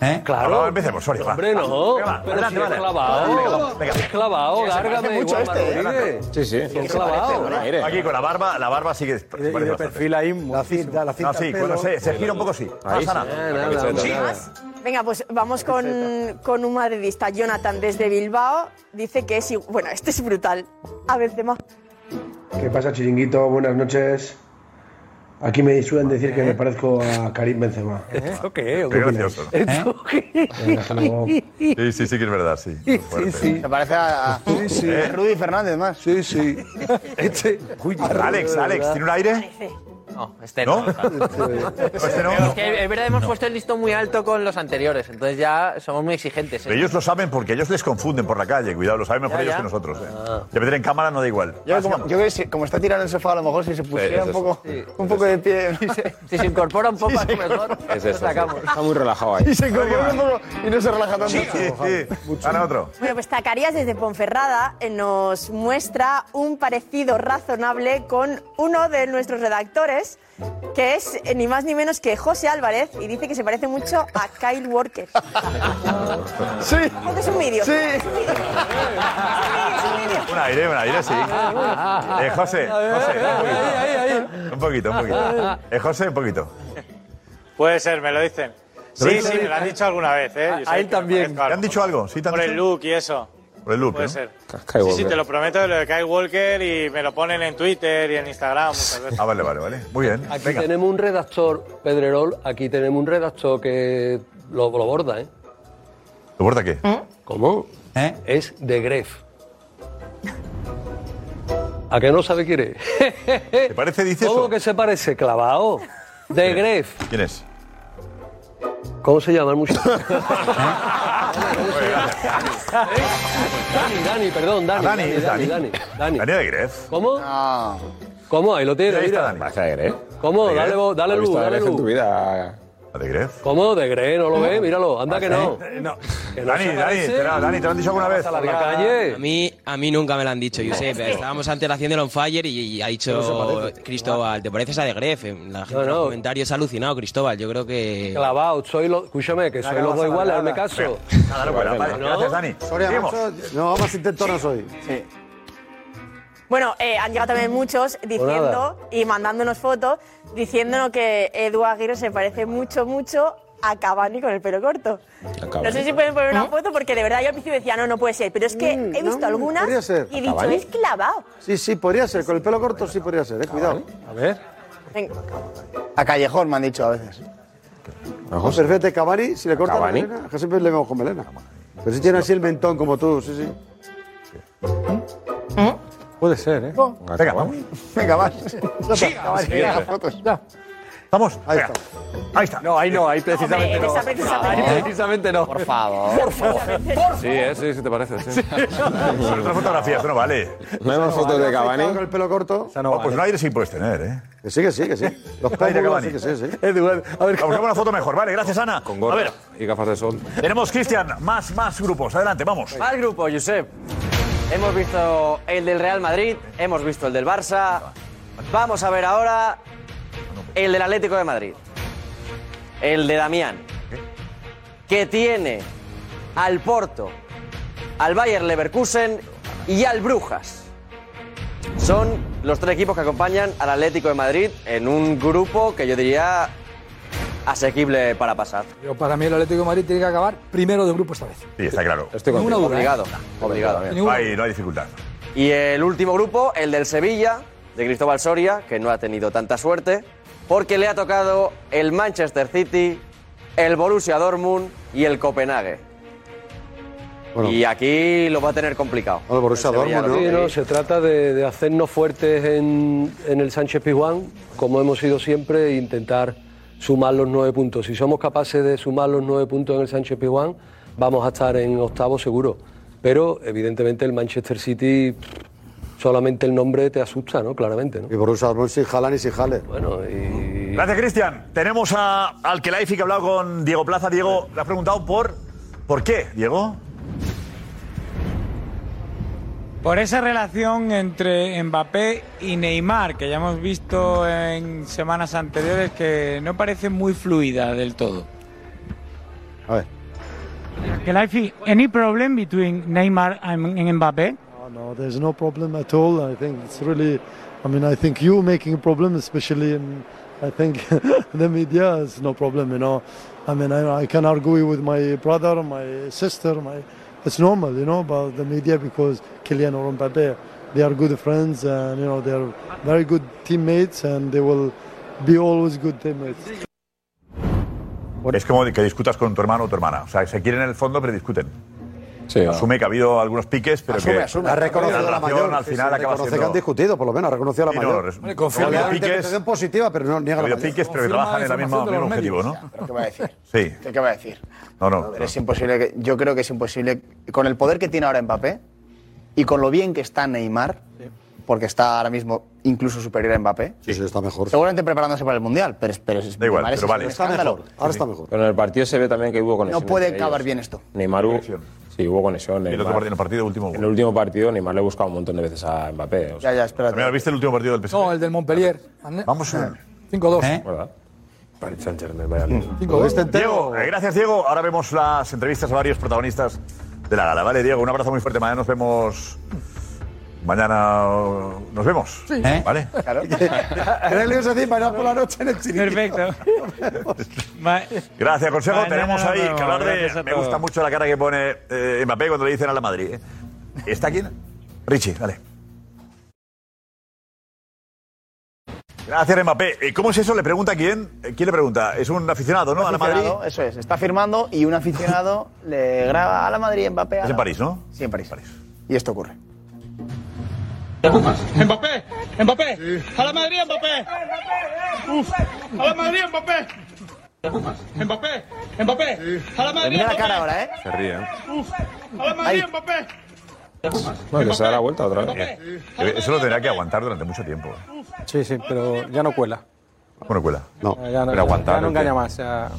S7: ¿Eh?
S4: Claro.
S7: Ahora empecemos, Soria. va.
S4: Hombre, no.
S7: Venga, va,
S4: Pero si
S7: adelante,
S4: es
S7: vale.
S4: clavado.
S7: Venga,
S4: Es clavado,
S7: Se parece
S4: Gargamel. igual
S7: mucho este,
S4: Rodríguez.
S7: Gargamel.
S20: Sí, sí.
S4: Es clavado.
S7: Aquí con la barba, la barba sí que es.
S4: de perfil
S5: ahí. La cinta, la
S7: cinta. No, Ah, sí,
S5: al pelo.
S7: bueno, se, se gira un poco, sí.
S5: Ahí
S7: Más, Ana.
S5: sí. Eh, nada, nada,
S7: Sí.
S5: nada.
S3: Venga, pues vamos con, con un madridista, Jonathan, desde Bilbao. Dice que es. i- Bueno, este es brutal. A Benzema.
S35: ¿Qué pasa, chiringuito? Buenas noches. Aquí me suelen decir que me parezco a Karim Benzema.
S5: ¿eh?
S7: ¿Eh?
S4: ¿Esto qué?
S7: Qué gracioso. ¿no? ¿Eh? Sí, sí, sí que es verdad, sí. Fuerte.
S12: Se parece a, a- a Rudy Fernández más. Sí, sí.
S7: Este, Alex, Alex, ¿tiene un aire?
S15: No, este no.
S7: Pues
S15: Es que es verdad, hemos puesto el listón muy alto con los anteriores, entonces ya somos muy exigentes. ¿eh?
S7: Pero ellos lo saben porque ellos les confunden por la calle, cuidado, lo saben mejor
S12: Ya,
S7: ellos
S12: ya.
S7: que nosotros. ¿eh?
S4: Ah.
S7: De meter en cámara no da igual.
S12: Yo, como, yo que si- como está tirado en el sofá, a lo mejor si se pusiera
S7: Sí, es
S12: un poco, un poco de pie. *laughs* y se-
S15: Si se incorpora un poco,
S12: Sí,
S15: a lo
S12: sí.
S15: mejor
S12: Es eso,
S15: lo sacamos.
S20: Está muy relajado ahí.
S12: *laughs* Y se incorpora un poco y no se relaja tanto.
S7: Sí, sí, sí. Gana otro.
S3: Bueno, pues Zacarías desde Ponferrada eh, nos muestra un parecido razonable con uno de nuestros redactores, que es eh, ni más ni menos que José Álvarez, y dice que se parece mucho a Kyle Walker. Este
S12: Sí.
S3: Es un vídeo.
S12: Sí.
S7: Un aire, un
S12: *laughs*
S7: aire, sí. Eh, José, José, un poquito, un poquito. Eh, José, un poquito.
S25: Puede ser, me lo dicen. Sí, sí, me lo han dicho alguna vez, ¿eh? Yo sé que me parezco
S7: Ah, ¿Te han dicho algo? ¿eh? ¿Sí te han
S25: Por el
S7: dicho?
S25: look y eso.
S7: Por el loop,
S25: Puede
S7: ¿no?
S25: ser.
S20: Ah,
S7: Kyle
S25: Sí, sí,
S7: Walker.
S25: te lo prometo de lo de Kyle Walker y me lo ponen en Twitter y en Instagram muchas veces.
S7: Ah, vale, vale, vale. Muy bien.
S4: Aquí
S7: Ah, Venga.
S4: tenemos un redactor, Pedrerol, aquí tenemos un redactor que lo, lo borda, ¿eh?
S7: ¿Lo borda qué?
S4: ¿Cómo?
S7: ¿Eh?
S4: Es de Gref. ¿A que no sabe quién es? ¿Te
S7: parece, dice
S4: ¿Cómo que se parece? Clavao. De Gref.
S7: ¿Quién es?
S4: ¿Cómo se llama el
S7: *laughs*
S4: músico? *laughs* Dani, Dani, perdón, Dani.
S7: Ah, Dani,
S4: Dani,
S7: es
S4: Dani,
S7: Dani.
S4: Dani. Dani.
S7: de Gref.
S4: ¿Cómo?
S12: Ah.
S4: ¿Cómo? Ahí lo tiene,
S7: Ahí está
S4: mira.
S7: Dani.
S4: ¿Cómo?
S7: ¿De Gref?
S4: Dale, vo- dale
S7: ¿Has
S4: luz,
S7: visto a
S4: dale
S7: Gref en tu
S4: luz.
S7: ¿La de Gref?
S4: ¿Cómo? De Grey, no lo ve, míralo, anda que no. Que no
S7: Dani,
S4: se
S7: Dani,
S4: parece.
S7: espera, Dani, ¿te lo han dicho alguna vez?
S4: A la calle.
S1: A mí, a mí nunca me lo han dicho, Josep. Estábamos antes de la acción del On Fire y, y ha dicho
S7: Ah.
S1: Cristóbal, ¿te pareces a De Gref? La gente en los comentarios ha alucinado, Cristóbal. Yo creo que...
S4: Clavado, soy lo, escúchame, que soy los dos iguales, hazme caso.
S7: Gracias, Dani.
S5: Soria,
S7: Seguimos.
S5: macho, no, más intentonas hoy. Sí.
S3: Bueno, eh, han llegado también muchos
S5: nada.
S3: diciendo y mandándonos fotos diciéndonos que Edu Aguirre se parece mucho, mucho a Cavani con el pelo corto. No sé si pueden poner
S5: ¿Eh?
S3: una foto porque de verdad yo al principio decía, no, no puede ser, pero es que he visto algunas
S5: Mm, podría ser.
S3: y he dicho,
S5: ¿Cavani?
S3: es clavado.
S5: Sí, sí, podría ser. Con el pelo corto sí podría ser, eh. Cuidado.
S12: A ver.
S3: Venga.
S12: A Callejón me han dicho a veces.
S5: Ojo, Perfecto, Cavani, si le corta la
S12: Cavani.
S5: melena, que siempre le vemos con melena. Pero si tiene así el mentón como tú, sí, sí.
S12: Puede ser, ¿eh?
S7: Oh.
S20: Ah,
S7: Venga, vamos.
S12: Venga,
S7: *laughs*
S12: va.
S7: Siga,
S12: Cavani,
S7: sigue.
S12: haga fotos.
S7: Vamos.
S12: Ahí
S7: está. Ahí está. No, ahí no, ahí
S12: precisamente Hombre, no. esa precisamente
S7: Ahí precisamente no. Por favor. Por favor.
S2: Sí, eh, sí, sí, te parece. Sí.
S5: Ah, pues,
S7: Son otras fotografías, eso no vale.
S20: No vemos fotos de Cavani.
S5: Con el pelo corto.
S7: No, pues un aire sí puedes tener, ¿eh?
S5: Que sí, que sí, que sí. Los
S7: Un aire
S5: pómulos
S7: Cavani.
S5: sí que sí, sí.
S7: A ver, buscamos una foto mejor, vale, gracias Ana.
S2: Con
S7: A
S2: gorra
S7: ver,
S2: y gafas de sol.
S7: tenemos Cristian, más, más grupos, adelante, vamos.
S15: Más grupo, Josep. Hemos visto el del Real Madrid, hemos visto el del Barça. Vamos a ver ahora el del Atlético de Madrid. el de Damián, que tiene al Porto, al Bayer Leverkusen y al Brujas. Son los tres equipos que acompañan al Atlético de Madrid en un grupo que yo diría asequible para pasar.
S9: Yo, para mí el Atlético de Madrid tiene que acabar primero de grupo esta vez.
S7: Sí, está claro.
S9: Estoy contigo. Ninguna duda,
S15: Obligado,
S9: ¿eh?
S15: obligado.
S7: No hay, no hay dificultad.
S15: Y el último grupo, el del Sevilla, de Cristóbal Soria, que no ha tenido tanta suerte, porque le ha tocado el Manchester City, el Borussia Dortmund y el Copenhague. Y aquí lo va a tener complicado.
S4: El Borussia
S15: Sevilla
S4: Dortmund,
S15: lo-
S4: ¿no? Se trata de, de hacernos fuertes en, en el Sánchez Pizjuán, como hemos sido siempre, e intentar sumar los nueve puntos. Si somos capaces de sumar los nueve puntos en el Sánchez Pizjuán, vamos a estar en octavo seguro. Pero evidentemente el Manchester City, solamente el nombre te asusta, ¿no? Claramente, ¿no?
S5: Y Borussia Dortmund sin jalan y sin jale.
S4: Bueno, y...
S7: Gracias, Cristian. Tenemos a al Kelaifi que ha hablado con Diego Plaza. Diego, le has preguntado por. ¿Por qué, Diego?
S10: Por esa relación entre Mbappé y Neymar, que ya hemos visto en semanas anteriores que no parece muy fluida del todo.
S5: A ver.
S25: Kelaifi, any problem between Neymar and and Mbappé?
S8: Oh, no, there's no problem at all. I think it's really, I mean, I think you making a problem, especially in, I think *laughs* the media is no problem, you know. I mean, I, I can argue with my brother, my sister, my, it's normal, you know, but the media because Kylian or Mbappe, they are good friends and, you know, they're very good teammates and they will be always good teammates.
S7: Es como que discutas con tu hermano o tu hermana. O sea, se quieren en el fondo, pero discuten. asume que ha habido algunos piques, pero
S5: Asume,
S7: que.
S5: asume. Ha reconocido la,
S7: relación
S5: mayor.
S7: Al
S5: sí, sí,
S7: final acaba
S5: reconoce
S7: siendo.
S5: que han discutido, por lo menos. Ha reconocido la
S7: Sí, no,
S5: mayor.
S7: res-
S5: Hombre,
S7: confirma.
S5: Le da una
S7: Piques-
S5: interpretación
S7: *laughs*
S5: positiva, pero no niega
S7: Ha
S5: la
S7: habido
S5: mayor.
S7: piques, pero que trabajan en la misma, mismo objetivo, ¿no?
S12: ¿Pero qué va a decir?
S7: Sí.
S12: ¿Qué, qué va a decir?
S7: No, no.
S12: Es imposible que- yo creo que es imposible. Con el poder que tiene ahora Mbappé y con lo bien que está Neymar, porque está ahora mismo incluso superior a Mbappé.
S5: Sí, sí, está mejor.
S12: Seguramente preparándose para el Mundial, pero, es- pero es-
S20: Da igual,
S12: Neymar es
S20: pero vale.
S12: un
S20: Está
S12: escándalo.
S20: mejor, ahora está mejor. Pero en el partido se ve también que hubo conexión.
S12: No puede
S20: entre
S12: acabar
S20: ellos.
S12: bien esto.
S20: Neymar hubo. Sí, hubo conexión.
S7: el otro
S20: Neymar-
S7: partido- en el partido último hubo.
S20: En el último partido, Neymar le buscaba un montón de veces a Mbappé. O sea.
S12: Ya, ya, espérate.
S7: También viste el último partido del PSG.
S9: No, el del Montpellier. Vamos
S7: a
S9: 5-2.
S20: ¿Verdad?
S7: Paris Saint-Germain, vaya lío.
S9: ¿Lo viste
S7: Diego, eh, gracias, Diego. Ahora vemos las entrevistas a varios protagonistas de la gala. Vale, Diego, un abrazo muy fuerte. Mañana nos vemos. Mañana o- nos vemos. ¿Eh?
S5: Sí.
S9: ¿Eh?
S7: ¿Vale?
S9: *laughs*
S5: Era el lío así, mañana por la noche en el chiringuito.
S7: Perfecto. Gracias, consejo.
S5: Mañana
S7: Tenemos
S5: nos
S7: ahí
S5: vemos.
S7: que hablar
S5: Gracias a
S7: de. Me gusta
S5: todos.
S7: mucho la cara que pone eh, Mbappé cuando le dicen a la Madrid. ¿eh? ¿Está quién? Richie, vale. Gracias, Mbappé. Eh, ¿Cómo es eso? ¿Le pregunta a quién? Eh, ¿Quién le pregunta? Es un aficionado, ¿no? A la Madrid.
S12: Aficionado, Eso es, está firmando y un aficionado *laughs* le graba a la Madrid Mbappé. a
S7: Es
S12: la-
S7: en París, ¿no?
S12: Sí, en París. Y esto ocurre.
S33: Mbappé, Mbappé, a la Madrid, Mbappé. Uf, a la Madrid, Mbappé. Mbappé, Mbappé, a la Madrid.
S12: Mira la
S33: Mbappé.
S12: cara ahora, ¿eh?
S20: Se ríe. ¿eh?
S33: Uf, a la Madrid, Mbappé.
S20: No, que se da la vuelta otra vez.
S7: Eh, Eso lo tendrá que aguantar durante mucho tiempo. eh.
S18: Sí, sí, pero ya no cuela.
S7: Bueno, cuela.
S5: No,
S18: Eh, ya no,
S7: pero aguantar,
S18: ya no
S7: ¿o qué?
S18: engaña más. o sea,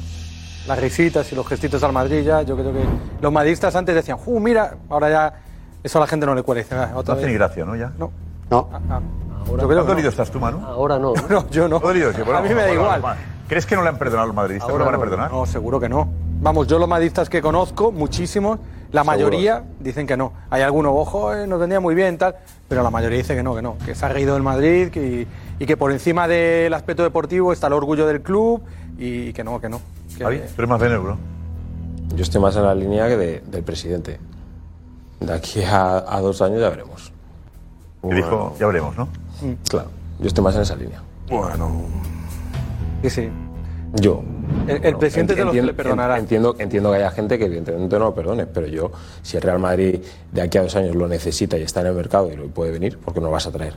S18: las risitas y los gestitos al Madrid ya, yo creo que los madridistas antes decían, ¡uh, mira! Ahora ya eso a la gente no le cuela. Dicen, "Ah,
S7: No
S18: otra
S7: hace
S18: vez".
S7: ni gracia, ¿no? Ya.
S18: No. Yo
S5: No.
S18: creo
S7: ¿Cuán
S18: que
S7: dolido
S18: no.
S7: estás tú, Manu?
S18: Ahora no. *laughs* No, yo no.
S7: Dolido, que, bueno,
S18: a mí me da
S7: bueno,
S18: igual.
S7: bueno, ¿Crees que no le han perdonado a los madridistas? ¿No
S18: Ahora
S7: lo van a
S18: no,
S7: perdonar?
S18: No, seguro que no. Vamos, yo los madridistas que conozco, muchísimos, la
S7: Seguro.
S18: mayoría dicen que no. Hay algunos, ojo, eh, nos vendría muy bien, tal, pero la mayoría dice que no, que no, que se ha reído el Madrid que- y, que por encima del aspecto deportivo está el orgullo del club y que no, que no.
S20: Ah,
S18: Que-
S7: Javi, tú eres más bien euro.
S20: Yo estoy más en la línea que de- del presidente. De aquí a, a dos años ya veremos.
S7: Que dijo, ya veremos, ¿no?
S20: Claro, yo estoy más en esa línea.
S7: Bueno.
S18: Sí, sí.
S20: Yo.
S18: El, el presidente de los que le perdonará.
S20: Entiendo, entiendo que haya gente que evidentemente no lo perdone, pero yo, si el Real Madrid de aquí a dos años lo necesita y está en el mercado y lo puede venir, ¿por qué no lo vas a traer?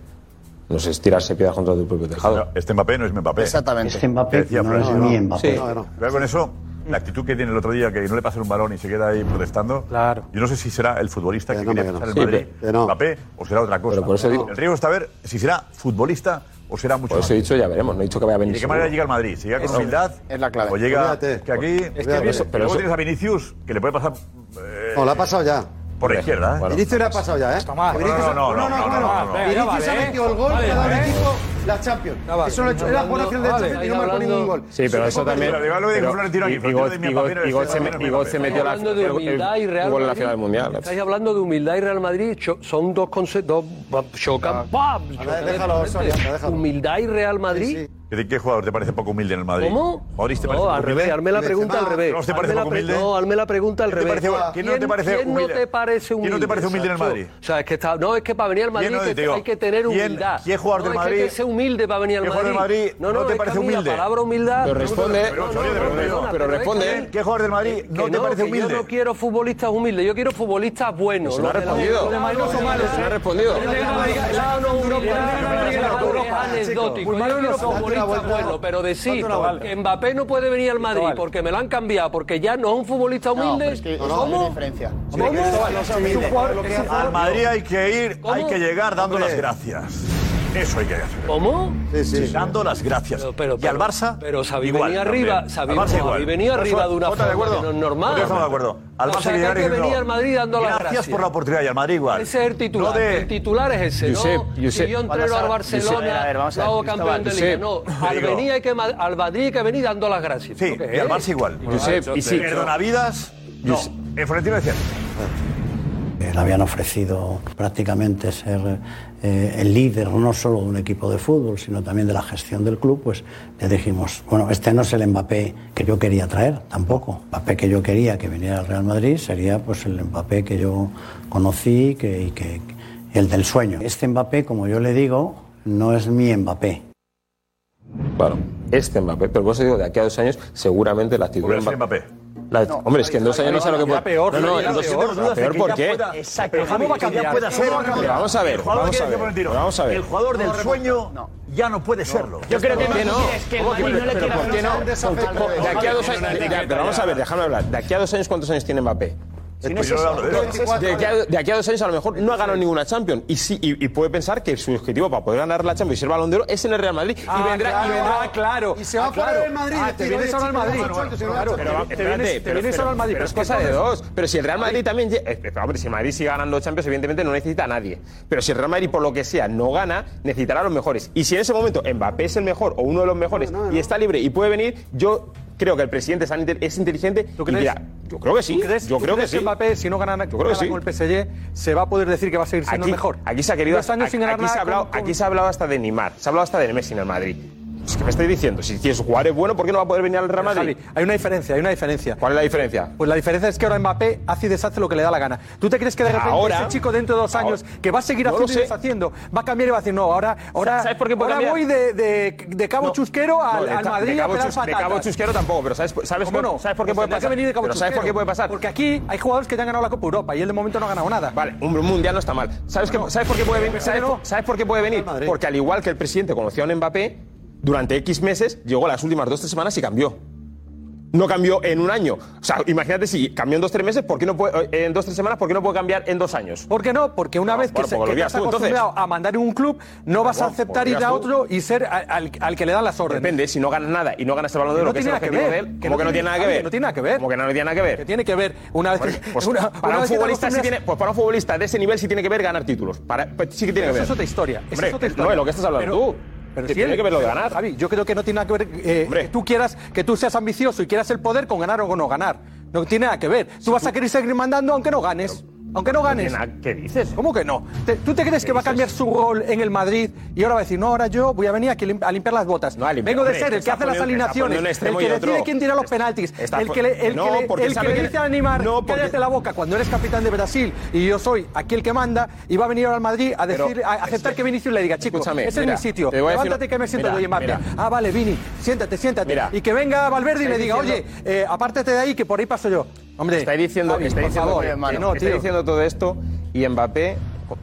S20: No sé, es tirarse piedras contra tu propio tejado.
S7: Este Mbappé no es mi Mbappé.
S12: Exactamente.
S7: Este Mbappé no es mi Mbappé.
S18: Sí.
S7: Cuidado con eso, la actitud que tiene el otro día, que no le pasan un balón y se queda ahí protestando.
S18: Claro.
S7: Yo no sé si será el futbolista que, quiere pasar el
S20: Sí,
S7: Madrid,
S20: que no.
S7: Mbappé, o será otra cosa.
S20: Pero por eso digo-
S7: El riesgo está a ver si será futbolista o será mucho
S20: Por
S7: más.
S20: eso he dicho, ya veremos, no he dicho que vaya a
S7: ¿Y
S20: venir.
S7: de qué manera
S20: seguro.
S7: llega al Madrid? ¿Si llega con
S20: Eso
S7: humildad?
S20: es la clave.
S7: ¿O llega
S20: Olvídate.
S7: que aquí?
S20: Es que-
S7: luego
S20: Eso- pero eso-
S7: tienes a Vinicius, que le puede pasar... eh,
S5: No, la ha pasado ya.
S7: Por la izquierda, ¿eh?
S5: Vinicius le ha pasado ya, ¿eh?
S7: No, no, no, no, no, no, no, no, no.
S5: Vinicius ha metido el gol, le ha dado el equipo La Champions.
S7: vale.
S5: Eso lo he hecho. Era por hacer de
S7: Vale.
S5: Champions y no marcó ningún gol.
S20: Sí, pero eso también.
S7: Pero Diego Alves dijo,
S20: pero-
S7: "Flores, tiro aquí,
S20: y- y
S7: flores, tiro de
S20: Got-
S7: mi
S20: y Got-
S7: papel,
S20: y Got
S7: flores,
S20: se-
S7: flores,
S20: y Got se
S7: flores".
S20: metió la
S7: Hablando
S4: de
S20: el- el-
S4: humildad y Real
S20: jugó en la
S4: Madrid.
S20: final del mundial.
S4: Estáis hablando de humildad y Real Madrid, cho- son dos conceptos, dos chocan, ¡pam!
S5: A ver,
S4: chocan
S5: déjalo,
S4: de
S5: Soria,
S4: frente.
S5: déjalo.
S4: Humildad y Real Madrid.
S7: ¿Qué, qué jugador te parece poco humilde en el Madrid?
S4: ¿Cómo?
S7: ¿Oris te
S4: No,
S7: parece poco
S4: al
S7: humilde?
S4: revés, hazme la pregunta al revés.
S7: ¿Oris te parece
S4: Hazme la
S7: poco
S4: pre-
S7: humilde?
S4: No, hazme la pregunta al
S7: ¿Quién te
S4: revés.
S7: parece- quién no te parece
S4: quién no
S7: humilde?
S4: te parece
S7: ¿Quién no te parece humilde en el
S4: Chacho?
S7: Madrid?
S4: O sea, es que está, no, es que para venir al Madrid
S7: ¿Quién no
S4: que-
S7: te digo?
S4: hay que tener
S7: ¿Quién-
S4: humildad.
S7: quién jugador
S4: No,
S7: del
S4: es que
S7: Madrid?
S4: hay que ser humilde para venir al
S7: ¿Qué
S4: Madrid.
S7: jugador del Madrid
S4: No,
S7: no
S4: no,
S7: te
S4: es que a
S7: parece
S4: mí
S7: humilde?
S4: La palabra humildad.
S7: Pero responde. Pero, Soria, pero,
S4: perdona,
S7: pero
S4: es
S7: responde.
S4: que-
S7: ¿Qué jugador del Madrid
S4: que
S7: no te parece
S4: que
S7: humilde?
S4: Yo no quiero futbolistas humildes, yo quiero futbolistas buenos.
S7: Se lo
S4: Los de
S7: Pues ha
S4: la-
S7: respondido.
S4: los de Madrid no son malos,
S20: Se lo ha
S4: ¿eh?
S20: respondido.
S4: No, no, humilde, es anecdótico.
S5: Muy
S4: Yo
S5: malo no
S4: quiero
S5: son.
S4: futbolistas
S5: Date una vuelta.
S4: buenos, pero decir
S5: Date una vuelta.
S4: que Mbappé no puede venir al Madrid
S5: Vale.
S4: porque me lo han cambiado, porque ya no es un futbolista
S12: No,
S4: humilde.
S12: pero es que eso
S4: ¿Cómo?
S12: es la diferencia.
S4: ¿Cómo?
S7: Al Madrid hay que ir, hay
S4: ¿Cómo?
S7: que llegar dando
S4: Hombre.
S7: las gracias. Eso hay que hacer.
S4: ¿Cómo?
S7: Sí, sí. Dando las gracias. y al Barça.
S4: Pero Xavi
S7: igual,
S4: venía
S7: también.
S4: arriba,
S7: Al
S4: Xavi,
S7: Barça
S4: Xavi
S7: igual.
S4: venía arriba de una
S7: ¿Jota,
S4: forma
S7: de acuerdo?
S4: que no es normal.
S7: Jota, estamos de acuerdo. Al
S4: O
S7: Barça
S4: sea, que
S7: hay que
S4: hay
S7: llegar y
S4: que
S7: decir,
S4: venir
S7: no,
S4: al Madrid dando las gracias.
S7: por la oportunidad y al Madrid igual.
S4: Ese es el titular.
S7: No de-
S4: El titular es ese.
S7: Josep,
S4: no,
S7: Josep.
S4: si yo entreno
S7: Vamos a-
S4: al
S7: Josep, a ver, a
S4: Barcelona,
S7: ver, vamos a
S4: lo
S7: ver,
S4: hago
S7: Cristóbal,
S4: campeón de liga.
S7: Josep.
S4: No,
S7: Te
S4: al,
S7: digo.
S4: venir hay que, ma- al Madrid hay que venir dando las gracias.
S7: Sí, y al Barça igual.
S5: Josep, y sí.
S7: Perdonavidas. No. Eh, Florentino decía.
S23: Eh, Le habían ofrecido prácticamente ser eh, el líder no solo de un equipo de fútbol, sino también de la gestión del club, pues le dijimos, bueno, este no es el Mbappé que yo quería traer, tampoco. El Mbappé que yo quería que viniera al Real Madrid sería pues el Mbappé que yo conocí que, y que, el del sueño. Este Mbappé, como yo le digo, no es mi Mbappé.
S20: Claro, este Mbappé. Pero por eso digo, de aquí a dos años, seguramente la actitud
S7: Volver
S20: de
S7: a ser
S20: Mbappé.
S7: Mbappé.
S20: La- hombre, es que en dos años no sé lo que
S7: Será
S20: puede.
S7: peor,
S20: no, no,
S7: será
S20: en dos
S7: peor.
S20: años será peor, ¿por qué?
S7: Pero ¿cómo va a cambiar? Pueda ser.
S20: Pero vamos a ver,
S7: El jugador que
S20: vamos a ver,
S7: dice Florentino,
S20: vamos a ver.
S7: El jugador del
S20: No,
S7: sueño ya no puede serlo.
S20: Yo creo que
S7: ¿Por qué
S20: no. ¿Cómo que no? Pero ¿por qué no? De aquí a dos años. de- de- Pero vamos a ver, déjame hablar. De aquí a dos años, ¿cuántos años tiene Mbappé? Eh,
S7: Si no es Pues yo eso, hablo de
S20: No,
S7: él.
S20: de, aquí a, de aquí a dos años a lo mejor no ha ganado ninguna Champions y, sí, y, y puede pensar que su objetivo para poder ganar la Champions y ser balón de oro es en el Real Madrid y Ah, vendrá y vendrá
S18: Ah, claro.
S5: Y se va
S18: Ah,
S5: a parar
S18: claro.
S5: el Madrid.
S18: Ah, te
S5: decir,
S18: vienes
S5: oye,
S18: ahora al
S5: chicos,
S18: Madrid.
S5: ocho, ocho, ocho,
S18: Claro, pero
S5: ocho.
S18: va-
S20: Espérate,
S18: te vienes- te
S20: pero
S18: vienes ahora al Madrid.
S20: Pero es cosa de dos. Pero si el Real Madrid también. lle- eh, eh, Hombre, si el Madrid sigue ganando Champions, evidentemente no necesita a nadie. Pero si el Real Madrid, por lo que sea, no gana, necesitará a los mejores. Y si en ese momento Mbappé es el mejor o uno de los mejores y está libre y puede venir, yo creo que el presidente es inte- es inteligente. y
S18: crees?
S20: dirá, yo creo que sí.
S18: ¿Tú crees-
S20: yo
S18: tú
S20: creo que
S18: crees
S20: sí.
S18: Mbappé, si no gana,
S20: creo que
S18: gana
S20: sí.
S18: con el PSG, se va a poder decir que va a seguir siendo
S20: aquí,
S18: el mejor?
S20: Aquí se ha querido.
S18: Dos años
S20: aquí,
S18: sin ganar
S20: aquí se ha
S18: nada
S20: hablado,
S18: con-
S20: aquí se ha hablado hasta de Neymar. Se ha hablado hasta de Messi en el Madrid. Es que me estáis diciendo, si, si su jugador es bueno, ¿por qué no va a poder venir al Real Madrid?
S18: Javi, hay una diferencia, hay una diferencia.
S20: ¿Cuál es la diferencia?
S18: Pues la diferencia es que ahora Mbappé hace y deshace lo que le da la gana. ¿Tú te crees que de repente
S20: Ahora-
S18: ese chico dentro de dos años que va a seguir
S20: No lo
S18: haciendo y
S20: sé.
S18: deshaciendo va a cambiar y va a decir, no, ahora, ahora,
S20: ¿Sabes por qué puede
S18: ahora
S20: cambiar?
S18: voy de, de- de Cabo
S20: No.
S18: Chusquero al,
S20: No, de
S18: al
S20: ca-
S18: Madrid
S20: de
S18: a
S20: Cabo
S18: pelar
S20: Chus- de
S18: patatas.
S20: Cabo Chusquero tampoco, pero ¿sabes, sabes,
S18: ¿Cómo no?
S20: ¿sabes por qué
S18: Pues
S20: puede
S18: tendrá que
S20: pasar?
S18: venir de Cabo
S20: Pero ¿sabes por qué
S18: Chusquero.
S20: puede pasar?
S18: Porque aquí hay jugadores que ya han ganado la Copa Europa y él de momento no ha ganado nada.
S20: Vale, un un mundial no está mal. ¿Sabes, qué- ¿sabes por qué puede venir? ¿Sabes, por- sabes por qué puede venir? Porque al igual que el presidente conoció a un Mbappé, durante X meses llegó las últimas dos tres semanas y cambió. No cambió en un año. O sea, imagínate si cambió en dos tres meses, ¿por qué no puede, eh, en dos tres semanas, ¿por qué no puede cambiar en dos años?
S18: ¿Por qué no? Porque una vez que,
S20: bueno,
S18: se, que
S20: porque lo
S18: te
S20: digas
S18: has
S20: tú, entonces.
S18: acostumbrado a mandar en un club, no vas a
S20: bueno,
S18: aceptar
S20: porque
S18: ir a
S20: digas tú.
S18: otro y ser al, al- al que le dan las órdenes.
S20: Depende, si no ganas nada y no ganas el balón de
S18: Que
S20: oro,
S18: no
S20: que es
S18: tiene
S20: el
S18: nada que
S20: objetivo de
S18: ver,
S20: él,
S18: que
S20: como
S18: no
S20: que no
S18: tiene-
S20: tiene nada que ver.
S18: no tiene nada que ver.
S20: Como que no tiene nada que ver. Que
S18: tiene que ver. Una vez que-
S20: pues,
S18: una-
S20: para
S18: una
S20: un
S18: vez que te
S20: futbolista sí
S18: acostumbras-
S20: tiene, pues para un futbolista de ese nivel sí tiene que ver ganar títulos. Para, pues sí que tiene
S18: Pero
S20: que
S18: eso
S20: ver.
S18: es otra historia. eso
S20: Hombre,
S18: es otra historia.
S20: No, es lo que estás hablando
S18: Pero-
S20: tú.
S18: Pero si
S20: Que tiene
S18: él-
S20: que ver lo de
S18: pero,
S20: ganar.
S18: Javi, yo creo que no tiene nada que ver eh, que tú quieras, que tú seas ambicioso y quieras el poder con ganar o no ganar. No tiene nada que ver. Tú vas a querer seguir mandando aunque no ganes. aunque no ganes.
S20: tiene nada- ¿Qué dices?
S18: ¿Cómo que no? Te- ¿Tú te crees que va a cambiar su rol en el Madrid y ahora va a decir, no, ahora yo voy a venir aquí lim- a limpiar las botas? Vengo de
S20: hombre,
S18: ser el
S20: está
S18: que hace las
S20: poniendo- está
S18: alineaciones,
S20: poniendo un
S18: el
S20: extremo y
S18: que decide
S20: otro.
S18: quién tira los penaltis,
S20: está
S18: el que le, el
S20: pon-
S18: que
S20: No,
S18: le-
S20: porque
S18: el que
S20: sabe
S18: le
S20: que-
S18: dice a Neymar,
S20: No, porque-
S18: cállate la boca cuando eres capitán de Brasil y yo soy aquí el que manda y va a venir ahora al Madrid a,
S20: Pero- este,
S18: decir, a aceptar que Vinicius le diga, chicos,
S20: Escúchame,
S18: ese es
S20: mira,
S18: mi sitio,
S20: te voy a decir-
S18: levántate que me siento
S20: mira,
S18: yo y Mbappé.
S20: mira.
S18: Ah, vale, Vini, siéntate, siéntate.
S20: Mira.
S18: y que venga Valverde y le
S20: Estáis
S18: diga,
S20: diciendo-
S18: oye, eh, apártate de ahí que por ahí paso yo. Hombre,
S20: está diciendo,
S18: Javi,
S20: está
S18: por
S20: diciendo,
S18: favor,
S20: que-
S18: hermano,
S20: que
S18: no,
S20: está
S18: tío.
S20: diciendo todo esto y Mbappé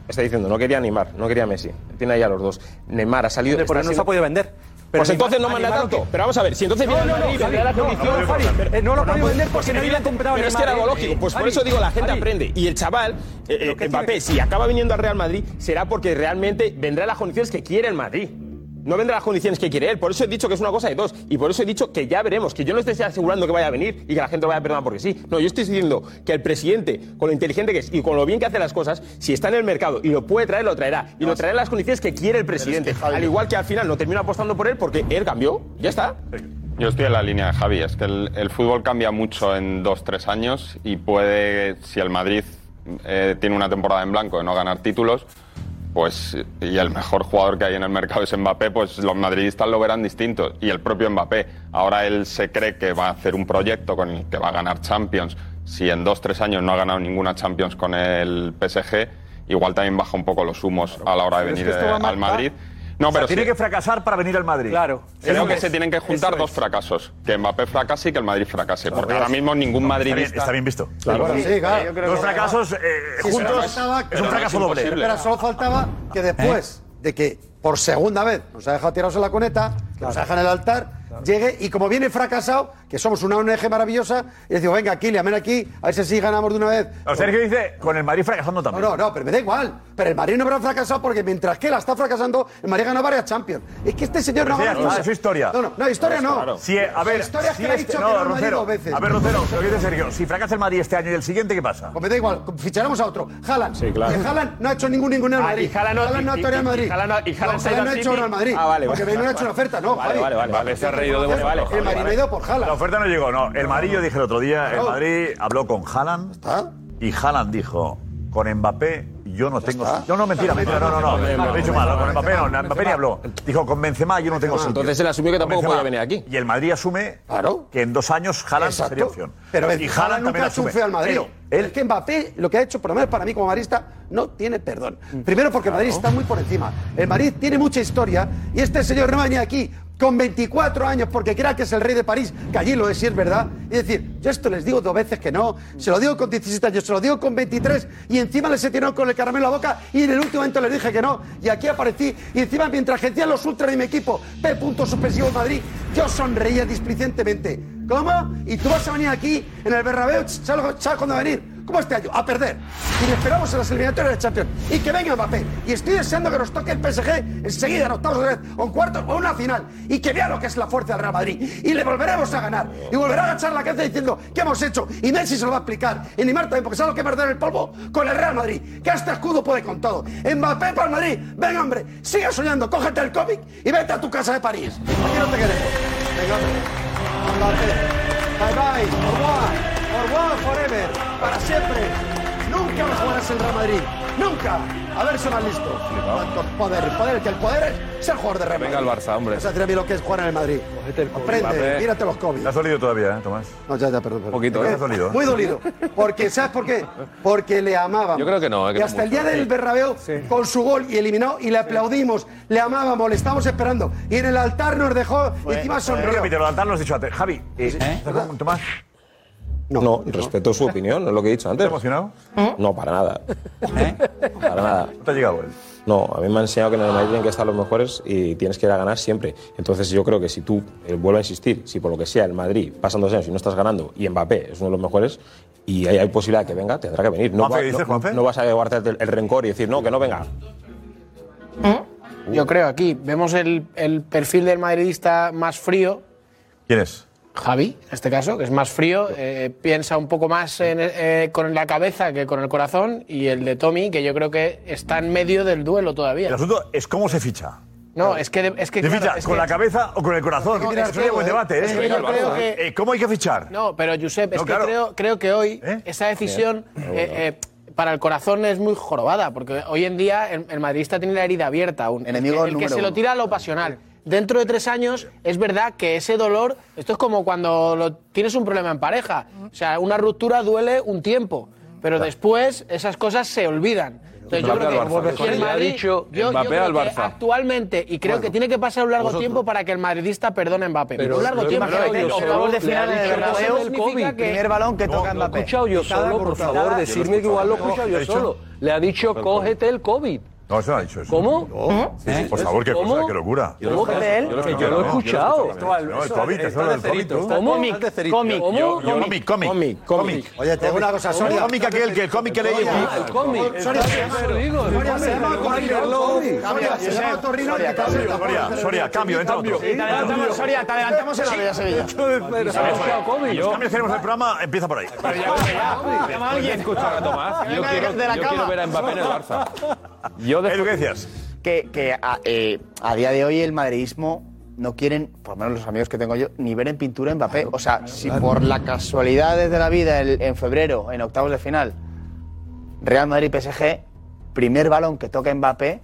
S20: está diciendo no quería Neymar, no quería Messi. Tiene ahí a los dos. Neymar ha salido.
S18: Hombre, porque
S20: está
S18: no se
S20: siendo-
S18: ha podido vender. Pero
S20: pues entonces no
S18: Neymar-
S20: manda
S18: Neymar lo
S20: tanto.
S18: que-
S20: Pero vamos a ver, si entonces
S18: No,
S20: viene
S18: no,
S20: el
S18: no,
S20: Madrid,
S18: Javi,
S20: vendrá la
S18: no,
S20: condición-
S18: no, Javi, eh, no lo ha podido vender porque
S20: Pues
S18: no había
S20: evidente-
S18: comprado
S20: Pero es que
S18: Neymar,
S20: era algo
S18: eh.
S20: lógico. Pues por
S18: Javi,
S20: eso digo, la gente
S18: Javi.
S20: aprende. Y el chaval, eh, eh, Mbappé, si acaba viniendo al Real Madrid, será porque realmente vendrá las condiciones que quiere el Madrid.
S1: No vendrá las condiciones que quiere él. Por eso he dicho que es una cosa de dos. Y por eso he dicho que ya veremos. Que yo no estoy asegurando que vaya a venir y que la gente lo vaya a perdonar porque sí. No, yo estoy diciendo que el presidente, con lo inteligente que es y con lo bien que hace las cosas, si está en el mercado y lo puede traer, lo traerá. Y lo traerá en las condiciones que quiere el presidente. Al igual que al final no termina apostando por él porque él cambió. Ya está.
S19: Yo estoy en la línea de Javi. Es que el, el fútbol cambia mucho en dos, tres años y puede, si el Madrid eh, tiene una temporada en blanco de no ganar títulos, pues y el mejor jugador que hay en el mercado es Mbappé, pues los madridistas lo verán distinto. Y el propio Mbappé. Ahora él se cree que va a hacer un proyecto con el que va a ganar Champions. Si en dos, tres años no ha ganado ninguna Champions con el PSG, igual también baja un poco los humos a la hora de
S7: Pero es
S19: venir
S7: que esto
S19: eh,
S7: va a
S19: al
S7: marcar-
S19: Madrid. No,
S7: O sea,
S19: pero
S7: tiene
S19: sí.
S7: que fracasar para venir al Madrid. Claro.
S19: Creo que se tienen que juntar dos fracasos. Que Mbappé fracase y que el Madrid fracase. Porque ahora mismo ningún madridista...
S7: Está bien visto.
S19: Claro.
S7: Bueno,
S5: Sí, claro.
S7: yo creo Dos que- fracasos, eh,
S5: Sí,
S7: juntos,
S5: solo faltaba
S7: es
S5: que-
S7: un fracaso doble.
S5: Pero solo faltaba que después de que por segunda vez nos ha dejado tirados en la cuneta, que nos deja en el altar, llegue y como viene fracasado, que somos una ONG maravillosa, y decimos, venga, Kylian, ven aquí, a ver si así ganamos de una vez.
S7: No, Sergio dice, con el Madrid fracasando
S5: No,
S7: también.
S5: no, no, pero me da igual. Pero el Madrid no habrá fracasado porque mientras que la está fracasando, el Madrid ganó varias Champions. Es que este señor
S7: Pero
S5: no
S7: sí,
S5: gana
S7: no,
S5: nada.
S7: eso es historia. Pues
S5: No, no, no, historia no.
S7: Si, a ver,
S5: La historia es
S7: si
S5: que le ha
S7: este-
S5: dicho que no, al Madrid
S7: Rocero,
S5: dos veces.
S7: A ver, Rocero, lo que dice Sergio, si fracasa el Madrid este año y el siguiente, ¿qué pasa?
S5: Pues me da igual, ficharemos a otro. Jalan.
S7: Sí, claro.
S5: no ha hecho ningún ningún en el
S7: Ah,
S5: Madrid.
S7: y Haaland no-
S5: Haaland no ha
S7: y-
S5: hecho en el
S7: y-
S5: Madrid.
S7: y Haaland- y
S5: No,
S7: Haaland se ha ido
S5: no ha
S7: al
S5: hecho
S7: City.
S5: ahora al Madrid.
S7: Ah, vale,
S5: Porque
S7: vale.
S5: no ha hecho una oferta, no.
S7: Vale,
S5: Javi.
S7: vale, vale. Vale, se ha reído de
S5: Entonces,
S7: vosotros,
S5: El
S7: vale,
S5: Madrid
S7: vale.
S5: me ha ido por Jalan.
S7: La oferta no llegó, no. El Madrid, yo dije el otro día, el
S5: Claro.
S7: Madrid habló con Haaland y Haaland dijo, con Mbappé yo no tengo...
S5: está.
S7: No, no, mentira, mentira, no, no, no.
S1: Benzema,
S7: Lo he dicho mal,
S1: Benzema,
S7: con Mbappé no,
S1: Benzema.
S7: Mbappé ni habló. Dijo, con Benzema yo no tengo
S1: Benzema.
S7: sitio.
S1: Entonces él asumió que
S7: Con
S1: tampoco
S7: Benzema.
S1: podía venir aquí.
S7: Y el Madrid asume que en dos años Haaland sería opción.
S5: Pero
S7: y
S5: Benzema
S7: Haaland
S5: nunca
S7: también
S5: ha hecho un
S7: asume.
S5: feo al Madrid.
S7: Pero
S5: Es que Mbappé lo que ha hecho, por lo menos para mí como marista, no tiene perdón.
S7: Mm.
S5: Primero porque el Madrid está muy por encima. El Madrid tiene mucha historia y este señor no venía aquí con 24 años porque crea que es el rey de París, que allí lo es, sí es verdad. Y decir, yo esto les digo dos veces que no, se lo digo con 17 años, se lo digo con 23 y encima les he tirado con el caramelo a la boca y en el último momento les dije que no y aquí aparecí y encima mientras agencian los ultras de mi equipo, P. punto suspensivo Madrid, yo sonreía displicentemente. ¿Cómo? ¿Y tú vas a venir aquí en el Bernabéu? ¿Sabes sabes cuándo va a venir? ¿Cómo este año? A perder. Y le esperamos en las eliminatorias de Champions. Y que venga Mbappé. Y estoy deseando que nos toque el PSG enseguida, en octavos de vez, o en cuartos, o en una final. Y que vea lo que es la fuerza del Real Madrid. Y le volveremos a ganar. Y volverá a agachar la cabeza diciendo, ¿qué hemos hecho? Y Messi se lo va a explicar. Y Neymar también, porque sabe lo que es perder el polvo con el Real Madrid. Que este escudo puede con todo. Mbappé para el Madrid. Venga, hombre, sigue soñando. Cógete el cómic y vete a tu casa de París. Aquí no te queremos. Venga, hombre. Mbappé. Bye bye, au revoir, au revoir forever, para siempre. Nunca me jugarás el Real Madrid, nunca. A ver si más listo. Tanto poder, poder, que el poder es ser jugador de Real Madrid.
S2: Venga el Barça, hombre.
S5: O sea, tira bien lo que es jugar en el Madrid. Aprende,
S2: Mbappé.
S5: mírate los COVID.
S7: Te has dolido todavía, ¿eh, Tomás?
S5: No, ya, ya, perdón. Un
S2: poquito, ¿eh?
S7: Te has dolido.
S5: Muy dolido. Porque, ¿sabes por qué? Porque le amábamos.
S2: Yo creo que no, eh, que
S5: y
S2: no
S5: hasta el
S2: mucho.
S5: día del Bernabéu, con su gol y eliminado, y le aplaudimos, le amábamos, le estábamos esperando. Y en el altar nos dejó, y encima
S7: Creo
S5: sonrió.
S7: que Peter Lantar lo has dicho antes. Javi, eh, ¿estás con Tomás?
S1: No, respeto su opinión, es lo que he dicho antes. ¿Estás
S7: emocionado?
S13: ¿Eh?
S7: ¿Eh?
S1: No, para nada. Para nada.
S7: ¿No te ha llegado él?
S1: No, a mí me ha enseñado que en el Madrid tienen que estar los mejores y tienes que ir a ganar siempre. Entonces yo creo que si tú, eh, vuelvo a insistir, si por lo que sea el Madrid pasan dos años y no estás ganando y Mbappé es uno de los mejores y ahí hay posibilidad de que venga, tendrá que venir. No,
S7: Juanfe, ¿qué dices,
S1: no-
S7: Juanfe?
S1: no vas a llevarte el, el rencor y decir, no, que no venga.
S34: Yo creo aquí vemos el, el perfil del madridista más frío,
S7: ¿Quién es?
S34: Javi, en este caso, que es más frío, eh, piensa un poco más en- eh, con la cabeza que con el corazón, y el de Tommy, que yo creo que está en medio del duelo todavía.
S7: El asunto es cómo se ficha.
S34: No, es que. de- Es que
S7: ¿Se
S34: claro,
S7: ficha
S34: es
S7: con
S34: que-
S7: la cabeza o con el corazón?
S34: No,
S7: Eso
S34: es
S7: sería
S34: todo,
S7: buen
S34: ¿eh?
S7: debate,
S34: Es
S7: ¿eh?
S34: que yo creo que-
S7: Eh, ¿Cómo hay que fichar?
S34: No, pero Josep, es
S7: No,
S34: que
S7: claro.
S34: creo, creo que hoy
S2: ¿Eh?
S34: esa decisión
S2: Ah,
S7: Bien.
S34: eh, eh, para el corazón es muy jorobada, porque hoy en día el, el madridista tiene la herida abierta. Un, Enemigo el que, el que número se lo uno. tira a lo pasional. Dentro de tres años es verdad que ese dolor, esto es como cuando lo- tienes un problema en pareja. O sea, una ruptura duele un tiempo, pero después esas cosas se olvidan. Entonces, yo
S2: Mbappé
S34: creo que
S2: al Barça.
S34: vuelve
S2: Eso
S34: con el
S2: ya ha
S34: Madrid,
S2: dicho
S34: yo- yo
S2: Mbappé
S34: creo
S2: al
S34: que
S2: Barça.
S34: actualmente, y creo que tiene que pasar un largo tiempo para que el madridista perdone a Mbappé.
S4: Pero
S34: un largo
S4: lo he
S34: tiempo.
S4: escuchado yo
S34: Los
S4: solo,
S34: octavos
S4: le ha dicho cosas del COVID. Primer balón que toca Mbappé. escuchado yo solo, por favor, decirme que igual lo he escuchado yo solo. Le ha dicho, cógete el COVID.
S7: No, eso no ha dicho eso.
S4: ¿Cómo? ¿Eh?
S7: No. Sí, sí, por favor, qué
S4: ¿Cómo?
S7: cosa, qué locura.
S4: Yo lo ¿Cómo escuché, que él? yo lo escuché,
S7: No,
S4: yo lo he
S7: no,
S4: escuchado.
S7: No, el COVID,
S4: Está
S7: eso
S4: de
S7: es el COVID.
S4: cerito,
S7: ¿no?
S4: está Cómic, de cerito. cómic, ¿Cómic?
S7: Yo- yo-
S4: cómic,
S7: Cómic, cómic, cómic.
S5: Oye, te hago una cosa, Sonia.
S7: Cómic aquel, que el cómic que leí.
S5: El cómic. Sonia, se llama- Sonia, se llama Torrino. Sonia, se llama Torrino. y te casas en la
S7: Soria, Soria, cambio, entra otro.
S34: Sí, te adelantamos, Soria, te adelantamos en la vida, Sevilla.
S7: Los cambios que tenemos el programa empieza por ahí.
S34: Llama a alguien.
S36: Escucha, Tomás, yo quiero,
S13: de la
S36: yo
S13: cama.
S36: quiero ver a Mbappé en el Barça.
S7: *laughs*
S13: Yo
S7: ¿Qué decías?
S13: Que, que a, eh, a día de hoy el madridismo no quieren, por lo menos los amigos que tengo yo, ni ver en pintura a Mbappé. o sea, si por la casualidades de la vida el- en febrero, en octavos de final, Real Madrid-PSG, primer balón que toca Mbappé,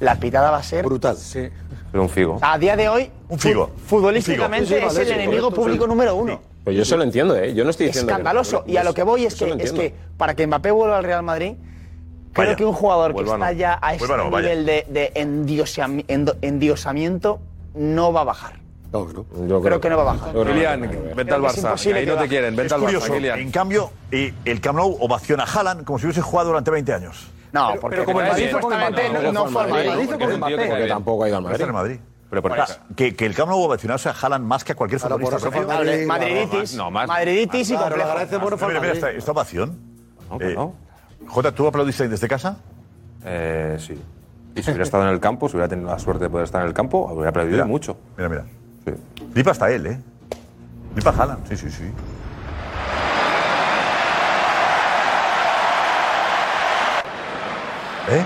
S13: la pitada va a ser... Brutal. Sí.
S2: Pero un figo.
S13: A día de hoy,
S7: Un figo.
S13: futbolísticamente
S1: Un figo.
S13: es el
S1: Sí, sí,
S13: enemigo
S1: correcto,
S13: público
S1: sí.
S13: número uno.
S1: Pues yo eso lo entiendo, ¿eh? Yo no estoy diciendo. que no.
S13: escandaloso. y a lo que voy es que,
S1: lo
S13: es
S1: entiendo.
S13: que para que Mbappé vuelva al Real Madrid, creo que un jugador que
S1: Vuelva
S13: está
S1: no.
S13: ya a este
S1: Vuelva no, vaya.
S13: nivel de, de endiosami- endo- endiosamiento no va a bajar.
S1: Yo
S13: creo que no va a bajar.
S2: Kilian, vente al
S13: Creo que es
S2: Barça.
S13: imposible
S2: Ahí
S13: que
S2: no te
S13: baje.
S2: quieren,
S7: Es
S2: vente al Barça,
S7: curioso,
S2: Kilian.
S7: en cambio, eh, el Camp Nou ovaciona a Haaland como si hubiese jugado durante 20 años.
S13: No, porque
S7: como el Madrid
S13: supuestamente no, no fue al Madrid.
S7: Porque tampoco ha ido al
S13: Madrid.
S7: el Madrid.
S2: Pero
S7: por eso. Que, que el Camp Nou ovacionase a Haaland más que a cualquier
S13: Claro,
S7: futbolista.
S13: por
S7: propio.
S13: Madrid, Madriditis.
S7: No, más.
S13: Madriditis y
S7: Claro,
S13: complejo.
S7: le agradece por Mira, mira, esta, esta ovación.
S2: que no.
S7: Jota, ¿tú aplaudiste desde casa?
S2: Eh, sí. Y si hubiera estado en el campo, si hubiera tenido la suerte de poder estar en el campo, hubiera aplaudido
S7: Mira,
S2: mucho.
S7: Mira, mira. Flipa hasta él, ¿eh? Flipa Haaland, sí, sí, sí. ¿Eh?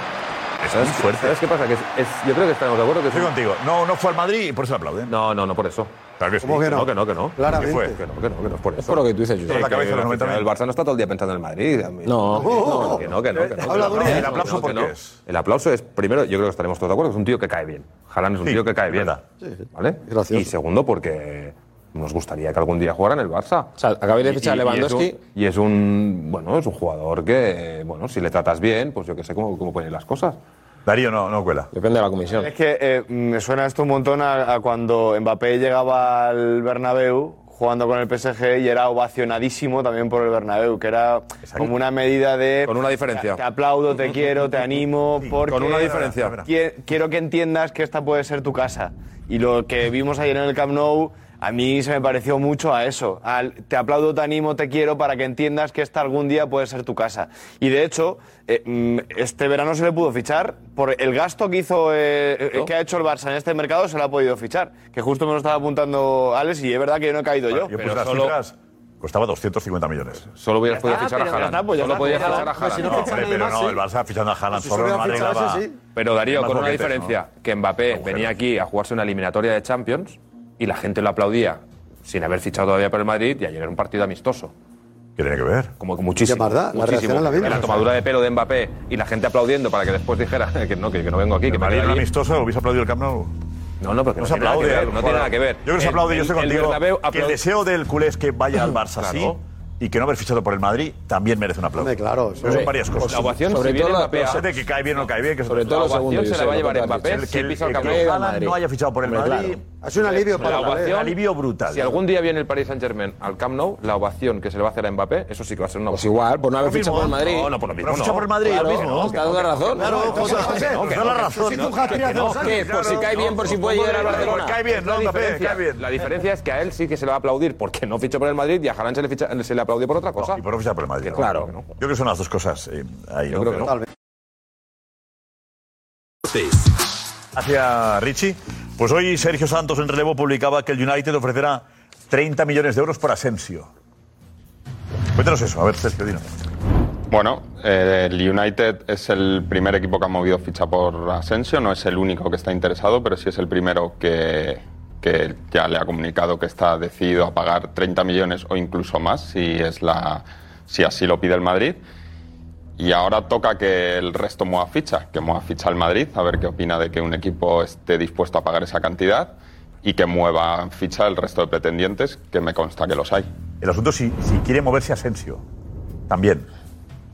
S2: ¿Sabes, ¿Sabes qué pasa? Que es- es- yo creo que estamos de acuerdo que
S7: Estoy contigo. No, no fue al Madrid y por eso le aplauden.
S2: No, no, no por eso.
S7: Claro que
S2: sí.
S7: ¿Cómo que no?
S2: que no, que no.
S7: Claramente.
S2: Que fue? Que no, que no, que no es por eso. Es
S1: por lo que tú dices, Josep.
S2: la cabeza
S7: de los
S2: El Barça no está todo el día pensando en el Madrid. No. No, que no, que no. que no.
S7: Habla duro.
S2: Que no,
S7: ¿El aplauso
S2: que no,
S7: por
S2: que
S7: qué
S2: no.
S7: es?
S2: El aplauso es, primero, yo creo que estaremos todos de acuerdo, que es un tío que cae bien. Haaland es un
S7: Sí,
S2: tío que cae bien.
S7: sí.
S2: ¿Vale? Y segundo, porque nos gustaría que algún día jugara en el Barça. O sea,
S1: acabáis de fichar a
S2: Y
S1: Lewandowski.
S2: es, un, y es un- bueno, es un jugador que, eh, bueno, si le tratas bien, pues yo que sé cómo, cómo ponen las cosas.
S7: Darío, no, no cuela.
S1: Depende de la comisión.
S17: Es que eh, me suena esto un montón a, a cuando Mbappé llegaba al Bernabéu jugando con el PSG y era ovacionadísimo también por el Bernabéu, que era como una medida de... Con
S2: una diferencia.
S17: Te, aplaudo, te quiero, te animo, porque...
S2: con una diferencia.
S17: quie- Quiero que entiendas que esta puede ser tu casa. Y lo que vimos ayer en el Camp Nou... A mí se me pareció mucho a eso. al te aplaudo, te animo, te quiero para que entiendas que esta algún día puede ser tu casa. Y de hecho, eh, mm, este verano se le pudo fichar. Por el gasto que hizo, eh, eh, que ha hecho el Barça en este mercado, se le ha podido fichar. Que justo me lo estaba apuntando Alex y es verdad que yo no he caído
S7: Yo
S17: yo.
S7: puse las cifras. Costaba 250 millones.
S2: Solo
S17: hubieras Ya podido está, fichar a pero ya Haaland. está, pues ya Solo está, podías pues ya fichar a está.
S7: No,
S17: Haaland. Pues si no
S7: hombre,
S17: ficha nadie
S7: pero
S17: más,
S7: no,
S17: sí.
S7: el Barça fichando a Haaland
S17: Si
S7: Pues solo
S17: se
S7: no
S17: hubiera fichado
S7: arreglaba.
S17: ese, sí.
S2: Pero Darío,
S7: Más
S2: con una
S7: boquetes,
S2: diferencia, que Mbappé venía aquí a jugarse una eliminatoria de Champions y la gente lo aplaudía sin haber fichado todavía por el Madrid y ayer era un partido amistoso.
S7: ¿Qué tiene que ver?
S2: Como que muchísimo.
S7: Ya, ¿verdad? La
S2: muchísimo.
S7: reacción a la vida.
S2: tomadura de pelo de Mbappé y la gente aplaudiendo para que después dijera *laughs* que no, que, que no vengo aquí.
S7: ¿El
S2: que me
S7: Madrid
S2: quedo
S7: era
S2: allí.
S7: amistoso? ¿Hubiese aplaudido el Camp Nou?
S2: No, no, porque
S7: no
S2: no,
S7: se
S2: tiene nada
S7: aplaude.
S2: que
S7: ¿eh?
S2: ver, no tiene nada que ver.
S7: Yo creo que se
S2: El-
S7: aplaude, yo
S2: el-
S7: estoy
S2: el
S7: contigo.
S2: Bernabéu
S7: Que el
S2: aplaud-
S7: deseo del culé es que vaya al Barça
S2: Claro.
S7: sí y que no haber fichado por el Madrid también merece un aplauso. claro. son
S2: Hombre,
S7: varias cosas.
S2: la ovación, Sobre si viene todo la- Mbappé a-
S7: Sé de que cae bien o no cae bien. Que
S2: Sobre
S7: eso-
S2: todo La lo ovación segundo, se la Josep, va a llevar lo que Mbappé,
S7: El
S2: si
S7: que el
S2: pisa el
S7: que
S2: Camp Nou.
S7: Haaland no haya fichado por el
S2: Hombre,
S7: Madrid.
S2: claro.
S5: Es un alivio
S2: La
S5: para la
S2: ovación-
S7: Alivio brutal.
S2: Si algún día viene el Paris Saint Germain al Camp Nou, la ovación que se le va a hacer a Mbappé, eso sí que va a ser una. Pues igual, por no
S1: haber Lo fichado mismo, por el Madrid.
S2: No, no, por lo
S1: Pero
S2: mismo.
S1: ha
S2: no.
S1: fichado por el Madrid,
S2: Claro,
S1: lo mismo,
S2: no,
S1: ¿no?
S2: que
S1: Está dando la razón.
S2: que no,
S1: Claro,
S2: que no,
S1: José,
S2: que no,
S1: José, nos
S2: que
S1: da
S2: no,
S1: la
S2: que
S1: razón,
S2: no,
S1: ¿no?
S2: que
S1: Que
S2: no,
S1: no,
S2: que
S1: claro,
S2: por si cae
S1: no,
S2: bien, por si
S1: no,
S2: puede
S1: no,
S2: llegar al
S1: no,
S2: Barcelona.
S1: cae bien, no,
S2: La
S1: Mbappé,
S2: diferencia-
S1: cae bien.
S2: La diferencia es que a él sí que se le va a aplaudir porque no fichó por el Madrid y a Haaland se le, ficha- se le aplaudió por otra cosa.
S7: Y por no fichar por el Madrid.
S2: Claro.
S7: Yo creo que son las dos cosas eh, ahí.
S2: Yo creo que no. Tal vez.
S7: Hacia Richie. Pues hoy Sergio Santos en relevo publicaba que el United ofrecerá 30 millones de euros por Asensio. Cuéntanos eso, a ver, Sergio, dinos.
S19: Bueno, eh, el United es el primer equipo que ha movido ficha por Asensio, no es el único que está interesado, pero sí es el primero que, que ya le ha comunicado que está decidido a pagar 30 millones o incluso más, si, es la, si así lo pide el Madrid. Y ahora toca que el resto mueva ficha, que mueva ficha al Madrid, a ver qué opina de que un equipo esté dispuesto a pagar esa cantidad y que mueva ficha el resto de pretendientes, que me consta que los hay.
S7: El asunto es si, si quiere moverse Asensio. También.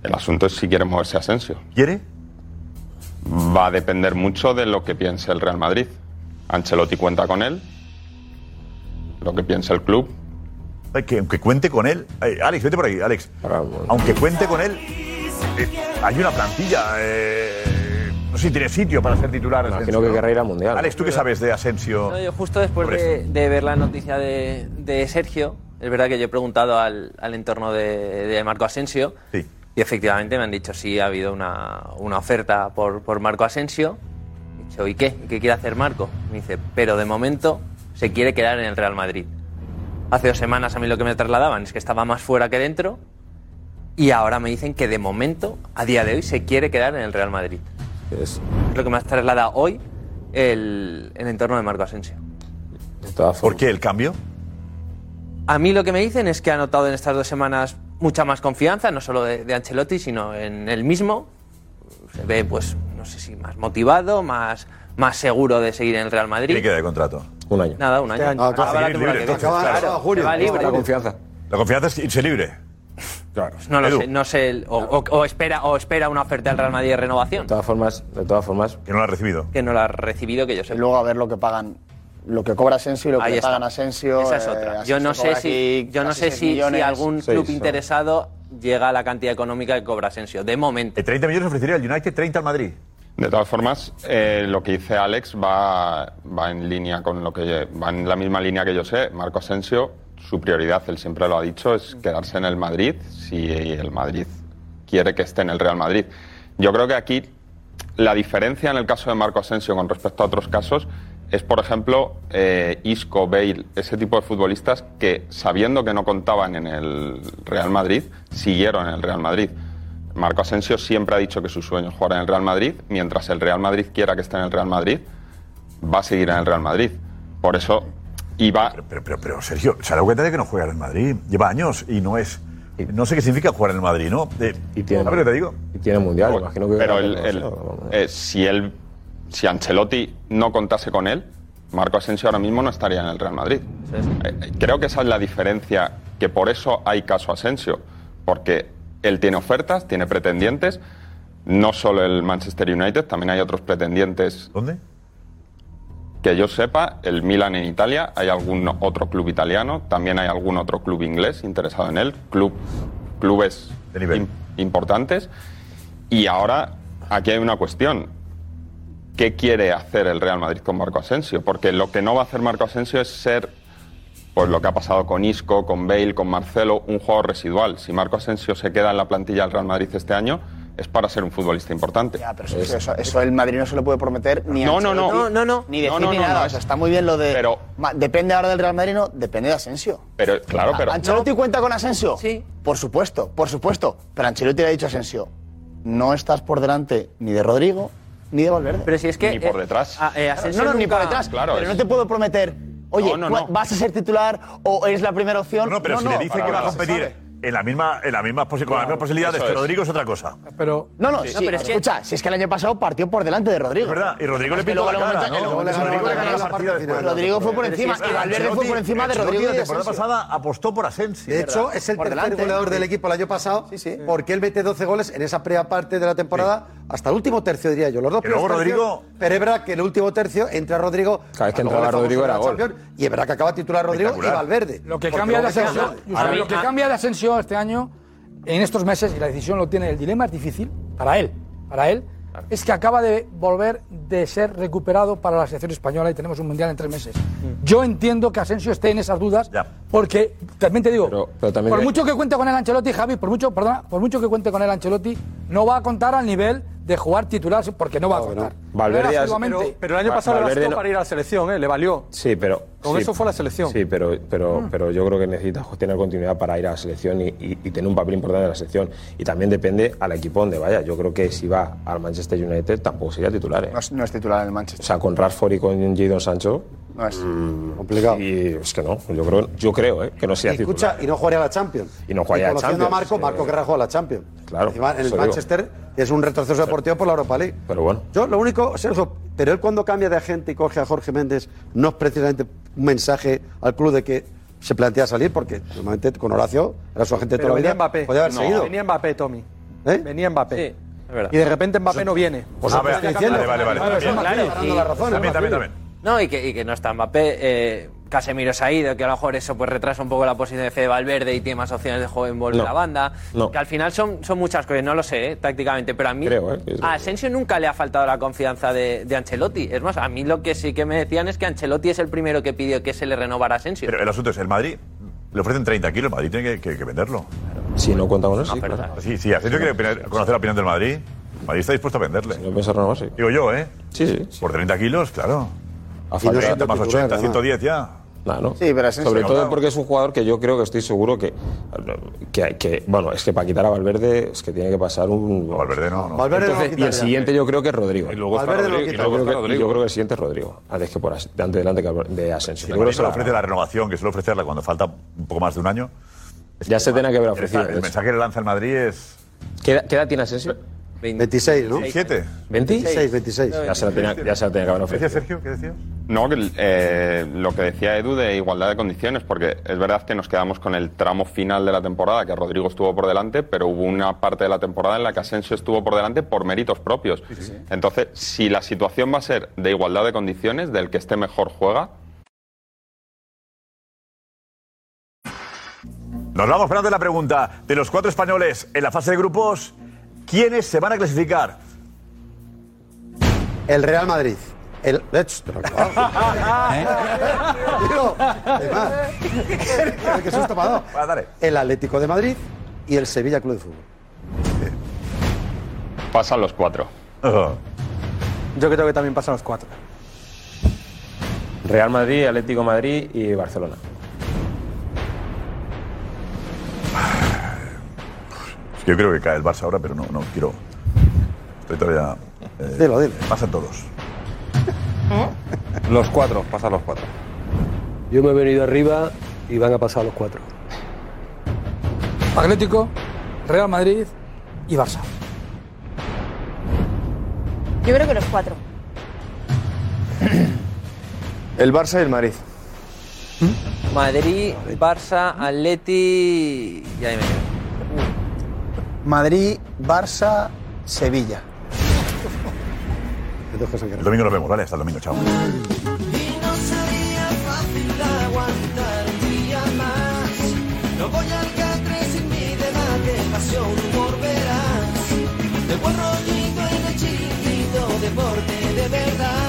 S19: El asunto es si quiere moverse Asensio.
S7: ¿Quiere?
S19: Va a depender mucho de lo que piense el Real Madrid. Ancelotti cuenta con él, lo que piense el club.
S7: Ay, Que aunque cuente con él. Ay, Alex, vete por ahí, Alex. Aunque cuente con él, eh, hay una plantilla eh, No sé si tiene sitio para ser titular. Asensio,
S20: que
S7: ¿no?
S20: querrá ir al Mundial.
S7: Alex, ¿tú qué sabes de Asensio?
S1: No, yo justo después
S7: Sobre
S1: de, de ver la noticia de, de Sergio, es verdad que yo he preguntado al, al entorno de, de Marco Asensio y efectivamente me han dicho sí, ha habido una, una oferta por, por Marco Asensio. He dicho, ¿y qué? ¿Y ¿Qué quiere hacer Marco? Me dice, pero de momento se quiere quedar en el Real Madrid. Hace dos semanas a mí lo que me trasladaban es que estaba más fuera que dentro y ahora me dicen que de momento, a día de hoy, se quiere quedar en el Real Madrid. Es lo que me ha trasladado hoy el, el entorno de Marco Asensio.
S7: ¿Por qué el cambio?
S1: A mí lo que me dicen es que ha notado en estas dos semanas mucha más confianza, no solo de, de Ancelotti, sino en él mismo. Se ve, pues, no sé si más motivado, más, más seguro de seguir en el Real Madrid.
S7: ¿Qué le queda de contrato?
S20: Un año.
S1: Nada, un año.
S12: Este
S7: Ah, claro,
S1: Acaba la
S7: seguir
S1: temporada
S7: libre,
S1: que viene.
S7: entonces, claro.
S1: Claro, se va libre.
S7: La confianza. La confianza es irse libre. Claro.
S1: No lo
S7: Edu.
S1: sé, no sé. el- O, o- o espera, o espera una oferta del Real Madrid de renovación.
S20: De todas formas, de todas formas.
S7: Que no la ha recibido.
S1: Que no la ha recibido, que yo sé.
S12: Luego a ver lo que pagan, lo que cobra Asensio y lo que
S1: Ahí
S12: le
S1: está.
S12: pagan Asensio.
S1: Esa es
S12: eh,
S1: otra.
S12: Asensio
S1: Yo no sé
S12: cobra
S1: si,
S12: aquí
S1: yo no
S12: casi
S1: sé
S12: seis
S1: si, si
S12: millones.
S1: algún club interesado llega a la cantidad económica que cobra Asensio. De momento.
S7: 30 Eh, millones ofrecería el United, 30 al Madrid.
S19: De todas formas, eh, lo que dice Alex va, va en línea con lo que va en la misma línea que yo sé. Marco Asensio, su prioridad, él siempre lo ha dicho, es quedarse en el Madrid si el Madrid quiere que esté en el Real Madrid. Yo creo que aquí la diferencia en el caso de Marco Asensio con respecto a otros casos es, por ejemplo, eh, Isco, Bale, ese tipo de futbolistas que, sabiendo que no contaban en el Real Madrid, siguieron en el Real Madrid. Marco Asensio siempre ha dicho que su sueño es jugar en el Real Madrid. Mientras el Real Madrid quiera que esté en el Real Madrid, va a seguir en el Real Madrid. Por eso, iba.
S7: Pero, pero, pero Sergio, se ha dado cuenta de que no juega en el Madrid. Lleva años y no es. No sé qué significa jugar en el Madrid, ¿no? y tiene, ¿Sabes lo que te digo?
S20: Y tiene mundial, imagino que.
S19: Pero el- el- eh, si él, si Ancelotti no contase con él, Marco Asensio ahora mismo no estaría en el Real Madrid. Eh, eh, creo que esa es la diferencia, que por eso hay caso Asensio, porque él tiene ofertas, tiene pretendientes, no solo el Manchester United, también hay otros pretendientes.
S7: ¿Dónde?
S19: Que yo sepa, el Milan en Italia, hay algún otro club italiano, también hay algún otro club inglés interesado en él, club, clubes im- importantes. Y ahora aquí hay una cuestión. ¿Qué quiere hacer el Real Madrid con Marco Asensio? Porque lo que no va a hacer Marco Asensio es ser, pues lo que ha pasado con Isco, con Bale, con Marcelo, un jugador residual. Si Marco Asensio se queda en la plantilla del Real Madrid este año, es para ser un futbolista importante.
S12: Eso, eso- eso el Madrid no se lo puede prometer ni
S19: No,
S12: a
S19: no, no.
S12: Ancelotti,
S19: No, no, no.
S12: Ni decir
S19: No, no,
S12: ni
S19: no,
S12: nada.
S19: no,
S12: o sea, está muy bien lo de.
S19: Pero-
S12: Ma- depende ahora del Real Madrid, no. Depende de Asensio.
S19: Pero claro, pero
S12: Ah, ¿Ancelotti cuenta con Asensio? Sí. Por supuesto, por supuesto. Pero Ancelotti le ha dicho a Asensio: no estás por delante ni de Rodrigo ni de Valverde.
S1: Pero si es que. Ni
S12: eh,
S1: por
S19: detrás.
S12: no, no, ni por detrás. pero no te puedo prometer. Oye,
S7: No, no,
S12: ¿cuál-
S7: no.
S12: ¿vas a ser titular o eres la primera opción?
S7: No, pero si le dice que va a competir en la misma, en la misma posi- con las mismas posibilidades
S12: eso
S7: que
S12: es.
S7: Rodrigo es otra cosa.
S12: Pero. No, no,
S7: Sí.
S12: sí,
S7: No, pero es que-
S12: escucha, si es que el año pasado partió por delante de Rodrigo.
S7: verdad, y Rodrigo le
S12: Es que
S7: pintó
S12: luego
S7: la
S12: lo
S7: cara, ¿eh?
S12: momento-
S7: ¿no?
S12: el- luego le ganó la
S7: ganó la
S12: partida
S7: partida
S12: después.
S7: después.
S12: Rodrigo fue por
S7: Pero
S12: encima
S7: es que
S12: y Valverde fue
S7: Ancelotti-
S12: por encima de
S7: Ancelotti
S12: Rodrigo. y de
S7: La temporada
S12: Asensio.
S7: pasada apostó por Asensio.
S5: De hecho, es el
S12: Por
S5: tercer
S12: delante.
S5: goleador del equipo el año pasado, porque él mete 12 goles en esa primera parte de la temporada, hasta el último tercio, diría yo. Los dos
S7: Que luego
S5: primeros tercios,
S7: Rodrigo-
S5: Pero es verdad que en el último tercio entra Rodrigo.
S20: Cada vez que
S5: a
S20: entraba
S5: los goles famosos
S20: Rodrigo
S5: de la
S20: era gol.
S5: Champions, Y es verdad que acaba titular Rodrigo y
S20: Espectacular.
S5: Valverde.
S9: Lo que
S5: Porque
S9: cambia de
S5: luego se
S9: ascensión,
S5: lesionó.
S9: Josep, lo que cambia de ascensión este año, en estos meses, y la decisión lo tiene, el dilema es difícil para él, para él, es que acaba de volver de ser recuperado para la selección española y tenemos un mundial en tres meses. Yo entiendo que Asensio esté en esas dudas, porque también te digo,
S20: Pero también
S9: por
S20: hay-
S9: mucho que cuente con el Ancelotti, Javi, por mucho, perdona, por mucho que cuente con el Ancelotti, no va a contar al nivel de jugar titular, porque no va a contar.
S20: Valverde ya es-
S9: Asiduamente.
S20: Pero-
S18: Pero el año
S20: Va-
S18: pasado le
S20: Valverde
S18: bastó
S20: no-
S18: para ir a la selección, ¿eh? le valió.
S20: Sí, pero.
S18: Con
S20: sí.
S18: eso fue la selección. Ah.
S20: Sí, pero, pero, pero yo creo que necesitas tener continuidad para ir a la selección y, y- y tener un papel importante en la selección. Y también depende al equipo donde vaya. Yo creo que si va al Manchester United tampoco sería titular. ¿eh?
S12: No es, no es titular en el Manchester.
S20: O sea, con Rashford y con Jadon Sancho.
S12: No es.
S20: complicado. Y es que no. Yo creo, yo creo ¿eh? que no sería
S5: Y escucha,
S20: titular.
S5: y no jugaría a la Champions.
S20: Y no jugaría a la
S5: conociendo
S20: Champions. eh,
S5: a Marco, Marco Guerra juega a la Champions.
S20: Claro,
S5: Encima, en
S20: eso
S5: el
S20: digo.
S5: Manchester es un retroceso deportivo por la Europa League.
S20: Pero bueno.
S5: Yo lo único, Sergio, pero él cuando cambia de agente y coge a Jorge Méndez, no es precisamente un mensaje al club de que se plantea salir, porque normalmente con Horacio era su agente
S18: Pero
S5: toda la
S18: venía
S5: vida.
S18: Mbappé.
S5: Podía haber
S18: No.
S5: seguido.
S18: Venía Mbappé, Tommy. Venía Mbappé.
S1: ¿Eh? verdad.
S18: y de repente Mbappé no viene.
S1: Pues Ah, estoy vale, diciendo. vale, vale, vale. También,
S18: Claro,
S1: claro.
S18: dando la razón,
S1: También,
S18: ¿no?
S1: también, No, y que, y que no está Mbappé. eh, Casemiro se ha ido, que a lo mejor eso pues retrasa un poco la posición de Fede Valverde y tiene más opciones de juego en volver
S20: No.
S1: la banda.
S20: No.
S1: Que al final son, son muchas cosas, no lo sé, eh, tácticamente, pero a mí
S20: Creo, eh, que es-
S1: a Asensio nunca le ha faltado la confianza de, de Ancelotti. Es más, a mí lo que sí que me decían es que Ancelotti es el primero que pidió que se le renovara a Asensio.
S7: Pero el asunto es, el Madrid le ofrecen 30 kilos, el Madrid tiene que, que- que venderlo.
S20: Si no cuenta con eso, sí,
S7: Sí, sí, Asensio quiere opinar- conocer la opinión del Madrid. El Madrid está dispuesto a venderle. Si no
S20: piensa renovar, sí.
S7: Digo yo, ¿eh?
S20: Sí, sí.
S7: Por 30 kilos, claro.
S20: A
S7: A
S20: favor.
S7: 30 más
S20: Titular,
S7: 80,
S20: además.
S7: 110 ya.
S20: Claro.
S7: Sí, pero Asensio-
S20: Sobre todo
S7: Claro.
S20: porque es un jugador que yo creo que estoy seguro que, que, que- Bueno, es que para quitar a Valverde es que tiene que pasar un.
S7: Valverde no.
S20: no.
S7: Valverde no lo
S20: Entonces, y el
S7: quitaría.
S20: siguiente yo creo que es Rodrigo. Y
S7: luego está Valverde lo Rodrigo, y
S20: yo,
S7: luego
S20: creo
S7: está
S20: que,
S7: Rodrigo.
S20: yo creo que el siguiente es Rodrigo. Ah, Es que por as- de antes delante que Alvar- de Asensio.
S7: Si
S20: Yo creo que se
S7: le
S20: lo-
S7: ofrece la renovación, que suele ofrecerla cuando falta un poco más de un año.
S20: Ya se tenía que haber
S7: El-
S20: ofrecido. de
S7: El
S20: hecho.
S7: mensaje que le lanza el Madrid es.
S20: ¿Qué edad, qué edad tiene Asensio?
S7: 26, ¿no? 27.
S20: 26,
S5: 26.
S20: Ya se la tenía, ya se la tenía que haber ofrecido.
S7: Sergio? ¿Qué decías?
S19: No, que, eh, lo que decía Edu de igualdad de condiciones, porque es verdad que nos quedamos con el tramo final de la temporada, que Rodrigo estuvo por delante, pero hubo una parte de la temporada en la que Asensio estuvo por delante por méritos propios. Entonces, si la situación va a ser de igualdad de condiciones, del que esté mejor juega,
S7: Nos vamos esperando la pregunta de los cuatro españoles en la fase de grupos. ¿Quiénes se van a clasificar?
S5: El Real Madrid. El... de hecho,
S18: *laughs*
S5: te lo acabo. Digo, además, qué susto me ha dado.
S18: Ah,
S5: El Atlético de Madrid y el Sevilla Club de Fútbol.
S19: pasan los cuatro.
S18: Yo creo que también pasan los cuatro.
S20: Real Madrid, Atlético Madrid y Barcelona.
S7: Pues Yo creo que cae el Barça ahora, pero no, no quiero. Estoy todavía. eh,
S5: Dilo, dilo.
S7: Pasan todos.
S37: Los cuatro, pasan los cuatro.
S4: Yo me he venido arriba y van a pasar los cuatro.
S9: Atlético, Real Madrid y Barça.
S3: Yo creo que los cuatro.
S38: El Barça y el Madrid.
S1: Madrid, Barça, Atleti y ahí me quedo.
S5: Madrid, Barça, Sevilla.
S7: El domingo nos vemos, ¿vale? Hasta el domingo, chao.
S33: No sería fácil aguantar un día más. No voy al catre sin mi debate, pasión, humor verás. De buen rollito en el chiquito, deporte de verdad.